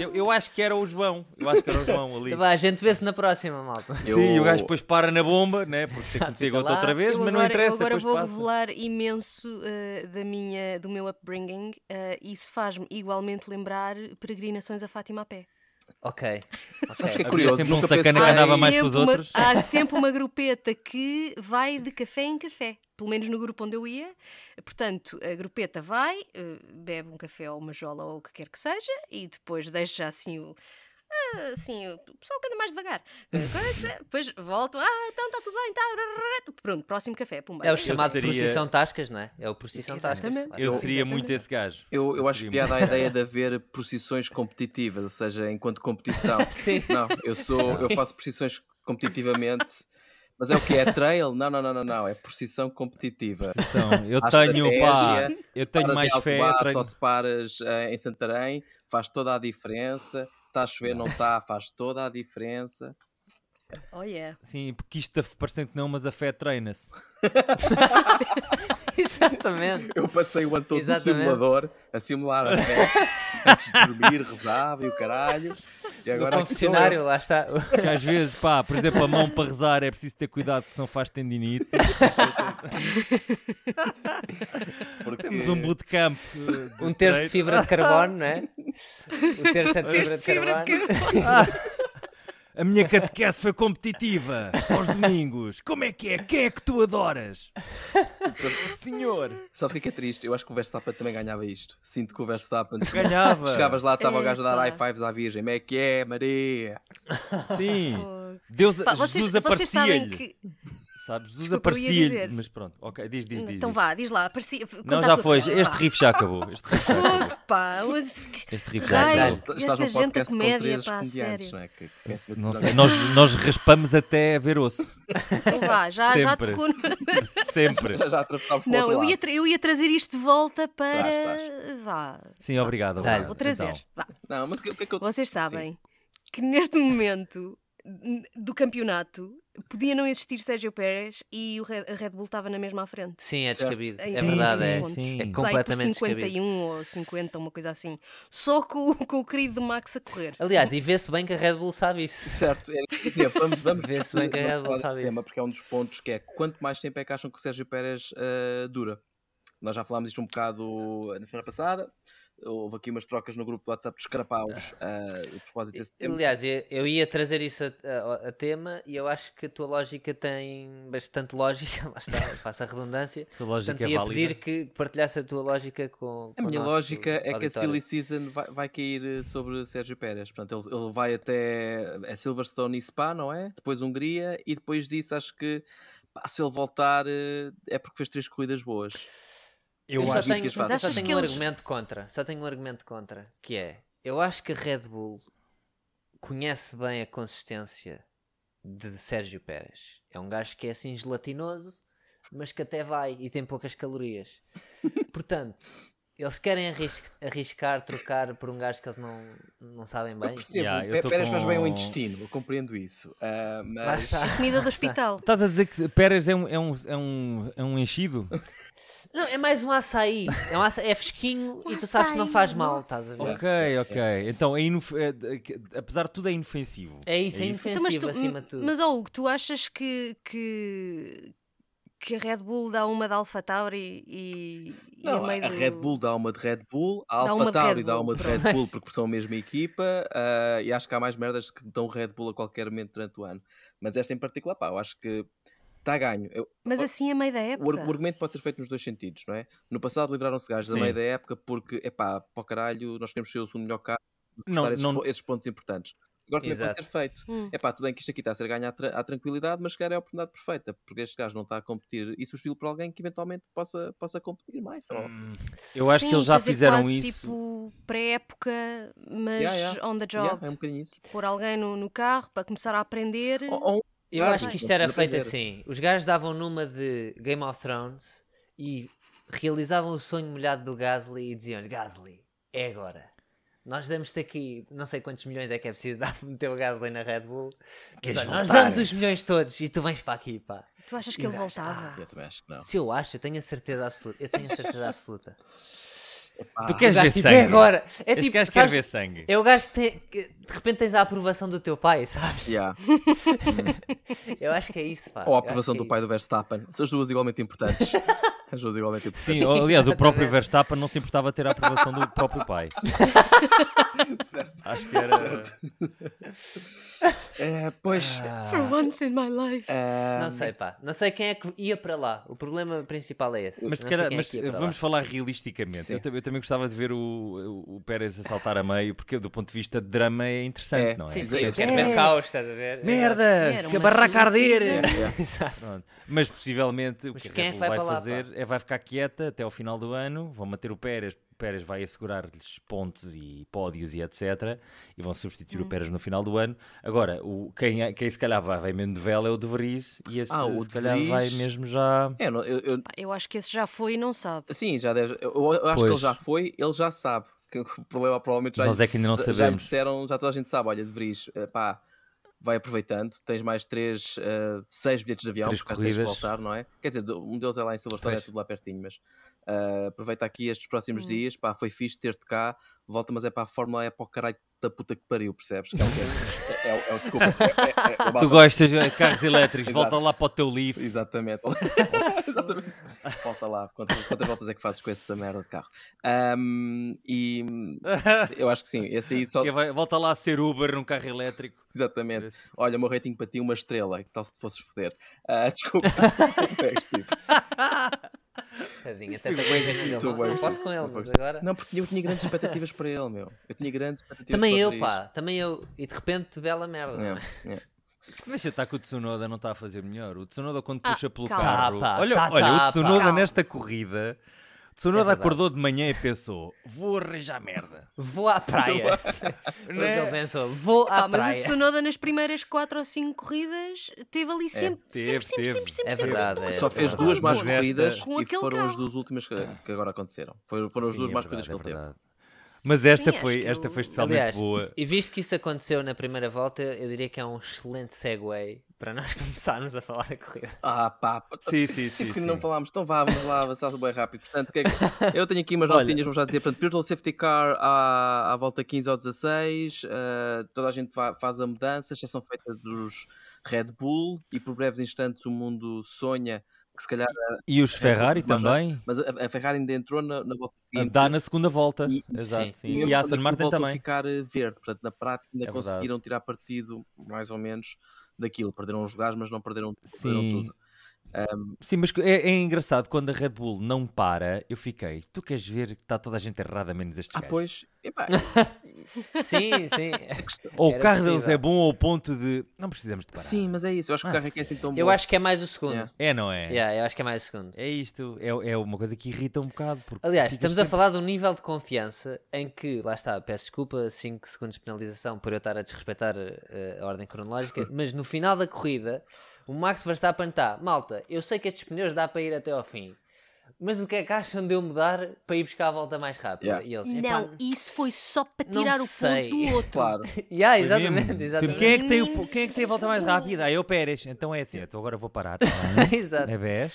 Speaker 4: Eu, eu acho que era o João, eu acho que era o João ali.
Speaker 1: Então
Speaker 3: Tá
Speaker 1: vá, a gente vê-se na próxima, malta.
Speaker 4: Sim,
Speaker 2: Eu-
Speaker 4: o gajo depois para na bomba, né? Porque tem que meter
Speaker 1: fica
Speaker 4: gota
Speaker 1: lá.
Speaker 4: outra
Speaker 3: Eu
Speaker 4: vez, mas
Speaker 3: agora,
Speaker 4: não
Speaker 3: eu
Speaker 4: interessa,
Speaker 3: agora
Speaker 4: depois
Speaker 3: vou
Speaker 4: passa.
Speaker 3: revelar imenso eh, da minha, do meu upbringing. eh, isso faz-me igualmente lembrar peregrinações a Fátima a pé.
Speaker 1: Ok.
Speaker 2: Sabes o que é
Speaker 4: Havia
Speaker 2: curioso?
Speaker 4: sempre um
Speaker 2: Nunca
Speaker 4: sacana que
Speaker 2: pensei-
Speaker 4: andava mais que os
Speaker 3: sempre uma-
Speaker 4: outros.
Speaker 3: há sempre uma grupeta que vai de café em café. Pelo menos no grupo onde eu ia. Portanto, a grupeta vai, eh, bebe um café ou uma jola ou o que quer que seja e depois deixa assim o. ah, Assim, o pessoal que anda mais devagar. Eh, coisa, Depois voltam, ah, então está tudo bem, tá. Pronto, próximo café, pumba.
Speaker 1: É o chamado
Speaker 4: seria-
Speaker 1: procissão tascas, não é? É o procissão
Speaker 3: Exatamente.
Speaker 1: tascas.
Speaker 4: Eu
Speaker 3: Eu-
Speaker 4: seria muito esse gajo.
Speaker 2: Eu, eu acho
Speaker 4: seria
Speaker 2: piada a ideia de haver procissões competitivas, ou seja, enquanto competição.
Speaker 1: Sim.
Speaker 2: Não, eu sou, eu faço procissões competitivamente, mas é o que é trail? Não, não, não, não, não, é procissão competitiva.
Speaker 4: São, eu
Speaker 2: Há
Speaker 4: tenho, pá,
Speaker 2: estratégia,
Speaker 4: eu tenho
Speaker 2: Paras
Speaker 4: mais
Speaker 2: em
Speaker 4: fé.
Speaker 2: Alcobaça,
Speaker 4: treino-
Speaker 2: Ou se paras eh, em Santarém, faz toda a diferença. Está a chover, não está, faz toda a diferença.
Speaker 3: Oh, yeah.
Speaker 4: Sim, porque isto af- parecendo que não, mas a fé treina-se.
Speaker 1: Exatamente.
Speaker 2: Eu passei o ano todo no
Speaker 1: Exatamente.
Speaker 2: simulador a simular a fé. Antes de dormir, rezava e o caralho. E
Speaker 1: O
Speaker 2: agora aqui sou eu.
Speaker 1: confessionário, lá está.
Speaker 4: Porque às vezes, pá, por exemplo, a mão para rezar é preciso ter cuidado que senão faz tendinite.
Speaker 2: Porque-
Speaker 4: Temos um bootcamp. eh, de
Speaker 1: Um terço de
Speaker 4: treino.
Speaker 1: fibra de carbono, não é? O terço é de fibra de
Speaker 3: Um Terço
Speaker 1: carbono.
Speaker 4: A minha catequese foi competitiva aos domingos. Como é que é? Quem é que tu adoras? O senhor
Speaker 2: Sabe o que é que é triste? Eu acho que o Verstappen também ganhava isto. Sinto que o Verstappen
Speaker 4: ganhava.
Speaker 2: Chegavas lá, estava o gajo a dar high
Speaker 3: Epa.
Speaker 2: fives à Virgem. Como é que é, Maria?
Speaker 4: Sim. Deus,
Speaker 3: Pá, vocês,
Speaker 4: Jesus
Speaker 3: vocês sabem
Speaker 4: aparecia-lhe.
Speaker 3: que.
Speaker 4: Sabes? Jesus
Speaker 3: Desculpa, eu ia
Speaker 4: aparecia-lhe.
Speaker 3: dizer.
Speaker 4: Mas pronto, ok, diz, diz, diz.
Speaker 3: Então
Speaker 4: diz.
Speaker 3: vá, diz lá. Aparecia...
Speaker 4: Não, já foi. Este riff já acabou. Este riff já acabou.
Speaker 3: Fogo, pá. mas-
Speaker 4: Este riff já
Speaker 3: Ai,
Speaker 4: acabou.
Speaker 2: Estás
Speaker 3: esta
Speaker 2: num
Speaker 3: gente
Speaker 2: podcast
Speaker 3: a
Speaker 2: com
Speaker 3: comédia,
Speaker 2: três
Speaker 3: pá, a
Speaker 2: comediantes,
Speaker 3: sério.
Speaker 2: não é? Que péssima
Speaker 4: Não
Speaker 2: decisão.
Speaker 4: sei, nós, nós raspamos até ver osso.
Speaker 3: Então vá, já, já
Speaker 4: Sempre.
Speaker 3: tocou. no-
Speaker 4: Sempre.
Speaker 2: Já, já atravessámos para o
Speaker 3: Não,
Speaker 2: outro
Speaker 3: eu ia,
Speaker 2: lado.
Speaker 3: tra- eu ia trazer isto de volta para.
Speaker 2: Traz,
Speaker 3: Vá.
Speaker 4: Sim, obrigado.
Speaker 1: Dá-lhe,
Speaker 4: obrigado.
Speaker 3: Vou trazer.
Speaker 4: Então,
Speaker 3: Vá.
Speaker 2: Não, mas o que o que é que eu...
Speaker 3: Vocês sabem que neste momento n- do campeonato podia não existir Sérgio Pérez e o Red, a Red Bull estava na mesma à frente.
Speaker 1: Sim, é
Speaker 2: Certo.
Speaker 1: descabido.
Speaker 3: Em
Speaker 1: É
Speaker 3: sim,
Speaker 1: verdade, é.
Speaker 3: sim,
Speaker 4: sim.
Speaker 1: é
Speaker 4: Vai por
Speaker 3: Vai por
Speaker 1: completamente descabido.
Speaker 3: 51 ou 50, uma coisa assim. Só com, o- com o querido do Max a correr.
Speaker 1: Aliás, e vê-se bem que a Red Bull sabe isso.
Speaker 2: Certo, é, quer dizer, vamos, vamos
Speaker 1: Vê-se
Speaker 2: discutir
Speaker 1: bem que a Red Bull
Speaker 2: sobre
Speaker 1: sabe
Speaker 2: o tema,
Speaker 1: isso.
Speaker 2: porque é um dos pontos que é quanto mais tempo é que acham que o Sérgio Pérez eh, dura. Nós já falámos isto um bocado na semana passada. Houve aqui umas trocas no grupo do WhatsApp dos carapaus
Speaker 3: Ah.
Speaker 2: eh, a propósito desse tema.
Speaker 1: Aliás, eu eu ia trazer isso a, a- a tema e eu acho que a tua lógica tem bastante lógica, lá está, faço a redundância.
Speaker 4: essa lógica
Speaker 1: Portanto,
Speaker 4: é
Speaker 1: ia
Speaker 4: válida.
Speaker 1: pedir que partilhasse a tua lógica com,
Speaker 2: A
Speaker 1: com o
Speaker 2: minha
Speaker 1: nosso
Speaker 2: lógica é que a
Speaker 1: auditório.
Speaker 2: Silly Season vai, vai cair eh, sobre Sérgio Pérez. Portanto, ele, ele vai até a Silverstone e Spa, não é? Depois Hungria e depois disso acho que pá, se ele voltar eh, é porque fez três corridas boas.
Speaker 1: Eu,
Speaker 4: Eu
Speaker 1: só
Speaker 4: acho
Speaker 2: que
Speaker 1: tenho,
Speaker 2: as
Speaker 1: eu só
Speaker 3: fazem.
Speaker 1: tenho
Speaker 3: Achas que
Speaker 1: um
Speaker 3: eles-
Speaker 1: argumento contra. Só tenho um argumento contra. Que é, eu acho que a Red Bull conhece bem a consistência de Sérgio Pérez. É um gajo que é assim gelatinoso, mas que até vai e tem poucas calorias. Portanto, Eles querem arris- arriscar trocar por um gajo que eles não, não sabem bem.
Speaker 2: Eu percebo,
Speaker 4: Yeah, eu
Speaker 2: Pe-
Speaker 4: tô
Speaker 2: Pérez faz bem o
Speaker 4: com-
Speaker 2: intestino, eu compreendo isso. Ah,
Speaker 1: Lá
Speaker 2: mas
Speaker 1: está.
Speaker 3: Comida do hospital.
Speaker 4: Estás a dizer que Pérez é um, é um, é um, é um enchido?
Speaker 1: Não, é mais um açaí. É, um açaí- é fresquinho e tu sabes que não faz mal, estás a ver?
Speaker 4: ok, ok. Então, é inof- é- é- apesar de tudo, é inofensivo.
Speaker 1: É isso, é
Speaker 3: Então, mas, tu,
Speaker 1: inofensivo acima de tudo.
Speaker 3: mas oh, Hugo, tu achas que, que, que a Red Bull dá uma de Alpha Tauri e, e
Speaker 2: não, a
Speaker 3: meio
Speaker 2: a
Speaker 3: do-
Speaker 2: Red Bull dá uma de Red Bull, a
Speaker 3: Dá uma de
Speaker 2: Alpha Tauri
Speaker 3: Red
Speaker 2: dá
Speaker 3: Bull,
Speaker 2: uma de
Speaker 3: pronto.
Speaker 2: Red Bull porque são a mesma equipa ah, e acho que há mais merdas que dão Red Bull a qualquer momento durante o ano. Mas esta em particular, pá, eu acho que está ganho. Eu-
Speaker 3: Mas assim a meio da
Speaker 2: O,
Speaker 3: época.
Speaker 2: ar- o argumento pode ser feito nos dois sentidos, não é? No passado livraram-se gajos a
Speaker 4: Sim.
Speaker 2: meio da época porque, epá, para o caralho, nós queremos ser o segundo melhor carro,
Speaker 4: Não,
Speaker 2: estar esses,
Speaker 4: não-
Speaker 2: po- esses pontos importantes. Agora também
Speaker 1: Exato.
Speaker 2: pode ser feito.
Speaker 3: Hum.
Speaker 2: Epá, tudo bem que isto aqui está a ser ganho à, tra- à tranquilidade, mas se calhar é a oportunidade perfeita, porque este gajo não está a competir e substituí-lo por alguém que eventualmente possa, possa competir mais. ou-
Speaker 4: Hum. Eu acho
Speaker 3: Sim,
Speaker 4: que eles já
Speaker 3: fazer
Speaker 4: fizeram
Speaker 3: quase,
Speaker 4: isso.
Speaker 3: Tipo, pré-época, mas
Speaker 2: Yeah, yeah.
Speaker 3: on the job.
Speaker 2: Yeah, é um bocadinho isso.
Speaker 3: Pôr alguém no, no carro para começar a aprender.
Speaker 2: Ou- ou-
Speaker 1: Eu
Speaker 2: Ah,
Speaker 1: acho
Speaker 2: sim.
Speaker 1: que isto era
Speaker 2: Dá pra
Speaker 1: feito
Speaker 2: ver.
Speaker 1: assim. Os gajos davam numa de Game of Thrones e realizavam o sonho molhado do Gasly e diziam-lhe: Gasly, é agora. Nós damos-te aqui, não sei quantos milhões é que é preciso dar para meter o Gasly na Red Bull. Mas, olha, nós damos os milhões todos e tu vens para aqui, pá.
Speaker 3: Tu achas que ele
Speaker 1: Exato.
Speaker 3: voltava?
Speaker 2: Eu também acho que não.
Speaker 1: Se eu acho, eu tenho a certeza absoluta. Eu tenho a certeza absoluta.
Speaker 4: Tu
Speaker 1: O
Speaker 4: queres ver
Speaker 1: gajo, tipo,
Speaker 4: sangue?
Speaker 1: é agora. É
Speaker 4: Este
Speaker 1: tipo,
Speaker 4: gajo quer
Speaker 1: sabes,
Speaker 4: ver sangue.
Speaker 1: É o gajo que, tem- que de repente tens a aprovação do teu pai, sabes?
Speaker 2: Yeah.
Speaker 1: Eu acho que é isso, pá.
Speaker 2: Ou
Speaker 1: Eu
Speaker 2: a
Speaker 1: acho
Speaker 2: aprovação
Speaker 1: que é
Speaker 2: do pai do Verstappen. São as duas igualmente importantes. as duas igualmente importantes.
Speaker 4: Sim, aliás, o próprio Verstappen não se importava de ter a aprovação do próprio pai. Acho que era.
Speaker 2: Eh, pois.
Speaker 3: For once in my life.
Speaker 2: eh,
Speaker 1: Não sei, pá. Não sei quem é que ia para lá. O problema principal é esse.
Speaker 4: Mas, se
Speaker 1: não
Speaker 4: calhar-
Speaker 1: sei quem é
Speaker 4: mas
Speaker 1: que ia para
Speaker 4: vamos
Speaker 1: lá.
Speaker 4: falar realisticamente.
Speaker 2: Sim.
Speaker 4: Eu, também- eu também gostava de ver o, o Pérez a saltar a meio, porque do ponto de vista de drama é interessante,
Speaker 2: É,
Speaker 4: não é?
Speaker 2: sim,
Speaker 1: Sim,
Speaker 2: sim,
Speaker 1: sim, eu quero
Speaker 4: É.
Speaker 1: ver caos, estás a ver? É.
Speaker 3: Sim,
Speaker 4: Merda!
Speaker 3: era
Speaker 4: Que a
Speaker 3: uma
Speaker 4: barraca a
Speaker 3: cinza.
Speaker 2: É,
Speaker 4: arder!
Speaker 1: Exato.
Speaker 4: Pronto. Mas possivelmente o
Speaker 1: Mas
Speaker 4: que a
Speaker 1: quem é
Speaker 4: Red
Speaker 1: que
Speaker 4: Bull
Speaker 1: vai
Speaker 4: vai
Speaker 1: para lá,
Speaker 4: fazer é vai ficar quieta até ao final do ano, vão manter o Pérez, o Pérez vai assegurar-lhes pontos e pódios e etc. E vão substituir o
Speaker 1: Hum.
Speaker 4: Pérez no final do ano. Agora, o, quem, é- quem se calhar vai, vai mesmo de vela é o De Vries e esse
Speaker 2: Ah, o
Speaker 4: se
Speaker 2: De
Speaker 4: calhar
Speaker 2: Vries-
Speaker 4: vai mesmo já.
Speaker 2: É, não, eu, eu-
Speaker 3: Pá, Eu acho que esse já foi e não sabe.
Speaker 2: sim, já deve, eu, eu acho que ele
Speaker 4: Pois.
Speaker 2: já foi, ele já sabe. Que o problema provavelmente já
Speaker 4: Nós
Speaker 2: lhe-
Speaker 4: é que ainda não
Speaker 2: já lhe
Speaker 4: sabemos.
Speaker 2: disseram, já toda a gente sabe. Olha, de Vries, eh, pá, vai aproveitando. Tens mais três, eh, seis bilhetes de avião,
Speaker 4: Três
Speaker 2: portanto tens que
Speaker 4: corridas.
Speaker 2: voltar, não é? Quer dizer, do- um deles é lá em Silverstone,
Speaker 4: Pois.
Speaker 2: é tudo lá pertinho, mas eh, aproveita aqui estes próximos dias. Pá, foi fixe ter-te cá. Volta, mas é para a Fórmula, é para o caralho da puta que pariu, percebes? Que é o que é. É, é, é, o- desculpa. é- é- é o
Speaker 4: Tu
Speaker 2: malta-
Speaker 4: gostas de carros elétricos,
Speaker 2: Exato.
Speaker 4: volta lá para o teu livro.
Speaker 2: Exatamente. Exatamente. Falta lá. Quantas, quantas voltas é que fazes com essa merda de carro? Ahm, e eu acho que sim. Esse aí só.
Speaker 4: Que vai- volta lá a ser Uber num carro elétrico.
Speaker 2: Exatamente.
Speaker 4: Esse.
Speaker 2: Olha, o meu rating para ti é uma estrela. Que tal se te fosses foder? Ah, desculpa. estou bem agressivo.
Speaker 1: Tadinho, até tenho pena dele.
Speaker 2: Muito
Speaker 1: Não-
Speaker 2: bem.
Speaker 1: Não posso com ele,
Speaker 2: Muito
Speaker 1: mas
Speaker 2: bem.
Speaker 1: agora.
Speaker 2: não, porque eu tinha grandes expectativas para ele, meu. Eu tinha grandes expectativas
Speaker 1: Também
Speaker 2: para
Speaker 1: eu,
Speaker 2: Rodrigues.
Speaker 1: pá. Também eu. E de repente, bela merda. não é?
Speaker 2: É, é.
Speaker 4: Deixa estar que o Tsunoda não está a fazer melhor. O Tsunoda quando
Speaker 3: Ah,
Speaker 4: puxa pelo
Speaker 3: calma.
Speaker 4: carro.
Speaker 1: Tá, pá,
Speaker 4: olha,
Speaker 1: tá,
Speaker 4: olha,
Speaker 1: tá,
Speaker 4: o Tsunoda
Speaker 3: pá.
Speaker 4: nesta corrida. O Tsunoda
Speaker 1: É verdade.
Speaker 4: acordou de manhã e pensou: vou arranjar merda.
Speaker 1: Vou à praia. Foi o que ele pensou. Vou à
Speaker 3: Pá, Ah, mas é o
Speaker 1: praia.
Speaker 3: Tsunoda nas primeiras 4 ou 5 corridas teve ali sempre,
Speaker 4: teve,
Speaker 3: sempre, sempre,
Speaker 4: teve.
Speaker 3: sempre, sempre,
Speaker 1: É
Speaker 3: sempre,
Speaker 1: verdade. é
Speaker 2: Só fez
Speaker 1: verdade.
Speaker 2: duas
Speaker 4: verdade.
Speaker 2: más
Speaker 4: Modesta.
Speaker 2: corridas
Speaker 3: Com
Speaker 2: e
Speaker 3: aquele
Speaker 2: foram as
Speaker 3: carro.
Speaker 2: duas últimas que que agora aconteceram. Foram, foram as
Speaker 4: Sim,
Speaker 2: duas
Speaker 4: é
Speaker 2: más corridas
Speaker 4: verdade,
Speaker 2: que ele
Speaker 4: é
Speaker 2: teve.
Speaker 4: verdade. Mas esta,
Speaker 3: Sim, acho
Speaker 4: foi,
Speaker 3: que
Speaker 4: esta
Speaker 3: o-
Speaker 4: foi especialmente
Speaker 1: Aliás,
Speaker 4: boa.
Speaker 1: e visto que isso aconteceu na primeira volta, eu diria que é um excelente segue para nós começarmos a falar da corrida.
Speaker 2: Ah, pá, pá,
Speaker 4: Sim, sim, sim,
Speaker 2: que
Speaker 4: sim.
Speaker 2: não falámos. Então vá, vamos lá avançar bem rápido. Portanto, o que é que- eu tenho aqui umas
Speaker 4: Olha.
Speaker 2: notinhas, vou já dizer. Portanto, virtual safety car à, à volta 15 ou 16, eh, toda a gente fa- faz a mudança, exceção feita dos Red Bull, e por breves instantes o mundo sonha que se calhar.
Speaker 4: E
Speaker 1: É,
Speaker 4: os Ferrari
Speaker 2: Mas já-
Speaker 4: também.
Speaker 2: Mas a, a Ferrari ainda entrou na, na volta seguinte.
Speaker 4: Dá na segunda volta.
Speaker 2: E-
Speaker 4: Exato. sim.
Speaker 2: mesmo
Speaker 4: E a Aston
Speaker 2: quando aquilo
Speaker 4: Martin
Speaker 2: voltou a
Speaker 4: também.
Speaker 2: ficar eh, verde, portanto, na prática ainda
Speaker 4: É verdade.
Speaker 2: conseguiram tirar partido, mais ou menos, daquilo. Perderam os lugares, mas não perderam, perderam
Speaker 4: Sim.
Speaker 2: tudo.
Speaker 4: Sim, mas é, é engraçado quando a Red Bull não para. Eu fiquei, tu queres ver que está toda a gente errada, menos estes
Speaker 2: Ah,
Speaker 4: gajos?"
Speaker 2: pois. Epá,
Speaker 1: Sim, sim.
Speaker 4: Ou o
Speaker 1: Era
Speaker 4: carro deles
Speaker 1: possível.
Speaker 4: é bom ao ponto de não precisamos de parar.
Speaker 2: Sim, mas é isso. Eu acho que o
Speaker 4: Ah,
Speaker 2: carro é que é assim tão bom.
Speaker 1: Eu acho que é mais o segundo.
Speaker 2: Yeah.
Speaker 4: É, não é?
Speaker 1: Yeah, eu acho que é mais o segundo.
Speaker 4: É isto, é, é uma coisa que irrita um bocado. Porque
Speaker 1: Aliás,
Speaker 4: tu
Speaker 1: estamos
Speaker 4: ficas
Speaker 1: a falar de um nível de confiança em que, lá está, peço desculpa, 5 segundos de penalização por eu estar a desrespeitar eh, a ordem cronológica, mas no final da corrida, o Max Verstappen está, malta, eu sei que estes pneus dá para ir até ao fim, mas o que é que acham de eu mudar para ir buscar a volta mais rápida?
Speaker 2: Yeah.
Speaker 1: E eles, Assim, "Epá,
Speaker 3: Não, isso foi só para
Speaker 1: não
Speaker 3: tirar o
Speaker 1: sei."
Speaker 3: ponto do outro.
Speaker 2: Claro.
Speaker 1: Yeah,
Speaker 4: Foi mesmo.
Speaker 1: exatamente,
Speaker 4: Tipo,
Speaker 1: exatamente.
Speaker 4: Quem é, que tem o- quem é que tem a volta mais rápida? Ah, eu Pérez. Então é assim, então agora vou parar. tá bem?
Speaker 1: Exato.
Speaker 4: É 10.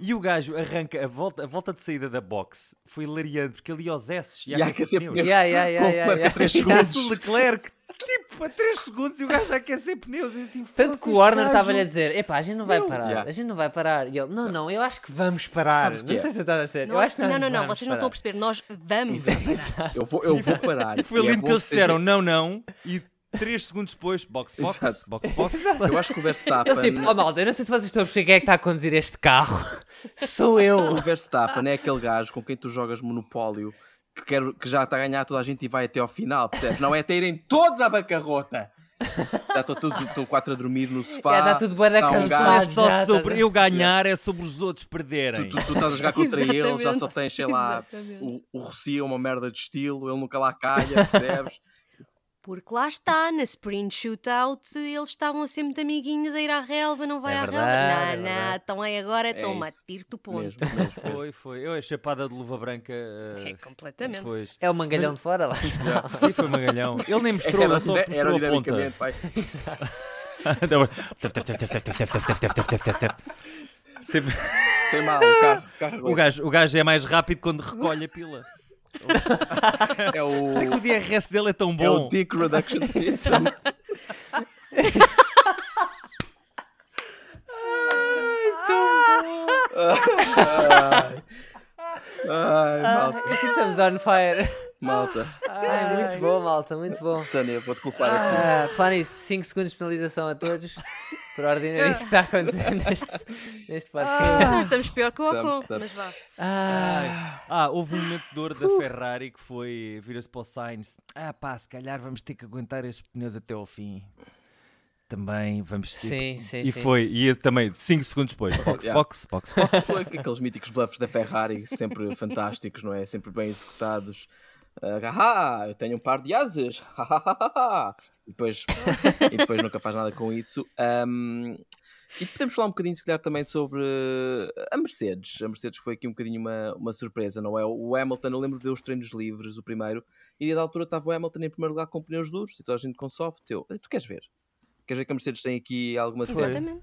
Speaker 4: E o gajo arranca a volta, a volta de saída da box. Foi hilariante, porque ele ia aos S e ia
Speaker 2: E há
Speaker 4: aquecer
Speaker 2: aquecer
Speaker 4: pneus.
Speaker 1: Yeah, yeah,
Speaker 2: Com
Speaker 1: yeah,
Speaker 2: o
Speaker 1: yeah, yeah.
Speaker 2: Leclerc a três
Speaker 1: Yeah.
Speaker 2: segundos.
Speaker 4: O Leclerc, tipo, a 3 segundos e o gajo a aquecer pneus. E eu assim,
Speaker 1: Tanto que o
Speaker 4: "Foda-se,
Speaker 1: Warner
Speaker 4: gajo."
Speaker 1: estava-lhe a dizer: Epá, a gente não vai parar,
Speaker 2: Yeah.
Speaker 1: a gente não vai parar. E ele: Não, não, eu acho que vamos parar.
Speaker 2: Sabes o
Speaker 1: Não
Speaker 2: que
Speaker 1: sei
Speaker 2: é?
Speaker 1: se estás a ser.
Speaker 3: Não,
Speaker 1: eu acho que nós
Speaker 3: não, não, não,
Speaker 1: vamos
Speaker 3: vocês não estão a
Speaker 1: parar.
Speaker 3: perceber. Nós vamos. parar.
Speaker 2: Eu vou, eu vou parar.
Speaker 4: E foi
Speaker 2: é
Speaker 4: lindo
Speaker 2: bom
Speaker 4: que eles
Speaker 2: seja-
Speaker 4: disseram não, não. E 3 segundos depois, box, box,
Speaker 2: Exato.
Speaker 4: box, box.
Speaker 2: Eu acho que o Verstappen.
Speaker 1: Eles tipo: Oh malta, eu não sei se vocês estão a perceber quem é que está a conduzir este carro. Sou eu.
Speaker 2: O Verstappen é aquele gajo com quem tu jogas Monopólio que, quer, que já está a ganhar toda a gente e vai até ao final, percebes? Não é até irem todos à bancarrota. Já estou todos- estou quatro a dormir no sofá.
Speaker 1: Já está tudo bué da
Speaker 2: está um
Speaker 1: cansado.
Speaker 4: Não é
Speaker 2: gajo-
Speaker 1: Já, já,
Speaker 4: só sobre
Speaker 1: já.
Speaker 4: eu ganhar, é sobre os outros perderem.
Speaker 2: Tu, tu estás a jogar contra ele, já só
Speaker 3: Exatamente.
Speaker 2: tens, sei lá,
Speaker 3: Exatamente.
Speaker 2: o, o Rossi é uma merda de estilo, ele nunca lá calha, percebes?
Speaker 3: Porque lá está, na sprint shootout, eles estavam a ser muito amiguinhos a ir à relva, não vai
Speaker 1: É
Speaker 3: à
Speaker 1: verdade, é
Speaker 3: relva. Não, não,
Speaker 1: verdade.
Speaker 3: então é agora, toma,
Speaker 2: isso.
Speaker 3: tiro-te o ponto.
Speaker 2: mesmo, mesmo, mesmo.
Speaker 4: Foi, foi. Eu, a chapada de luva branca. eh,
Speaker 3: É, completamente.
Speaker 4: Depois.
Speaker 1: É o mangalhão de fora lá.
Speaker 4: Já. Sim, foi magalhão. Ele nem mostrou, ele só
Speaker 2: Aerodi-
Speaker 4: mostrou a ponta.
Speaker 2: aerodinamicamente, vai.
Speaker 4: Sempre-
Speaker 2: Tem mal, o carro, o carro
Speaker 4: o, gajo, o gajo é mais rápido quando recolhe a pila.
Speaker 2: é o,
Speaker 4: Por isso é que o DRS dele é tão
Speaker 2: é o
Speaker 4: bom.
Speaker 2: Dick Reduction System. Ai, malta,
Speaker 1: Estamos on fire.
Speaker 2: malta.
Speaker 1: Ai, muito bom, malta, muito bom.
Speaker 2: Tânia, vou-te culpar aqui.
Speaker 1: Ah, falar nisso, 5 segundos de penalização a todos. Por ordem, é isso que está a acontecer neste, neste podcast.
Speaker 3: Nós estamos pior que o
Speaker 2: Estamos,
Speaker 3: Ocon,
Speaker 2: estamos.
Speaker 3: mas vá.
Speaker 4: Ah, houve um momento de dor da Ferrari que foi vira-se para o Sainz. Ah, pá, se calhar vamos ter que aguentar estes pneus até ao fim. Também vamos ter.
Speaker 1: Sim, sim,
Speaker 4: E
Speaker 1: sim.
Speaker 4: foi, e eu também, 5 segundos depois, box,
Speaker 2: Yeah.
Speaker 4: box, box, box.
Speaker 2: Foi é aqueles míticos bluffs da Ferrari, sempre fantásticos, não é? Sempre bem executados. Ah, ah, eu tenho um par de asas. Ah, ah, ah, ah, ah. E depois, e depois nunca faz nada com isso. Ahm, e podemos falar um bocadinho, se calhar, também sobre eh, a Mercedes. A Mercedes foi aqui um bocadinho uma, uma surpresa, não é? O Hamilton, eu lembro de ver os treinos livres, o primeiro, e da altura estava o Hamilton em primeiro lugar com pneus duros e toda a gente com soft. Eu, tu queres ver? Queres ver que a Mercedes tem aqui alguma cena?
Speaker 3: Exatamente.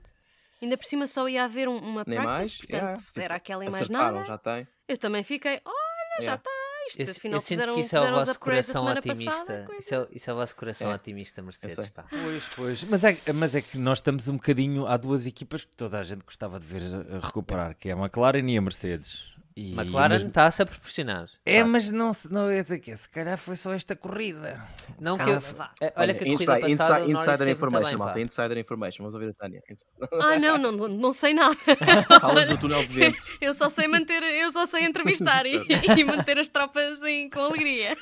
Speaker 3: Ainda por cima só ia haver um- uma
Speaker 2: Nem mais?
Speaker 3: practice, portanto,
Speaker 2: Yeah, tipo,
Speaker 3: era aquela e mais
Speaker 2: Acertaram,
Speaker 3: nada.
Speaker 2: já tem.
Speaker 3: Eu também fiquei, olha, já
Speaker 2: Yeah.
Speaker 3: está isto.
Speaker 1: Eu-
Speaker 3: Afinal,
Speaker 1: eu sinto
Speaker 3: fizeram,
Speaker 1: que isso é o
Speaker 3: fizeram os
Speaker 1: vosso
Speaker 3: upgrades da
Speaker 1: coração
Speaker 3: semana
Speaker 1: otimista.
Speaker 3: passada. coisa.
Speaker 1: Isso é, isso é o vosso coração
Speaker 2: É.
Speaker 1: otimista,
Speaker 2: Eu
Speaker 1: Mercedes.
Speaker 2: sei.
Speaker 1: Pá.
Speaker 4: Pois, pois. Mas é, que- mas é que nós estamos um bocadinho. Há duas equipas que toda a gente gostava de ver a- a recuperar, que é a McLaren e a Mercedes. E,
Speaker 1: McLaren
Speaker 4: mas-
Speaker 1: está-se a proporcionar.
Speaker 4: É, mas não, se- não é que se calhar foi só esta corrida.
Speaker 1: Não que
Speaker 3: Calma,
Speaker 1: eu-
Speaker 3: vá.
Speaker 1: eh, Olha que a corrida
Speaker 2: inside-
Speaker 1: passada
Speaker 2: inside-
Speaker 1: o Norris
Speaker 2: insider
Speaker 1: esteve
Speaker 2: information,
Speaker 1: muito bem,
Speaker 2: malta.
Speaker 1: pá.
Speaker 2: Insider information. Vamos ouvir a Tânia.
Speaker 3: Ah, não, não, não, não sei nada.
Speaker 2: Fala-nos do túnel de vento.
Speaker 3: Eu só sei manter, eu só sei entrevistar e, e manter as tropas em- com alegria.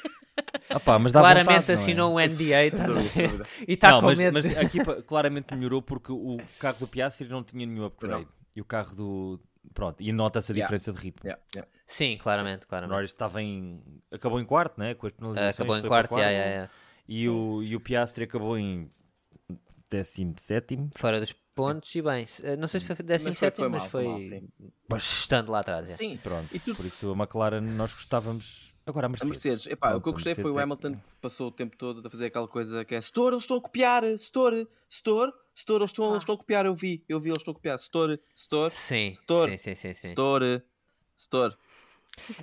Speaker 4: Ah, pá, mas dá
Speaker 1: Claramente
Speaker 4: vontade, não é?
Speaker 1: assinou um NDA estás a
Speaker 2: Sem
Speaker 1: ver?
Speaker 2: dúvida.
Speaker 1: e está
Speaker 4: Não,
Speaker 1: Tá com
Speaker 4: mas,
Speaker 1: medo.
Speaker 4: mas a equipa claramente melhorou porque o carro do Piastri não tinha nenhum upgrade. E o carro do. Pronto, e nota-se a
Speaker 2: Yeah.
Speaker 4: diferença de ritmo.
Speaker 2: Yeah, yeah.
Speaker 1: Sim, claramente,
Speaker 4: O
Speaker 1: claramente. Eh,
Speaker 4: Norris estava em. acabou em quarto, né?
Speaker 2: É,
Speaker 4: Com as penalizações.
Speaker 1: Acabou em
Speaker 4: foi para
Speaker 1: quarto, já, já, já.
Speaker 4: E, o, e o Piastri acabou em. 17.
Speaker 1: fora dos pontos e bem. se- eh, Não sei se foi
Speaker 2: Hum. foi-
Speaker 1: 17,
Speaker 2: foi
Speaker 1: mas
Speaker 2: mal, foi mal,
Speaker 1: foi bastante lá atrás. é.
Speaker 2: Sim,
Speaker 4: Pronto,
Speaker 2: E tu-
Speaker 4: por isso a McLaren nós gostávamos. Agora a
Speaker 2: A
Speaker 4: Mercedes.
Speaker 2: Mercedes, epá,
Speaker 4: Pronto,
Speaker 2: o que eu
Speaker 4: a
Speaker 2: gostei foi
Speaker 4: Mercedes
Speaker 2: o
Speaker 4: é que-
Speaker 2: Hamilton que passou o tempo todo a fazer aquela coisa que é Store, eles estão a copiar, Store, Store, Store, eles estão,
Speaker 1: Ah.
Speaker 2: eles estão a copiar, eu vi, eu vi, eles estão a copiar, Store, Store,
Speaker 1: Sim,
Speaker 2: Store.
Speaker 1: sim, sim, sim, sim.
Speaker 2: Store, Store.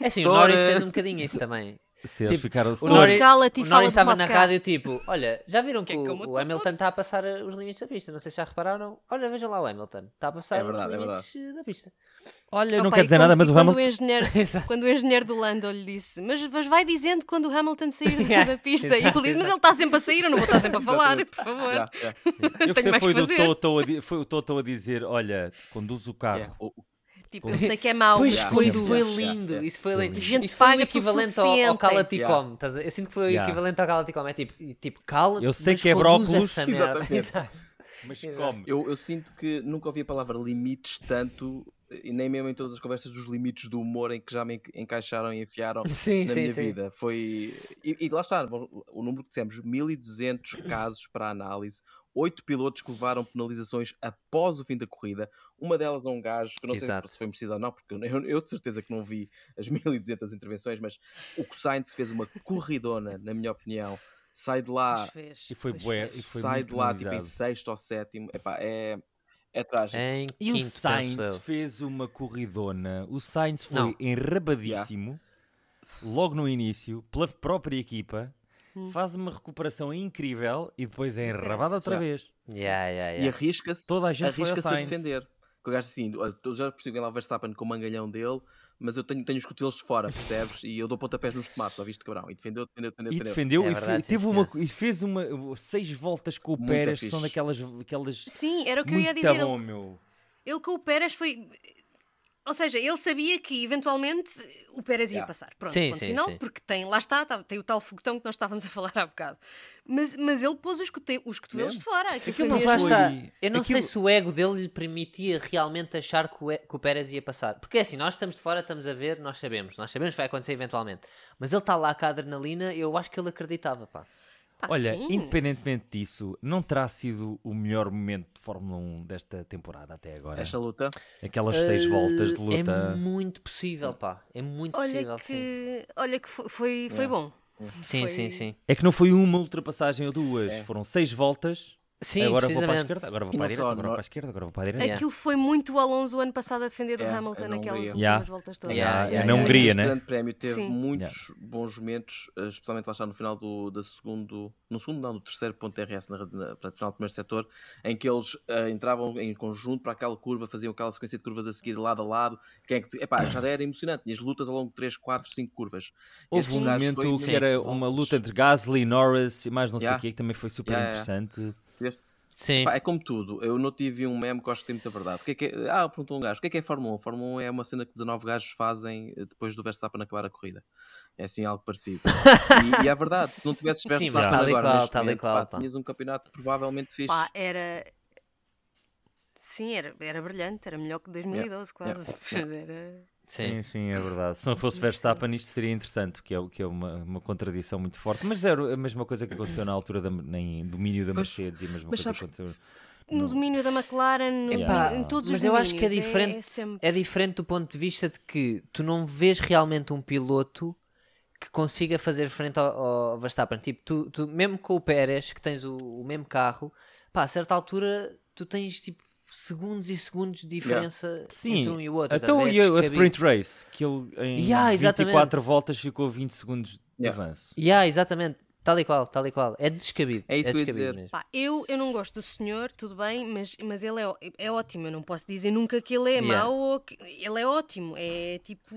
Speaker 1: É assim, o
Speaker 2: Store.
Speaker 1: Norris fez um bocadinho isso também.
Speaker 4: Se eles
Speaker 1: Tipo,
Speaker 4: ficaram.
Speaker 1: O
Speaker 4: Store-
Speaker 1: Norris,
Speaker 3: Cala-te e
Speaker 1: o
Speaker 3: fala do
Speaker 1: Norris estava na
Speaker 3: podcast.
Speaker 1: rádio tipo, olha, já viram que,
Speaker 3: Que é como
Speaker 1: o,
Speaker 3: eu
Speaker 1: o
Speaker 3: tô
Speaker 1: Hamilton está a passar eh, os limites da pista, não sei se já repararam. Olha, vejam lá o Hamilton, está a passar
Speaker 2: É verdade, é
Speaker 1: os limites eh, da pista. É
Speaker 4: Olha,
Speaker 3: Opa,
Speaker 4: não
Speaker 3: e
Speaker 4: quero dizer
Speaker 3: quando-
Speaker 4: nada,
Speaker 3: e
Speaker 4: mas o
Speaker 3: quando
Speaker 4: Hamilton.
Speaker 3: engenheiro,
Speaker 1: Exato.
Speaker 3: quando o engenheiro do Lando lhe disse, mas, mas vai dizendo quando o Hamilton sair
Speaker 1: Yeah,
Speaker 3: da pista. E
Speaker 1: exato,
Speaker 3: ele disse, mas
Speaker 1: exato.
Speaker 3: ele está sempre a sair, eu não vou estar sempre a falar, por favor.
Speaker 2: Yeah, yeah,
Speaker 4: Eu
Speaker 3: Tenho
Speaker 4: gostei
Speaker 3: mais
Speaker 4: foi,
Speaker 3: que
Speaker 4: do
Speaker 3: fazer.
Speaker 4: Toto a di- foi o Toto a dizer: Olha, conduz o carro.
Speaker 2: yeah. O-
Speaker 3: Tipo, eu sei que é mau,
Speaker 1: Pois
Speaker 3: mas
Speaker 2: Yeah.
Speaker 1: foi,
Speaker 3: conduz.
Speaker 1: isso foi
Speaker 2: Yeah, yeah,
Speaker 1: lindo.
Speaker 2: yeah.
Speaker 1: Isso foi lindo.
Speaker 3: Gente
Speaker 1: isso foi o
Speaker 3: paga pelo
Speaker 1: equivalente ao, ao
Speaker 3: suficiente.
Speaker 1: cala-te-come.
Speaker 2: Yeah.
Speaker 1: estás a ver? Eu sinto que foi
Speaker 4: Yeah.
Speaker 1: o equivalente ao cala-te-come. É tipo, e, tipo cala
Speaker 4: Eu sei
Speaker 1: mas
Speaker 4: que é
Speaker 1: conduz
Speaker 4: brócolos.
Speaker 1: essa merda.
Speaker 2: Exatamente.
Speaker 1: Exato.
Speaker 4: Mas
Speaker 1: Exato.
Speaker 4: come.
Speaker 2: Eu, eu sinto que nunca ouvi a palavra limites tanto, e nem mesmo em todas as conversas dos limites do humor em que já me enca- encaixaram e enfiaram
Speaker 1: Sim,
Speaker 2: na
Speaker 1: sim,
Speaker 2: minha
Speaker 1: sim.
Speaker 2: vida. Foi. E, e lá está, bom, o número que dissemos, 1200 casos para análise, oito pilotos que levaram penalizações após o fim da corrida. Uma delas é um gajo, que eu não
Speaker 1: Exato.
Speaker 2: sei se foi merecido ou não, porque eu, eu- eu de certeza que não vi as 1200 intervenções, mas o que o Sainz fez uma corridona, na minha opinião, sai de lá,
Speaker 3: Pois fez,
Speaker 4: E foi
Speaker 3: pois
Speaker 4: bué.
Speaker 3: fez.
Speaker 4: É, E foi
Speaker 2: sai
Speaker 4: muito
Speaker 2: de lá tipo, em
Speaker 4: penalizado.
Speaker 2: sexto ou sétimo. Epá, é, é trágico.
Speaker 1: Em
Speaker 4: E
Speaker 1: quinto,
Speaker 4: o Sainz
Speaker 1: penso eu.
Speaker 4: fez uma corridona. O Sainz foi
Speaker 1: Não.
Speaker 4: enrabadíssimo logo no início, pela própria equipa.
Speaker 3: Hum.
Speaker 4: Faz uma recuperação incrível e depois é enrabado outra
Speaker 2: Yeah.
Speaker 4: vez.
Speaker 1: Yeah, yeah,
Speaker 2: E
Speaker 1: yeah.
Speaker 2: arrisca-se
Speaker 4: Toda a gente foi ao
Speaker 2: arrisca-se a
Speaker 4: Sainz.
Speaker 2: defender. Que o gajo assim, "Olha, eu já percebi lá o Verstappen com o mangalhão dele, mas eu tenho, tenho os cotovelos de fora, percebes? e eu dou pontapés nos tomates, ouviste, cabrão? E defendeu, defendeu, defendeu.
Speaker 4: E
Speaker 2: defendeu.
Speaker 4: defendeu
Speaker 1: É
Speaker 4: e,
Speaker 1: verdade,
Speaker 4: fe-
Speaker 1: sim,
Speaker 4: teve
Speaker 1: senhor.
Speaker 4: uma, e fez uma seis voltas com o
Speaker 2: Muito
Speaker 4: Pérez, que são
Speaker 2: fixe.
Speaker 4: daquelas. aquelas
Speaker 3: Sim, era o que eu ia
Speaker 4: muito
Speaker 3: dizer.
Speaker 4: bom,
Speaker 3: Ele,
Speaker 4: meu.
Speaker 3: ele com o Pérez foi. Ou seja, ele sabia que eventualmente o Pérez ia
Speaker 2: Yeah.
Speaker 3: passar. Pronto,
Speaker 1: Sim,
Speaker 3: ponto
Speaker 1: sim,
Speaker 3: final,
Speaker 1: sim.
Speaker 3: porque tem, lá está, tá- tem o tal foguetão que nós estávamos a falar há bocado. Mas, mas ele pôs os, cote- os cotovelos
Speaker 2: Mesmo?
Speaker 3: de fora. Aquilo foi
Speaker 4: Aquilo não
Speaker 3: mesmo-
Speaker 1: Lá
Speaker 4: foi-
Speaker 1: está. tá. Eu não sei
Speaker 4: aquilo-
Speaker 1: se o ego dele lhe permitia realmente achar que o, E- que o Pérez ia passar. Porque é assim, nós estamos de fora, estamos a ver, nós sabemos. Nós sabemos que vai acontecer eventualmente. Mas ele está lá com a adrenalina, eu acho que ele acreditava, pá.
Speaker 3: Pá,
Speaker 4: Olha,
Speaker 3: Ah, sim.
Speaker 4: independentemente disso, não terá sido o melhor momento de Fórmula 1 desta temporada até agora.
Speaker 2: Esta luta.
Speaker 4: Aquelas
Speaker 3: Eh,
Speaker 4: seis voltas de luta.
Speaker 1: É muito possível, pá. É muito
Speaker 3: Olha
Speaker 1: possível, sim.
Speaker 3: que, olha que foi, foi, foi bom.
Speaker 1: Sim,
Speaker 3: foi-
Speaker 1: sim, sim.
Speaker 4: É que não foi uma ultrapassagem ou duas, foram seis voltas.
Speaker 1: Sim,
Speaker 4: agora vou para a
Speaker 1: precisamente.
Speaker 4: esquerda, agora vou
Speaker 2: E
Speaker 4: para
Speaker 2: não
Speaker 4: a direita,
Speaker 2: só,
Speaker 4: agora
Speaker 2: não-
Speaker 4: vou para a esquerda, agora vou para a direita.
Speaker 1: Yeah.
Speaker 3: Aquilo foi muito o Alonso ano passado a defender o
Speaker 2: Yeah,
Speaker 3: Hamilton
Speaker 2: eu não
Speaker 3: naquelas
Speaker 2: queria.
Speaker 3: últimas
Speaker 4: Yeah.
Speaker 3: voltas todas.
Speaker 1: Yeah,
Speaker 4: é
Speaker 1: yeah,
Speaker 4: na
Speaker 1: yeah.
Speaker 4: Hungria,
Speaker 2: este
Speaker 4: né?
Speaker 2: grande prémio teve
Speaker 3: Sim.
Speaker 2: muitos bons momentos, eh, especialmente lá está no final do, do segundo, no segundo não, do terceiro ponto RS, na, na, portanto, final do primeiro setor, em que eles eh, entravam em conjunto para aquela curva, faziam aquela sequência de curvas a seguir lado a lado. Quem é que, te- epá, já era emocionante, tinhas lutas ao longo de 3, 4, 5 curvas.
Speaker 4: Houve
Speaker 2: Estes
Speaker 4: um
Speaker 2: gajos
Speaker 4: momento
Speaker 2: foi
Speaker 4: que era
Speaker 2: voltas.
Speaker 4: uma luta entre Gasly, Norris e mais não sei o
Speaker 2: Yeah.
Speaker 4: quê, que também foi super
Speaker 2: Yeah, yeah.
Speaker 4: interessante.
Speaker 2: Tiveste-
Speaker 1: Sim.
Speaker 2: Pá, é como tudo, eu não tive um meme que eu acho que tem muita verdade. O que é que é- Ah, perguntou um gajo: o que é que é Fórmula 1? Fórmula 1 é uma cena que 19 gajos fazem eh, depois do Verstappen acabar a corrida. É assim algo parecido. e, e é verdade, se não tivesses
Speaker 1: Sim,
Speaker 2: Verstappen
Speaker 1: mas tal e
Speaker 2: agora,
Speaker 1: qual,
Speaker 2: neste
Speaker 1: tal e
Speaker 2: momento,
Speaker 1: qual,
Speaker 2: pá,
Speaker 1: pá.
Speaker 2: tinhas um campeonato provavelmente fixe.
Speaker 3: Pá, era. Sim, era, era brilhante, era melhor que 2012, quase. Era-
Speaker 1: Sim.
Speaker 4: Sim, sim, é verdade. Se não fosse Verstappen, isto seria interessante, que é, o- que é uma, uma contradição muito forte. Mas era a mesma coisa que aconteceu na altura da, em domínio da
Speaker 2: Mas-
Speaker 4: Mercedes e a mesma
Speaker 2: mas
Speaker 4: coisa
Speaker 2: sabes
Speaker 4: que
Speaker 2: que
Speaker 4: aconteceu.
Speaker 3: No domínio da McLaren, no,
Speaker 4: Epá,
Speaker 3: em todos os
Speaker 1: Mas eu acho que é
Speaker 3: domínios,
Speaker 1: diferente,
Speaker 3: É, sempre-
Speaker 1: é diferente do ponto de vista de que tu não vês realmente um piloto que consiga fazer frente ao, ao Verstappen. Tipo, tu, tu mesmo com o Pérez, que tens o, o mesmo carro, pá, a certa altura tu tens tipo segundos e segundos de diferença entre um e o outro. estás a
Speaker 4: então
Speaker 1: ver? É
Speaker 4: e a, a
Speaker 1: descabido.
Speaker 4: Sprint Race, que ele em
Speaker 1: Yeah, exatamente.
Speaker 4: 24 voltas ficou 20 segundos de
Speaker 2: Yeah.
Speaker 4: avanço.
Speaker 1: Yeah, exatamente. Tal e qual, tal e qual. É descabido.
Speaker 2: É isso que eu ia
Speaker 1: descabido
Speaker 2: dizer.
Speaker 1: mesmo.
Speaker 3: Pá, eu, eu não gosto do senhor, tudo bem, mas, mas ele é, ó- é ótimo. Eu não posso dizer nunca que ele é
Speaker 1: Yeah.
Speaker 3: mau ou que ele é ótimo. É tipo,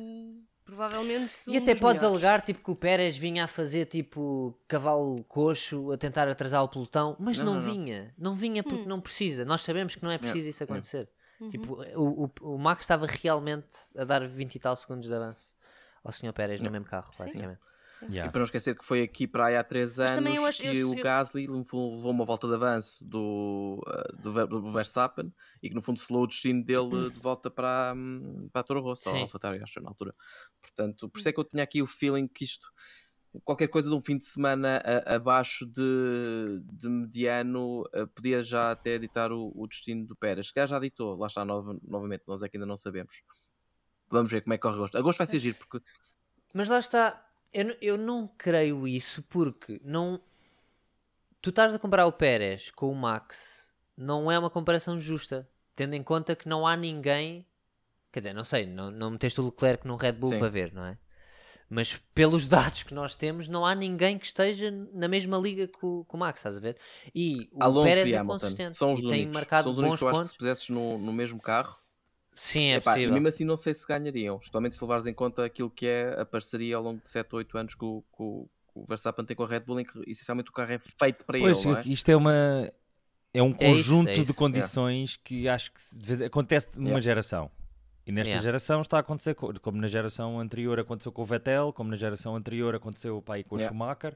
Speaker 3: provavelmente. um
Speaker 1: E até
Speaker 3: dos
Speaker 1: podes
Speaker 3: melhores.
Speaker 1: alegar tipo, que o Pérez vinha a fazer tipo cavalo coxo a tentar atrasar o pelotão, mas não,
Speaker 2: Não, não, não.
Speaker 1: vinha, não vinha porque não precisa. Nós sabemos que não é preciso isso acontecer.
Speaker 3: Uhum.
Speaker 1: Tipo, o, o, o Max estava realmente a dar 20 e tal segundos de avanço ao Sr. Pérez no mesmo carro, basicamente.
Speaker 4: Yeah.
Speaker 2: Para não esquecer que foi aqui para aí há 3
Speaker 3: Mas também
Speaker 2: anos
Speaker 3: eu acho-
Speaker 2: que
Speaker 3: eu-
Speaker 2: o
Speaker 3: eu-
Speaker 2: Gasly levou levou uma volta de avanço do, eh, do, Ver- do Verstappen e que no fundo selou o destino dele de volta para, hum, para a Toro Rosso,
Speaker 1: Sim.
Speaker 2: ou AlphaTauri, acho, na altura. Portanto, por isso é que eu tinha aqui o feeling que isto, qualquer coisa de um fim de semana a- abaixo de, de mediano, eh, podia já até ditar o, o destino do Pérez. Se calhar já ditou, lá está nova- novamente, nós é que ainda não sabemos. Vamos ver como é que corre agosto. Agosto vai ser giro, porque
Speaker 1: Mas lá está, eu, n- eu não creio isso porque não. Tu estás a comparar o Pérez com o Max, não é uma comparação justa, tendo em conta que não há ninguém. Quer dizer, não sei, não, não meteste o Leclerc num Red Bull
Speaker 2: Sim.
Speaker 1: para ver, não é? Mas pelos dados que nós temos, não há ninguém que esteja na mesma liga que o, que o Max, estás a ver? E o
Speaker 2: Alonso
Speaker 1: Pérez
Speaker 2: e
Speaker 1: é
Speaker 2: Hamilton
Speaker 1: consistente
Speaker 2: são os
Speaker 1: e tem
Speaker 2: únicos.
Speaker 1: marcado
Speaker 2: são os
Speaker 1: bons
Speaker 2: únicos que eu acho
Speaker 1: pontos.
Speaker 2: que se pusesses no, no mesmo carro,
Speaker 1: Sim, é
Speaker 2: epá, e
Speaker 1: possível.
Speaker 2: mesmo assim não sei se ganhariam, especialmente se levares em conta aquilo que é a parceria ao longo de 7 ou 8 anos que o, que o- que o Verstappen tem com a Red Bull, em que essencialmente o carro é feito para
Speaker 4: Pois,
Speaker 2: ele, não é?
Speaker 4: isto é uma é um
Speaker 1: É isso,
Speaker 4: conjunto
Speaker 1: é
Speaker 4: de
Speaker 1: isso,
Speaker 4: condições que acho que se- de vez- acontece numa
Speaker 2: Yeah.
Speaker 4: geração. E nesta
Speaker 1: Yeah.
Speaker 4: geração está a acontecer, co- como na geração anterior aconteceu com o Vettel, como na geração anterior aconteceu pá, aí com o
Speaker 2: Yeah.
Speaker 4: Schumacher,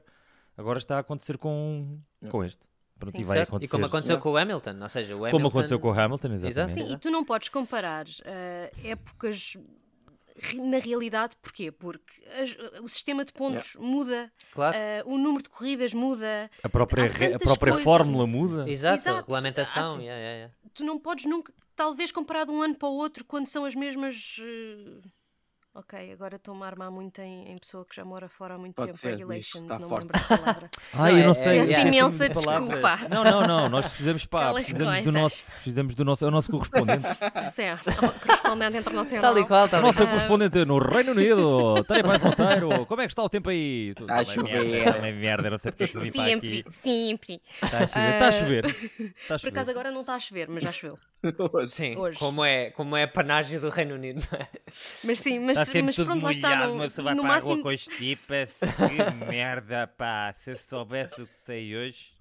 Speaker 4: agora está a acontecer com, com este. Pronto,
Speaker 2: assim
Speaker 4: e vai
Speaker 1: certo?
Speaker 4: acontecer.
Speaker 1: E como aconteceu com o Hamilton, ou seja, o Hamilton.
Speaker 4: como aconteceu com o Hamilton,
Speaker 1: Exato.
Speaker 4: exatamente.
Speaker 3: Sim,
Speaker 1: Exato.
Speaker 3: e tu não podes comparar eh, épocas re- na realidade, porquê? Porque as- o sistema de pontos muda,
Speaker 1: Claro.
Speaker 3: ah, o número de corridas muda,
Speaker 4: A própria,
Speaker 3: Há
Speaker 4: re- a
Speaker 3: tantas
Speaker 4: própria
Speaker 3: coisas.
Speaker 4: fórmula muda.
Speaker 1: Exato,
Speaker 3: Exato.
Speaker 1: regulamentação.
Speaker 3: Ah,
Speaker 1: yeah, yeah, yeah.
Speaker 3: tu não podes nunca, talvez comparar de um ano para o outro quando são as mesmas. eh, Ok, agora estou-me a armar muito em, em pessoa que já mora fora há muito
Speaker 2: Pode
Speaker 3: tempo.
Speaker 2: ser,
Speaker 3: regulations,
Speaker 2: isto está
Speaker 3: não me
Speaker 2: forte.
Speaker 3: lembro da palavra.
Speaker 4: Ai,
Speaker 1: Não,
Speaker 4: eu não
Speaker 1: é-
Speaker 4: sei.
Speaker 1: é-
Speaker 4: eu
Speaker 1: é-
Speaker 4: esqueci-me de
Speaker 3: imensa
Speaker 4: palavras.
Speaker 3: desculpa.
Speaker 4: Não, não, não. Nós precisamos, pá,
Speaker 3: Aquelas
Speaker 4: precisamos do,
Speaker 3: coisas.
Speaker 4: nosso, precisamos do nosso, é o nosso correspondente.
Speaker 3: Sim, é, o correspondente internacional.
Speaker 1: Tal e qual,
Speaker 4: O
Speaker 1: tal e
Speaker 4: nosso
Speaker 1: qual.
Speaker 4: correspondente no Reino Unido, Tânia Paz Monteiro. Como é que está o tempo aí? Tu-
Speaker 2: Está a
Speaker 4: Tá uma
Speaker 2: chover.
Speaker 4: merda, tá uma merda, não sei porque é que eu vim para
Speaker 3: Sempre,
Speaker 4: aqui.
Speaker 3: sempre.
Speaker 4: Está a chover. Está a chover. Está a
Speaker 3: Por acaso
Speaker 4: chover.
Speaker 3: agora não está a chover, mas já choveu.
Speaker 1: Sim,
Speaker 3: Hoje.
Speaker 1: como é, como é a panagem do Reino Unido. não é?
Speaker 3: Mas sim, mas,
Speaker 4: Está Tá sempre
Speaker 3: mas
Speaker 4: tudo
Speaker 3: pronto, lá está.
Speaker 4: molhado,
Speaker 3: No,
Speaker 4: uma pessoa vai
Speaker 3: no
Speaker 4: para a rua
Speaker 3: máximo,
Speaker 4: com as tipas. assim, Que merda, pá. Se eu soubesse o que sei hoje,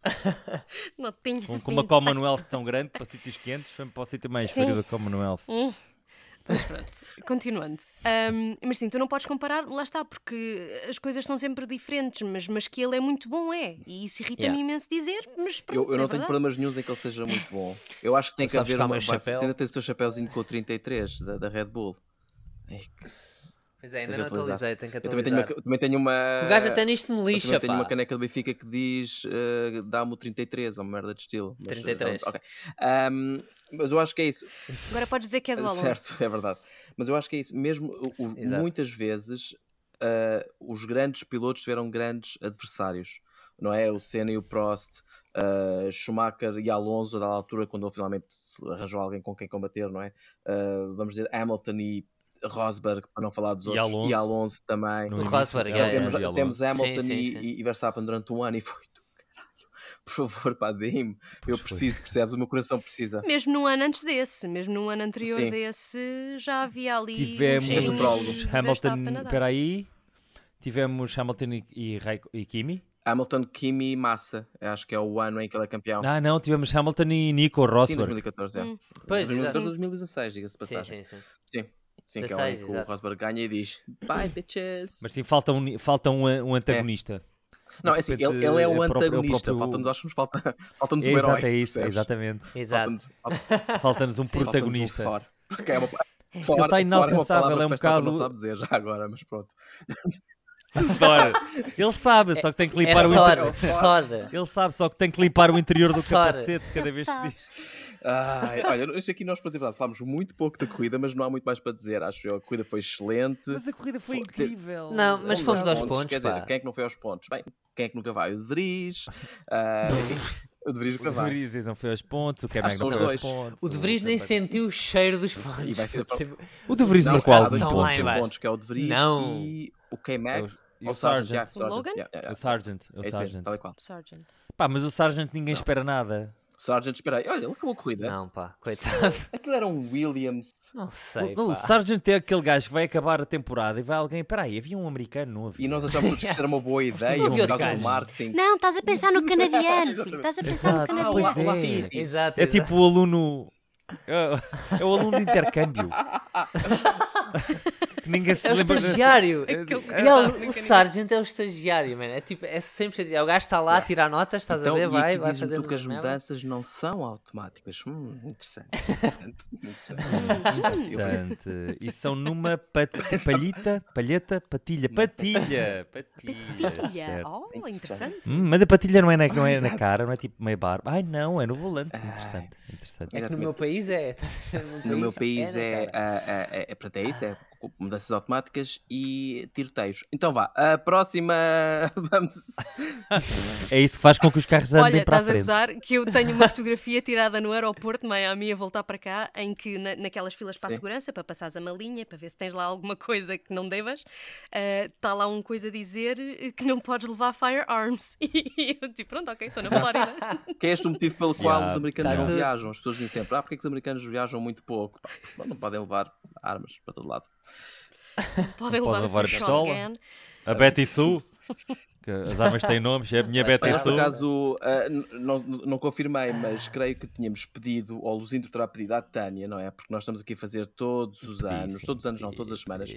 Speaker 3: não tenho.
Speaker 4: com, com uma
Speaker 3: fim.
Speaker 4: Commonwealth tão grande, para sítios quentes, foi para o sítio mais frio
Speaker 3: Sim.
Speaker 4: da Commonwealth.
Speaker 3: Hum. Mas pronto, continuando. Ahm, mas sim, tu não podes comparar, lá está, porque as coisas são sempre diferentes, mas, mas que ele é muito bom, é. E isso irrita-me
Speaker 1: Yeah.
Speaker 3: imenso dizer, mas pronto,
Speaker 2: Eu, eu
Speaker 3: é
Speaker 2: não tenho
Speaker 3: verdade.
Speaker 2: problemas nenhums em que ele seja muito bom. Eu acho que tem que
Speaker 1: Sabes
Speaker 2: haver
Speaker 1: que há
Speaker 2: uma.
Speaker 1: mais
Speaker 2: vai-
Speaker 1: chapéu?
Speaker 2: Tenta ter o teu chapéuzinho com o 33 da, da Red Bull. Ai, que-
Speaker 1: Pois é, ainda
Speaker 2: Tens
Speaker 1: não
Speaker 2: que atualizar.
Speaker 1: atualizei, tenho que
Speaker 2: Eu também tenho, uma,
Speaker 1: atualizar.
Speaker 2: eu também tenho uma.
Speaker 1: O gajo até nisto me
Speaker 2: eu
Speaker 1: lixa,
Speaker 2: também tenho
Speaker 1: pá.
Speaker 2: uma caneca do Benfica que diz eh, dá-me o 33, ou uma merda de estilo. Mas, eh,
Speaker 1: 33.
Speaker 2: ok. Ahm, mas eu acho que é isso.
Speaker 3: Agora podes dizer que é do Alonso.
Speaker 2: Certo, é verdade. Mas eu acho que é isso. Mesmo o- o-
Speaker 1: Exato.
Speaker 2: muitas vezes ah, os grandes pilotos tiveram grandes adversários, não é? O Senna e o Prost, ah, Schumacher e Alonso, da altura, quando ele finalmente arranjou alguém com quem combater, não é? Ah, vamos dizer Hamilton e Rosberg, para não falar dos
Speaker 4: E
Speaker 2: outros,
Speaker 4: Alonso.
Speaker 2: e Alonso também.
Speaker 4: No
Speaker 1: O
Speaker 4: início,
Speaker 1: Rosberg,
Speaker 4: ela
Speaker 1: é,
Speaker 4: tem
Speaker 2: Temos,
Speaker 4: um diálogo.
Speaker 2: temos Hamilton
Speaker 1: Sim, sim,
Speaker 2: e,
Speaker 1: sim.
Speaker 2: e- e Verstappen durante um ano e foi do caralho. Por favor, pá, dê-me. Eu
Speaker 4: Pois foi.
Speaker 2: preciso, percebes? O meu coração precisa.
Speaker 3: Mesmo num ano antes desse, mesmo num ano anterior
Speaker 2: Sim.
Speaker 3: desse, já havia ali. um
Speaker 4: Tivemos
Speaker 3: cheirinho
Speaker 2: Este prólogo.
Speaker 3: de Verstappen
Speaker 4: Hamilton,
Speaker 3: a dar.
Speaker 4: espera aí. Tivemos Hamilton e, e, Raik- e Kimi.
Speaker 2: Hamilton, Kimi e Massa. Eu Acho que é o ano em que ele é campeão.
Speaker 4: Ah, não, tivemos Hamilton e Nico
Speaker 2: Sim,
Speaker 4: Rosberg.
Speaker 2: 2014, é.
Speaker 3: Hum.
Speaker 1: Pois,
Speaker 2: 2014
Speaker 1: exato.
Speaker 2: ou 2016, diga-se de
Speaker 1: Sim,
Speaker 2: passagem.
Speaker 1: sim, sim.
Speaker 2: Sim, sim. que é o ano em que
Speaker 1: 16,
Speaker 2: o
Speaker 1: exato.
Speaker 2: Rosberg ganha e diz Bye, bitches.
Speaker 4: Mas sim, falta um, falta um, um antagonista.
Speaker 2: não,
Speaker 4: de
Speaker 2: é assim,
Speaker 4: repente,
Speaker 2: ele, ele é o
Speaker 4: é próprio- é o
Speaker 2: antagonista.
Speaker 4: próprio-
Speaker 2: Falta-nos, acho que nos falta, falta-nos um herói.
Speaker 4: Exato, é isso,
Speaker 2: percebes?
Speaker 4: exatamente.
Speaker 1: Exato.
Speaker 2: Falta-nos, falta-
Speaker 4: Falta-nos um
Speaker 2: falta-nos
Speaker 4: protagonista.
Speaker 2: Um fora. Porque é uma, fora,
Speaker 4: está
Speaker 2: fora é uma
Speaker 4: inalcançável,
Speaker 2: palavra que
Speaker 4: é um
Speaker 2: o Verstappen
Speaker 4: bocado-
Speaker 2: não sabe dizer já agora, mas pronto.
Speaker 4: Adoro. Ele sabe, só que tem que limpar
Speaker 1: Era
Speaker 4: o interior.
Speaker 1: Thor, Thor.
Speaker 4: Ele sabe, só que tem que limpar o interior do
Speaker 1: Fora.
Speaker 4: capacete cada vez que diz.
Speaker 2: Ai, olha, isto aqui nós, para dizer a verdade, falámos muito pouco da corrida, mas não há muito mais para dizer. Acho eu. A corrida foi excelente.
Speaker 4: Mas a corrida foi
Speaker 2: Fo-
Speaker 4: incrível.
Speaker 1: Não, mas
Speaker 2: Fomos
Speaker 1: fomos aos pontos,
Speaker 2: Quer
Speaker 1: pá.
Speaker 2: dizer, quem é que não foi aos pontos? Bem, quem é que nunca vai? O De Vries. ah, o De Vries nunca
Speaker 4: O
Speaker 2: vai.
Speaker 4: Vries não foi aos pontos, o Kevin
Speaker 2: Acho que
Speaker 4: não
Speaker 2: são
Speaker 4: foi
Speaker 2: os
Speaker 4: aos
Speaker 2: dois.
Speaker 4: pontos.
Speaker 1: O De Vries nem sentiu o cheiro dos pontos.
Speaker 2: vai ser a
Speaker 1: Tipo,
Speaker 4: O De Vries
Speaker 2: Não,
Speaker 4: marcou
Speaker 2: há
Speaker 4: alguns
Speaker 2: dois
Speaker 1: Não,
Speaker 4: pontos.
Speaker 2: pontos,
Speaker 1: vai, vai.
Speaker 2: pontos, que é o De Vries
Speaker 1: Não.
Speaker 2: e o K-Max.
Speaker 4: E o
Speaker 2: ou Sargent,
Speaker 4: Sargent.
Speaker 2: yeah, Sargent,
Speaker 3: O Logan?
Speaker 2: yeah, yeah,
Speaker 4: O
Speaker 2: yeah.
Speaker 4: Sargent, o
Speaker 2: É isso mesmo,
Speaker 4: Sargent.
Speaker 2: tal e qual.
Speaker 3: Sargent.
Speaker 4: Pá, mas o Sargent ninguém espera nada.
Speaker 2: O Sargent, espera aí. Olha, ele acabou a corrida.
Speaker 1: Não, pá, coitado.
Speaker 2: Aquilo era um Williams.
Speaker 1: Não sei.
Speaker 4: Não, o
Speaker 1: pá.
Speaker 4: Sargent é aquele gajo que vai acabar a temporada e vai alguém. Peraí, havia um americano, não havia?
Speaker 2: E nós achávamos que isto era uma boa ideia
Speaker 1: não havia
Speaker 2: por causa do
Speaker 1: outro gajo.
Speaker 2: marketing.
Speaker 5: Não, estás a pensar no canadiano, filho. Estás a pensar no
Speaker 4: Exato,
Speaker 5: canadiano.
Speaker 4: pois
Speaker 2: Ah, o La- o
Speaker 4: é.
Speaker 2: Lafite.
Speaker 1: Exato.
Speaker 4: É
Speaker 1: exato.
Speaker 4: tipo o aluno. É é o aluno de intercâmbio. que ninguém se
Speaker 1: É o
Speaker 4: lembra desse-
Speaker 1: estagiário.
Speaker 3: Aquele que
Speaker 1: E é
Speaker 3: estava no
Speaker 1: o- o
Speaker 3: mecanismo.
Speaker 1: Sargent é o estagiário, mano. É tipo, é sempre estagiário. É o gajo está lá a tirar notas, estás
Speaker 2: Então,
Speaker 1: a ver?
Speaker 2: e
Speaker 1: Vai,
Speaker 2: aqui
Speaker 1: vai
Speaker 2: dizes-me
Speaker 1: fazendo.
Speaker 2: tu que as
Speaker 1: merda.
Speaker 2: mudanças não são automáticas. Hum, interessante. Interessante.
Speaker 1: Hum,
Speaker 2: interessante.
Speaker 4: Interessante. E são numa pat... palhita, palheta, patilha, patilha, patilha.
Speaker 3: Ia,
Speaker 4: é. certo.
Speaker 3: Oh, interessante.
Speaker 4: Hum, mas a patilha não é na, não é na
Speaker 2: Exato.
Speaker 4: cara, não é tipo meio barba. Ai não, é no volante. Interessante, interessante.
Speaker 1: É que no
Speaker 2: Exatamente.
Speaker 1: meu país é. Ah.
Speaker 2: No meu país é,
Speaker 1: né, cara?
Speaker 2: ah, ah, é, é, portanto, é isso, é mudanças automáticas e tiroteios. Então vá, a próxima vamos.
Speaker 4: É isso que faz com que os carros andem
Speaker 3: Olha,
Speaker 4: para a
Speaker 3: estás a
Speaker 4: frente.
Speaker 3: gozar que eu tenho uma fotografia tirada no aeroporto de Miami a voltar para cá, em que na- naquelas filas para a
Speaker 2: Sim.
Speaker 3: segurança, para passares a malinha, para ver se tens lá alguma coisa que não devas, eh, está lá um coisa a dizer eh, que não podes levar firearms. E eu tipo, pronto, ok, estou na Flórida.
Speaker 2: Que é este o motivo pelo qual
Speaker 4: Yeah,
Speaker 2: os americanos
Speaker 4: tá
Speaker 2: não
Speaker 1: tudo.
Speaker 2: viajam. As pessoas dizem sempre: ah, porque é que os americanos viajam muito pouco? Pá, porque não podem levar armas para todo lado.
Speaker 3: Podem
Speaker 4: Não
Speaker 3: levar
Speaker 4: pode
Speaker 3: o seu
Speaker 4: levar pistola.
Speaker 3: shotgun.
Speaker 4: A Betty Sue, que as armas têm nomes, é a minha Betty
Speaker 2: Olha, por
Speaker 4: Sue.
Speaker 2: acaso, ah, n- não, não confirmei, mas creio que tínhamos pedido, ou o Luzindo terá pedido à Tânia, não é? Porque nós estamos aqui a fazer todos os anos, todos os anos, não, todas as semanas,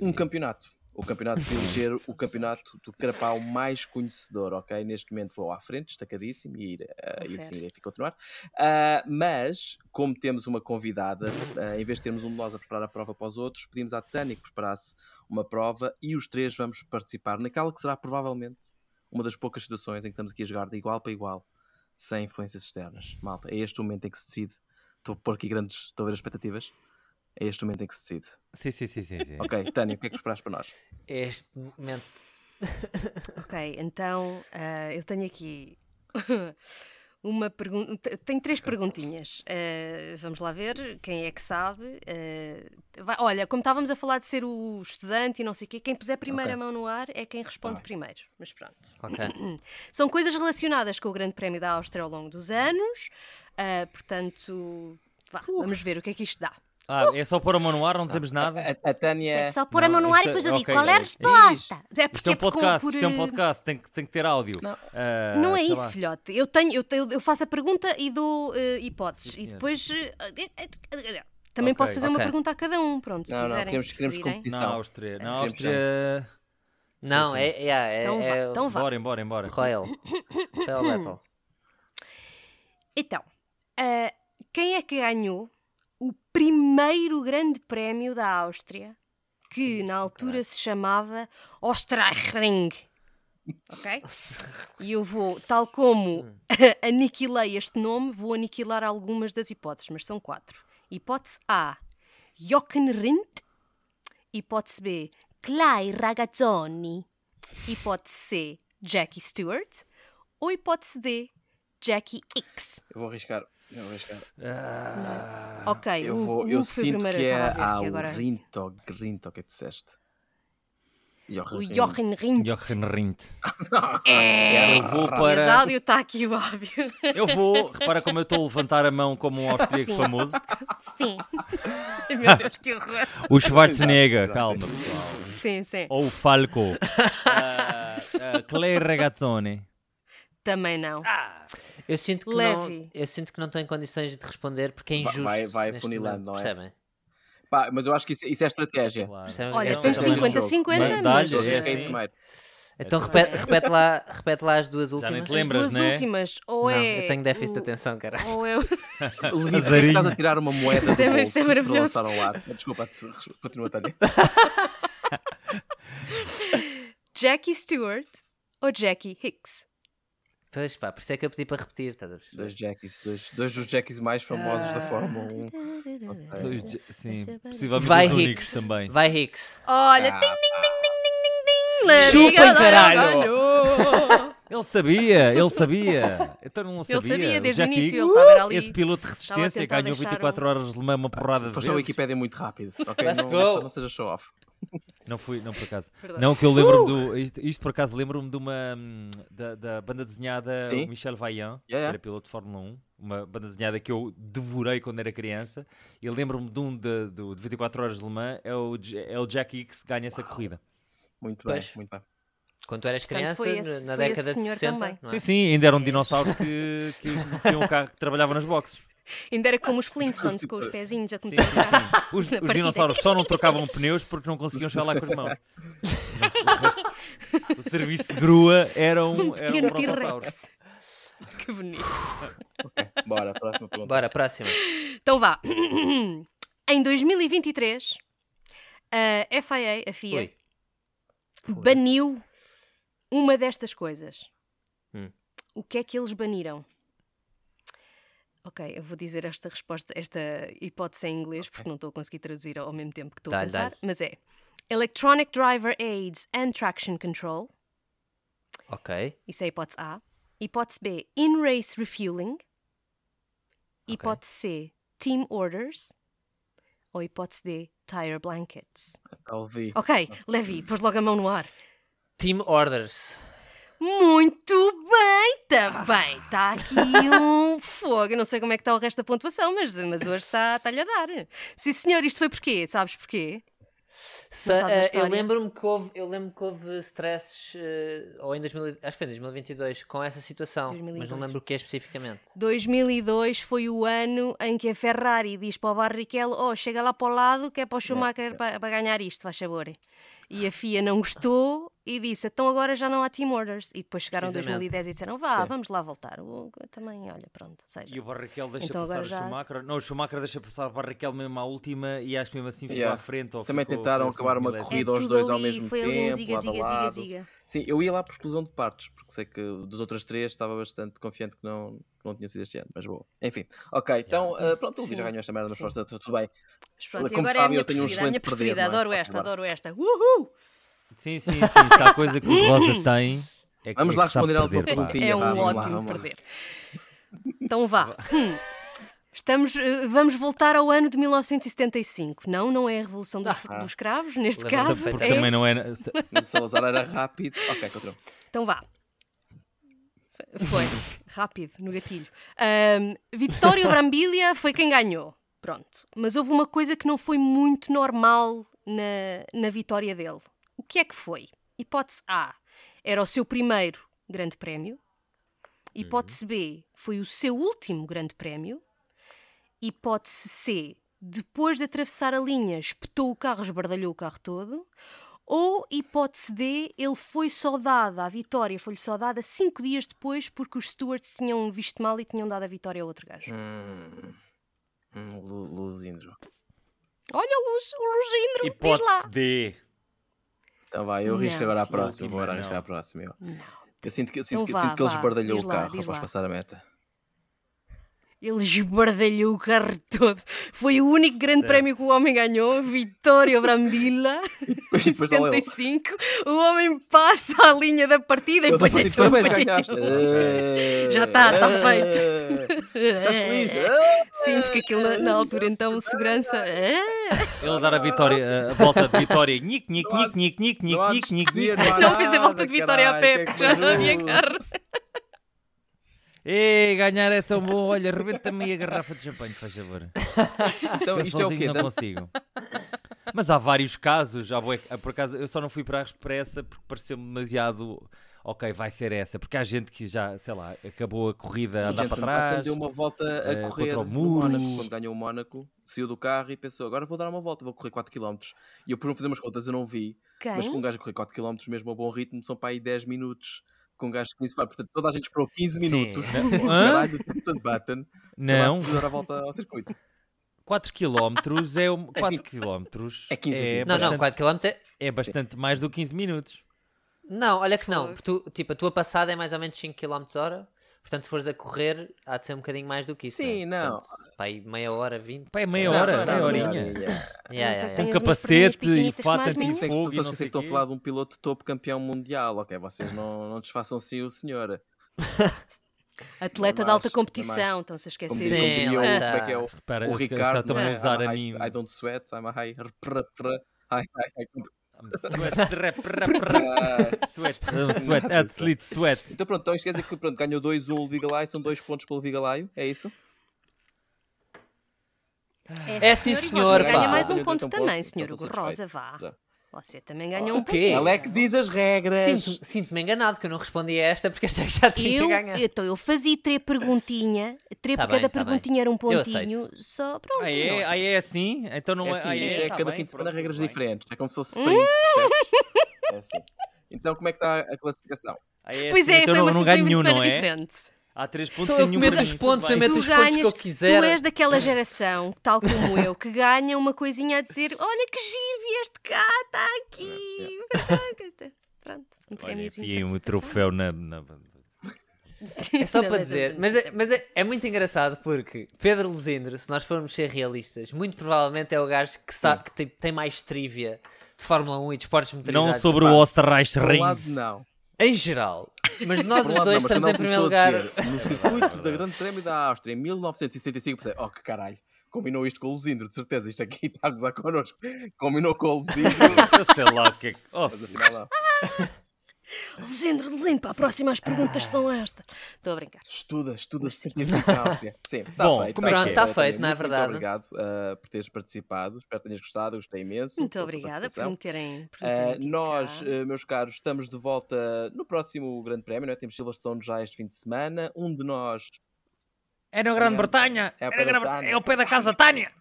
Speaker 2: um campeonato. O o campeonato de eleger o campeonato do Carapau mais conhecedor, ok? Neste momento vou à frente, destacadíssimo, e, eh, e assim irei continuar. Ah, mas, como temos uma convidada, ah, em vez de termos um de nós a preparar a prova para os outros, pedimos à Tânia que preparasse uma prova e os três vamos participar naquela que será provavelmente uma das poucas situações em que estamos aqui a jogar de igual para igual, sem influências externas. Malta, é este o momento em que se decide. Estou a pôr aqui grandes, estou a ver as expectativas. É este o momento em que se decide.
Speaker 4: Sim, sim, sim, sim. sim.
Speaker 2: Ok, Tânia, o que é que preparaste para nós?
Speaker 1: Este momento.
Speaker 3: Ok, então ah, eu tenho aqui uma pergunta. Tenho três perguntinhas. Ah, vamos lá ver quem é que sabe. Ah, vai- olha, como estávamos a falar de ser o estudante e não sei o quê, quem puser primeiro a
Speaker 2: Ok.
Speaker 3: mão no ar é quem responde
Speaker 4: Tá
Speaker 3: primeiro. Mas pronto.
Speaker 1: Ok.
Speaker 3: São coisas relacionadas com o Grande Prémio da Áustria ao longo dos anos. Ah, portanto, vá, vamos ver o que é que isto dá.
Speaker 4: Ah, é só pôr a mão no ar, não dizemos nada.
Speaker 2: A, a Tânia.
Speaker 5: Só pôr a mão no
Speaker 4: Não,
Speaker 5: ar e
Speaker 4: isto é-
Speaker 5: depois eu digo
Speaker 4: ok,
Speaker 5: qual é a
Speaker 4: isto-
Speaker 5: resposta.
Speaker 3: É porque
Speaker 4: Isto é um
Speaker 3: é por- com-
Speaker 4: podcast,
Speaker 3: por,
Speaker 4: isto é um
Speaker 3: eh,
Speaker 4: podcast, tem que, tem que ter áudio.
Speaker 2: Não.
Speaker 4: Ah,
Speaker 3: Não é
Speaker 4: sei
Speaker 3: isso,
Speaker 4: lá.
Speaker 3: filhote. Eu, tenho, eu, tenho- eu faço a pergunta e dou eh, hipóteses. e
Speaker 4: senhor.
Speaker 3: depois. eh, eh, eh, também
Speaker 4: Ok,
Speaker 3: posso fazer uma
Speaker 1: ok.
Speaker 3: pergunta a cada um, pronto, se
Speaker 2: Não, não,
Speaker 3: quiserem.
Speaker 2: temos,
Speaker 3: se
Speaker 2: queremos
Speaker 3: preferirem.
Speaker 2: competição.
Speaker 4: Na Áustria. Na
Speaker 2: Queremos
Speaker 4: Áustria.
Speaker 1: Não,
Speaker 4: sim.
Speaker 1: é. é, é,
Speaker 3: Então vá,
Speaker 1: é o
Speaker 3: então vá.
Speaker 4: Bora, embora, embora.
Speaker 1: Royal. Royal Battle.
Speaker 3: Então, ah, quem é que ganhou o primeiro grande prémio da Áustria, que na altura se chamava Ostrachring? Ok? E eu vou, tal como aniquilei este nome, vou aniquilar algumas das hipóteses, mas são quatro. Hipótese A, Jochenrindt. Hipótese B, Clay Ragazzoni. Hipótese C, Jackie Stewart. Ou hipótese D, Jackie X.
Speaker 2: Eu vou arriscar. Eu vou arriscar.
Speaker 4: Ah,
Speaker 3: Ok,
Speaker 2: Eu,
Speaker 3: o-
Speaker 2: vou,
Speaker 3: o
Speaker 2: eu
Speaker 3: Hugo foi o
Speaker 2: sinto
Speaker 3: primeiro,
Speaker 2: que é
Speaker 3: eu estava a
Speaker 2: a
Speaker 3: ver aqui agora.
Speaker 2: Rinto, Grinto é que disseste. Jochen
Speaker 3: O
Speaker 2: Rindt.
Speaker 3: Jochen Rindt.
Speaker 4: Jochen Rindt.
Speaker 2: É,
Speaker 4: Eu vou
Speaker 3: Mas
Speaker 4: para.
Speaker 3: áudio está aqui, o óbvio.
Speaker 4: Eu vou. Repara como eu estou a levantar a mão como um austríaco famoso.
Speaker 3: Sim. Meu Deus, que horror.
Speaker 4: O Schwarzenegger,
Speaker 2: Exato,
Speaker 4: calma, pessoal.
Speaker 3: Sim, sim.
Speaker 4: Ou o Falco. Ah, ah, Clay Ragazzoni.
Speaker 3: Também não.
Speaker 1: Eu sinto que
Speaker 3: Levy.
Speaker 1: não. Eu sinto que não estou em condições de responder porque é
Speaker 2: Vai-
Speaker 1: injusto.
Speaker 2: vai- vai
Speaker 1: neste
Speaker 2: afunilando,
Speaker 1: momento,
Speaker 2: não é?
Speaker 1: Percebem?
Speaker 2: Pá, mas eu acho que isso, isso é estratégia.
Speaker 1: Percebem?
Speaker 3: Olha,
Speaker 1: Esta-
Speaker 4: é
Speaker 3: temos
Speaker 2: Estratégia do
Speaker 3: 50,
Speaker 2: jogo.
Speaker 3: 50,
Speaker 2: Mas-
Speaker 4: mas-
Speaker 2: Todos
Speaker 4: é
Speaker 2: caem
Speaker 4: assim.
Speaker 2: primeiro. É
Speaker 1: Então repete, repete lá, repete lá as duas últimas.
Speaker 4: Já nem te
Speaker 3: As
Speaker 4: lembras,
Speaker 3: duas
Speaker 4: né?
Speaker 3: últimas, ou
Speaker 1: Não,
Speaker 3: é.
Speaker 1: eu tenho déficit de
Speaker 3: o-
Speaker 1: atenção, cara.
Speaker 3: Ou é o-
Speaker 2: Lívia, porquê que
Speaker 4: Azarinho.
Speaker 2: estás a tirar uma moeda do
Speaker 3: Isto é-
Speaker 2: bolso
Speaker 3: isto é
Speaker 2: para
Speaker 3: maravilhoso.
Speaker 2: lançar ao ar? Desculpa, te- continua, Tânia.
Speaker 3: Jackie Stewart ou Jackie Hicks?
Speaker 1: Pois pá, por isso é que eu pedi para repetir, estás a perceber?
Speaker 2: Dois Jackies, dois, dois dos Jackies mais famosos da Fórmula 1. Ok.
Speaker 4: Os- Sim, possivelmente
Speaker 1: Vai
Speaker 4: os únicos
Speaker 1: Hicks.
Speaker 4: também.
Speaker 1: Vai Hicks.
Speaker 3: Olha,
Speaker 2: Ah,
Speaker 3: ting, ting, ting, ting, ting, ting. La
Speaker 1: Chupem,
Speaker 3: Liga da
Speaker 1: caralho.
Speaker 3: Ganhou.
Speaker 4: Ele sabia, ele sabia. Então não sabia.
Speaker 3: sabia desde o
Speaker 4: Jack
Speaker 3: início,
Speaker 4: Hicks,
Speaker 3: ele estava ali.
Speaker 4: Esse piloto de resistência
Speaker 3: tentar
Speaker 4: ganhou
Speaker 3: deixar
Speaker 4: 24
Speaker 3: um-
Speaker 4: horas de Le Mans uma porrada de
Speaker 2: Foste a
Speaker 4: vezes.
Speaker 2: Wikipédia é muito rápido. ok?
Speaker 1: Let's
Speaker 2: não,
Speaker 1: go.
Speaker 2: Não sejas show off.
Speaker 4: Não fui, não por acaso.
Speaker 3: Verdade.
Speaker 4: Não, que eu lembro-me
Speaker 2: Uh!
Speaker 4: do. Isto, isto, por acaso lembro-me de uma. hum, da, da banda desenhada
Speaker 2: Sim.
Speaker 4: o Michel Vaillant, que
Speaker 2: yeah.
Speaker 4: era piloto de Fórmula 1. Uma banda desenhada que eu devorei quando era criança. E eu lembro-me de um de, do- de 24 horas de Le Mans, é o, J- é o Jack Hicks que ganha essa corrida.
Speaker 2: Muito bem,
Speaker 1: Pois.
Speaker 2: muito bem.
Speaker 1: Quando tu eras
Speaker 3: Portanto,
Speaker 1: criança,
Speaker 3: foi esse-
Speaker 1: na
Speaker 3: foi esse
Speaker 1: década de
Speaker 3: senhor
Speaker 1: 60.
Speaker 3: também.
Speaker 1: não é?
Speaker 4: Sim, sim, ainda eram dinossauros que, que tinham um carro que trabalhava nas boxes.
Speaker 3: Ainda era como os Flintstones com os pezinhos a
Speaker 4: Sim,
Speaker 3: começar
Speaker 4: sim,
Speaker 3: a ficar.
Speaker 4: sim. Os, os
Speaker 3: partida.
Speaker 4: dinossauros só não trocavam pneus porque não conseguiam chegar lá com as mãos. O resto- O serviço de grua era um, era um
Speaker 3: pequeno
Speaker 4: brontossauro.
Speaker 3: T-Rex. Que bonito.
Speaker 2: Bora, próxima pergunta.
Speaker 1: Bora, próxima.
Speaker 3: Então vá. em 2023, a FIA, a FIA,
Speaker 1: Ui.
Speaker 3: baniu uma destas coisas.
Speaker 1: Hum.
Speaker 3: O que é que eles baniram? Ok, eu vou dizer esta resposta, esta hipótese em inglês, porque não estou a conseguir traduzir ao mesmo tempo que estou a
Speaker 1: Dá-lhe,
Speaker 3: pensar,
Speaker 1: dá-lhe.
Speaker 3: mas é Electronic Driver Aids and Traction Control.
Speaker 1: Ok.
Speaker 3: Isso é a hipótese A. Hipótese B, in-race refueling. Hipótese C, team orders. Ou hipótese D, tire blankets.
Speaker 2: Talvez.
Speaker 3: Ok, Levi, pôs logo a mão no ar.
Speaker 1: Team Orders.
Speaker 3: Muito bem, está bem. Está aqui um fogo. Eu não sei como é que está o tá, resto da pontuação, mas, mas hoje está- está-lhe a dar. Sim, senhor, isto foi porquê? Sabes porquê?
Speaker 1: Se-
Speaker 3: sabes a
Speaker 1: eh, eu
Speaker 3: história.
Speaker 1: lembro-me que houve, eu lembro que houve stresses, eh, ou em 2000, acho que foi em 2022, com essa situação, mas não
Speaker 3: 2002.
Speaker 1: lembro o que é especificamente.
Speaker 3: 2002 foi o ano em que a Ferrari diz para o Barrichello: Oh, chega lá para o lado que é para o Schumacher para, para ganhar isto, faz favor. E a FIA não gostou e disse: Então agora já não há team orders. E depois chegaram a
Speaker 1: Precisamente.
Speaker 3: 2010 e disseram: Vá, vamos lá voltar. O- também, olha, pronto. Seja.
Speaker 4: E o Barrichello deixa
Speaker 3: Então
Speaker 4: passar
Speaker 3: agora
Speaker 4: o
Speaker 3: já-
Speaker 4: Schumacher. Não, o Schumacher deixa passar o Barrichello mesmo à última e acho que mesmo assim ficou
Speaker 2: Yeah.
Speaker 4: à frente. Ou
Speaker 2: Também
Speaker 4: ficou-
Speaker 2: tentaram
Speaker 4: foi assim
Speaker 2: acabar
Speaker 4: um
Speaker 2: uma
Speaker 4: milésimo.
Speaker 2: corrida aos
Speaker 3: é tudo
Speaker 2: dois ao
Speaker 3: ali,
Speaker 2: mesmo
Speaker 3: foi ali um
Speaker 2: tempo,
Speaker 3: ziga,
Speaker 2: lado a
Speaker 3: ziga, ziga,
Speaker 2: lado.
Speaker 3: ziga.
Speaker 2: Sim, eu ia lá por exclusão de partes, porque sei que dos outras três estava bastante confiante que não, que não tinha sido este ano, mas bom. Enfim, ok, então eh, pronto, o Luís já
Speaker 3: Sim.
Speaker 2: ganhou esta merda, mas
Speaker 3: Sim.
Speaker 2: força, tudo tudo bem.
Speaker 3: Mas pronto, e
Speaker 2: Como
Speaker 3: agora é a
Speaker 2: sabem,
Speaker 3: minha
Speaker 2: eu tenho um
Speaker 3: preferida, a
Speaker 2: excelente
Speaker 3: minha
Speaker 2: perder,
Speaker 3: preferida.
Speaker 2: não é?
Speaker 3: Adoro
Speaker 2: Vamos
Speaker 3: esta,
Speaker 2: embora.
Speaker 3: adoro esta. Uhul!
Speaker 4: Sim, sim, sim. Se há coisa que o Rosa tem. É que,
Speaker 2: Vamos
Speaker 4: é
Speaker 2: lá
Speaker 4: que sabe
Speaker 2: responder alguma
Speaker 4: perder, pá.
Speaker 2: perguntinha. vá,
Speaker 3: É um
Speaker 2: vamos lá,
Speaker 3: ótimo
Speaker 2: vamos lá.
Speaker 3: perder. Então vá. Hum. Estamos, eh, vamos voltar ao ano de 1975. Não, não é a Revolução dos, dos Cravos, neste
Speaker 1: Levanta
Speaker 3: caso.
Speaker 1: a
Speaker 4: Porque
Speaker 3: é-
Speaker 4: também não é.
Speaker 2: Mas o Salazar era rápido. Ok, continua.
Speaker 3: Então vá. Foi. Rápido, no gatilho. Ahm, Vitório Brambilia foi quem ganhou. Pronto. Mas houve uma coisa que não foi muito normal na, na vitória dele. O que é que foi? Hipótese A. Era o seu primeiro grande prémio. Hipótese B. Foi o seu último grande prémio. Hipótese C. Depois de atravessar a linha, espetou o carro, esbardalhou o carro todo. Ou, hipótese D, ele foi só dada, a vitória foi-lhe só dada cinco dias depois porque os Stewards tinham visto mal e tinham dado a vitória a outro gajo.
Speaker 2: Hum, hum, Lu- Luzindro.
Speaker 3: Olha o, Luz, o Lugindro, diz lá.
Speaker 4: Hipótese D.
Speaker 2: Então vai, eu
Speaker 3: Não,
Speaker 2: risco agora à
Speaker 3: não,
Speaker 2: próxima. Vou agora
Speaker 4: não.
Speaker 2: arriscar à próxima. Eu,
Speaker 3: Não.
Speaker 2: eu sinto que, eu sinto
Speaker 3: Então
Speaker 2: que,
Speaker 3: vá,
Speaker 2: sinto que ele
Speaker 3: vá,
Speaker 2: esbardalhou
Speaker 3: diz
Speaker 2: o
Speaker 3: lá,
Speaker 2: carro
Speaker 3: diz
Speaker 2: após
Speaker 3: lá.
Speaker 2: passar a meta.
Speaker 3: Ele esbardalhou o carro todo. Foi o único grande prémio que o homem ganhou, Vitório Brambilla,
Speaker 2: E depois lá ele. tá
Speaker 3: 75. O homem passa a linha da partida e
Speaker 2: Eu
Speaker 3: depois
Speaker 2: estou
Speaker 3: é
Speaker 2: partido, tipo, parabéns,
Speaker 3: tudo.
Speaker 2: ganhaste.
Speaker 3: Já tá, tá
Speaker 2: Eh,
Speaker 3: feito.
Speaker 2: Tá feliz.
Speaker 3: É. Sim, porque aquilo na, na altura então, o segurança... É.
Speaker 4: Ele dar a vitória, a volta de vitória. Nic, nic,
Speaker 2: Não há-
Speaker 4: nic, nic, nic,
Speaker 2: Não há
Speaker 4: nic, nic, nic.
Speaker 2: anestesia, há
Speaker 3: Não fiz a volta
Speaker 2: nada,
Speaker 3: de vitória
Speaker 2: caralho,
Speaker 3: a pé,
Speaker 2: que é que
Speaker 3: porque já não havia
Speaker 2: ajuda?
Speaker 3: carro.
Speaker 4: Ei, ganhar é tão bom. Olha, rebenta-me aí a garrafa de champanhe, faz favor.
Speaker 2: Então,
Speaker 4: Eu
Speaker 2: isto é o
Speaker 4: sozinho
Speaker 2: quê?
Speaker 4: Não
Speaker 2: Dá-
Speaker 4: consigo. Mas há vários casos. Há bué- por acaso, eu só não fui para a expressa porque pareceu-me demasiado. Ok, vai ser essa. Porque há gente que já, sei lá, acabou a corrida a andar
Speaker 2: Jensen
Speaker 4: para
Speaker 2: Button
Speaker 4: trás.
Speaker 2: deu uma volta a
Speaker 4: eh,
Speaker 2: correr
Speaker 4: contra o
Speaker 2: no
Speaker 4: muro.
Speaker 2: Mónaco, quando ganhou o Mónaco, saiu do carro e pensou, agora vou dar uma volta, vou correr 4km. E eu por não fazer umas contas, eu não vi, mas com um gajo a correr 4km mesmo a bom ritmo, são para aí 10 minutos. Com um gajo de 15, pá, portanto, toda a gente esperou 15
Speaker 1: Sim.
Speaker 2: minutos.
Speaker 4: Não.
Speaker 2: Pô,
Speaker 4: Hã?
Speaker 2: Caralho, o Jensen Button
Speaker 4: Não,
Speaker 2: vai dar a volta ao circuito.
Speaker 4: 4 km é. um- 4 km
Speaker 2: É 15
Speaker 4: é
Speaker 2: minutos.
Speaker 1: não, não,
Speaker 4: bastante-
Speaker 1: 4km é.
Speaker 4: É bastante mais do que 15 minutos.
Speaker 1: Não, olha que não.
Speaker 3: Fogo.
Speaker 1: porque Tu, tipo, a tua passada é mais ou menos 5km hora. Portanto, se fores a correr, há de ser um bocadinho mais do que isso.
Speaker 2: Sim,
Speaker 1: né?
Speaker 2: não.
Speaker 1: Portanto, pá, aí meia hora, 20.
Speaker 4: Pá, é meia
Speaker 1: sei lá.
Speaker 2: Não,
Speaker 4: hora,
Speaker 2: não,
Speaker 4: meia
Speaker 2: não,
Speaker 4: horinha.
Speaker 2: não, não, não.
Speaker 1: Yeah,
Speaker 3: Não sei
Speaker 1: yeah,
Speaker 3: se
Speaker 1: yeah.
Speaker 4: Com
Speaker 3: Tem as umas perninhas
Speaker 4: capacete e
Speaker 3: pequenitas que
Speaker 4: fato
Speaker 3: mais me
Speaker 2: Isso tem que
Speaker 4: antifogo.
Speaker 2: tu
Speaker 4: e não
Speaker 2: estás que
Speaker 4: sei
Speaker 2: estão a
Speaker 4: quê.
Speaker 2: falar de um piloto topo campeão mundial. Ok, vocês não, não desfaçam assim o senhor.
Speaker 3: Atleta
Speaker 2: Não é
Speaker 3: de alta
Speaker 2: mais, não é
Speaker 3: competição, estão-se a
Speaker 2: Como,
Speaker 1: Sim,
Speaker 3: esquecer.
Speaker 2: diria- como diria
Speaker 1: lá
Speaker 2: o, como
Speaker 1: está.
Speaker 2: é que é o, o
Speaker 4: Repara, se calhar
Speaker 2: Ricardo.
Speaker 4: estão-me a
Speaker 2: né?
Speaker 4: usar
Speaker 2: I'm
Speaker 4: a
Speaker 2: high-
Speaker 4: mim.
Speaker 2: I don't sweat, I'm a high. Pra, pra, high, high, high. Ah,
Speaker 4: Sweat, sweat, athlete sweat.
Speaker 2: Então pronto, então isto quer dizer que pronto, ganhou 2-1 o Vigalaio, são 2 pontos pelo Vigalaio, é isso?
Speaker 1: É sim, senhor,
Speaker 3: Ganha
Speaker 1: pá.
Speaker 3: mais um
Speaker 2: Eu
Speaker 3: ponto
Speaker 2: dou-te um
Speaker 3: também,
Speaker 2: ponto,
Speaker 3: senhor
Speaker 2: então
Speaker 3: Hugo
Speaker 2: estou
Speaker 3: Rosa,
Speaker 2: satisfeito.
Speaker 3: vá.
Speaker 2: Já.
Speaker 3: Você também ganhou
Speaker 1: O
Speaker 3: um
Speaker 1: quê?
Speaker 3: pontinho.
Speaker 2: Ela é que diz as regras.
Speaker 1: Sinto- Sinto-me enganado que eu não respondi a esta porque achei que já tinha
Speaker 3: Eu,
Speaker 1: ganhado.
Speaker 3: então, eu fazia três perguntinhas, três,
Speaker 1: Tá
Speaker 3: cada
Speaker 1: bem, tá bem.
Speaker 3: perguntinha era um
Speaker 1: Eu
Speaker 3: pontinho, só pronto.
Speaker 4: Ah, é? Ah, é assim? Então não
Speaker 2: É
Speaker 4: é.
Speaker 2: assim,
Speaker 4: ah,
Speaker 2: isto é
Speaker 4: Tá
Speaker 2: cada
Speaker 4: bem,
Speaker 2: fim de semana
Speaker 4: pronto,
Speaker 2: regras
Speaker 4: tudo bem.
Speaker 2: diferentes. É como se fosse sprint, percebes? É assim. Então como é que está a classificação?
Speaker 4: Ah, é
Speaker 3: Pois
Speaker 4: assim,
Speaker 3: é, foi
Speaker 4: então não,
Speaker 3: uma
Speaker 4: não
Speaker 3: foi
Speaker 4: ganho
Speaker 3: uma
Speaker 4: nenhum, não
Speaker 3: semana
Speaker 4: é?
Speaker 3: diferente.
Speaker 4: Há três pontos
Speaker 1: Sou
Speaker 4: sem
Speaker 1: eu que
Speaker 4: nenhum
Speaker 1: meto
Speaker 4: para
Speaker 1: os
Speaker 4: mim,
Speaker 1: pontos,
Speaker 4: tudo
Speaker 1: eu
Speaker 4: bem.
Speaker 1: meto
Speaker 3: Tu
Speaker 1: os pontos que eu
Speaker 3: ganhas,
Speaker 1: quiser.
Speaker 3: tu és daquela geração, tal como eu, que ganha uma coisinha a dizer: Olha que giro, vieste cá, está aqui. Pronto, um
Speaker 4: Olha,
Speaker 3: prémiozinho
Speaker 4: enfiei
Speaker 3: para
Speaker 4: um
Speaker 3: te
Speaker 4: troféu na. na-
Speaker 1: É só
Speaker 3: Não,
Speaker 1: para
Speaker 3: mas
Speaker 1: dizer,
Speaker 3: eu-
Speaker 1: mas, é, mas é, é muito engraçado porque Pedro Luzindro, se nós formos ser realistas, muito provavelmente é o gajo que, sabe, que tem, tem mais trivia de Fórmula 1 e de esportes motorizados.
Speaker 4: Não sobre o
Speaker 2: Por um
Speaker 4: Osterreichring.
Speaker 2: lado não.
Speaker 1: Em geral. Mas nós
Speaker 2: Por um
Speaker 1: os
Speaker 2: lado, não,
Speaker 1: dois
Speaker 2: mas quando
Speaker 1: estamos
Speaker 2: ela
Speaker 1: em primeiro
Speaker 2: começou a
Speaker 1: lugar.
Speaker 2: dizer, No circuito da Grande Prémio da Áustria, em 1975, pensei, oh que caralho, combinou isto com o Luzindro, de certeza, isto aqui está a gozar connosco. Combinou com o Luzindro.
Speaker 4: Eu sei lá o que é que. Oh,
Speaker 2: Mas afinal, não.
Speaker 3: Luzendo, Luzendo, para a próxima as perguntas são estas. Estou a brincar.
Speaker 2: Estuda, estuda certeza na Áustria. Sim, está
Speaker 4: Bom,
Speaker 2: feito.
Speaker 4: como é
Speaker 2: tá
Speaker 4: que é?
Speaker 2: feito.
Speaker 1: Tá feito,
Speaker 2: Olha,
Speaker 1: não é
Speaker 2: muito,
Speaker 1: verdade?
Speaker 2: Muito obrigado ah, por teres participado. Espero que tenhas gostado. Eu gostei imenso.
Speaker 3: Muito
Speaker 2: pela tua
Speaker 3: obrigada por
Speaker 2: participação.
Speaker 3: me terem. por me terem
Speaker 2: Uh,
Speaker 3: tido
Speaker 2: nós,
Speaker 3: cá.
Speaker 2: uh, meus caros, estamos de volta no próximo Grande Prémio, não é? Temos Silverstone já este fim de semana. Um de nós.
Speaker 4: É na
Speaker 2: Grã-Bretanha. É
Speaker 4: É,
Speaker 2: ao pé da Tânia.
Speaker 4: o pé da casa Tânia.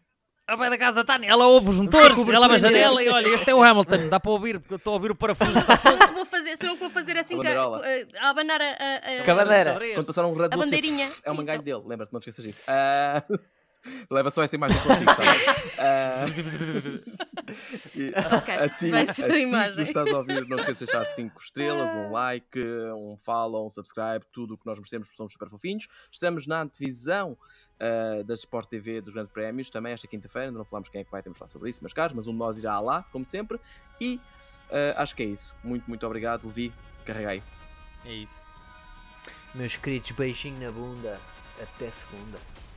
Speaker 4: É o pé da casa Tânia. Ela ouve os motores, ela abre a janela e olha, este é o Hamilton. Dá para ouvir, porque eu estou a ouvir o parafuso.
Speaker 3: Sou eu que vou fazer, sou eu que vou fazer assim,
Speaker 2: A
Speaker 3: que-
Speaker 2: banderola.
Speaker 3: eh, a abanar a- a- a-
Speaker 1: Com a bandeira.
Speaker 2: Quando só um Red
Speaker 3: A
Speaker 2: Bull, dizer,
Speaker 3: bandeirinha.
Speaker 2: "Pff", É o
Speaker 3: Isso.
Speaker 2: mangalho dele, lembra-te, não te esqueças disso. Uh, leva só essa imagem contigo, tá bem? Uh, e-
Speaker 3: Ok,
Speaker 2: A ti,
Speaker 3: vai ser
Speaker 2: a
Speaker 3: a
Speaker 2: ti que
Speaker 3: imagem. Ah.
Speaker 2: nos estás a ouvir, não esqueças de deixar 5 estrelas, um like, um follow, um subscribe, tudo o que nós merecemos, porque somos super fofinhos. Estamos na antevisão ah, da Sport TV dos Grandes Prémios, também esta quinta-feira, ainda não falámos quem é que vai, temos de falar sobre isso, meus caros, mas um de nós irá lá, como sempre. E ah, acho que é isso. Muito, muito obrigado, Levi. Carrega aí.
Speaker 4: É isso.
Speaker 1: Meus queridos, beijinho na bunda. Até segunda.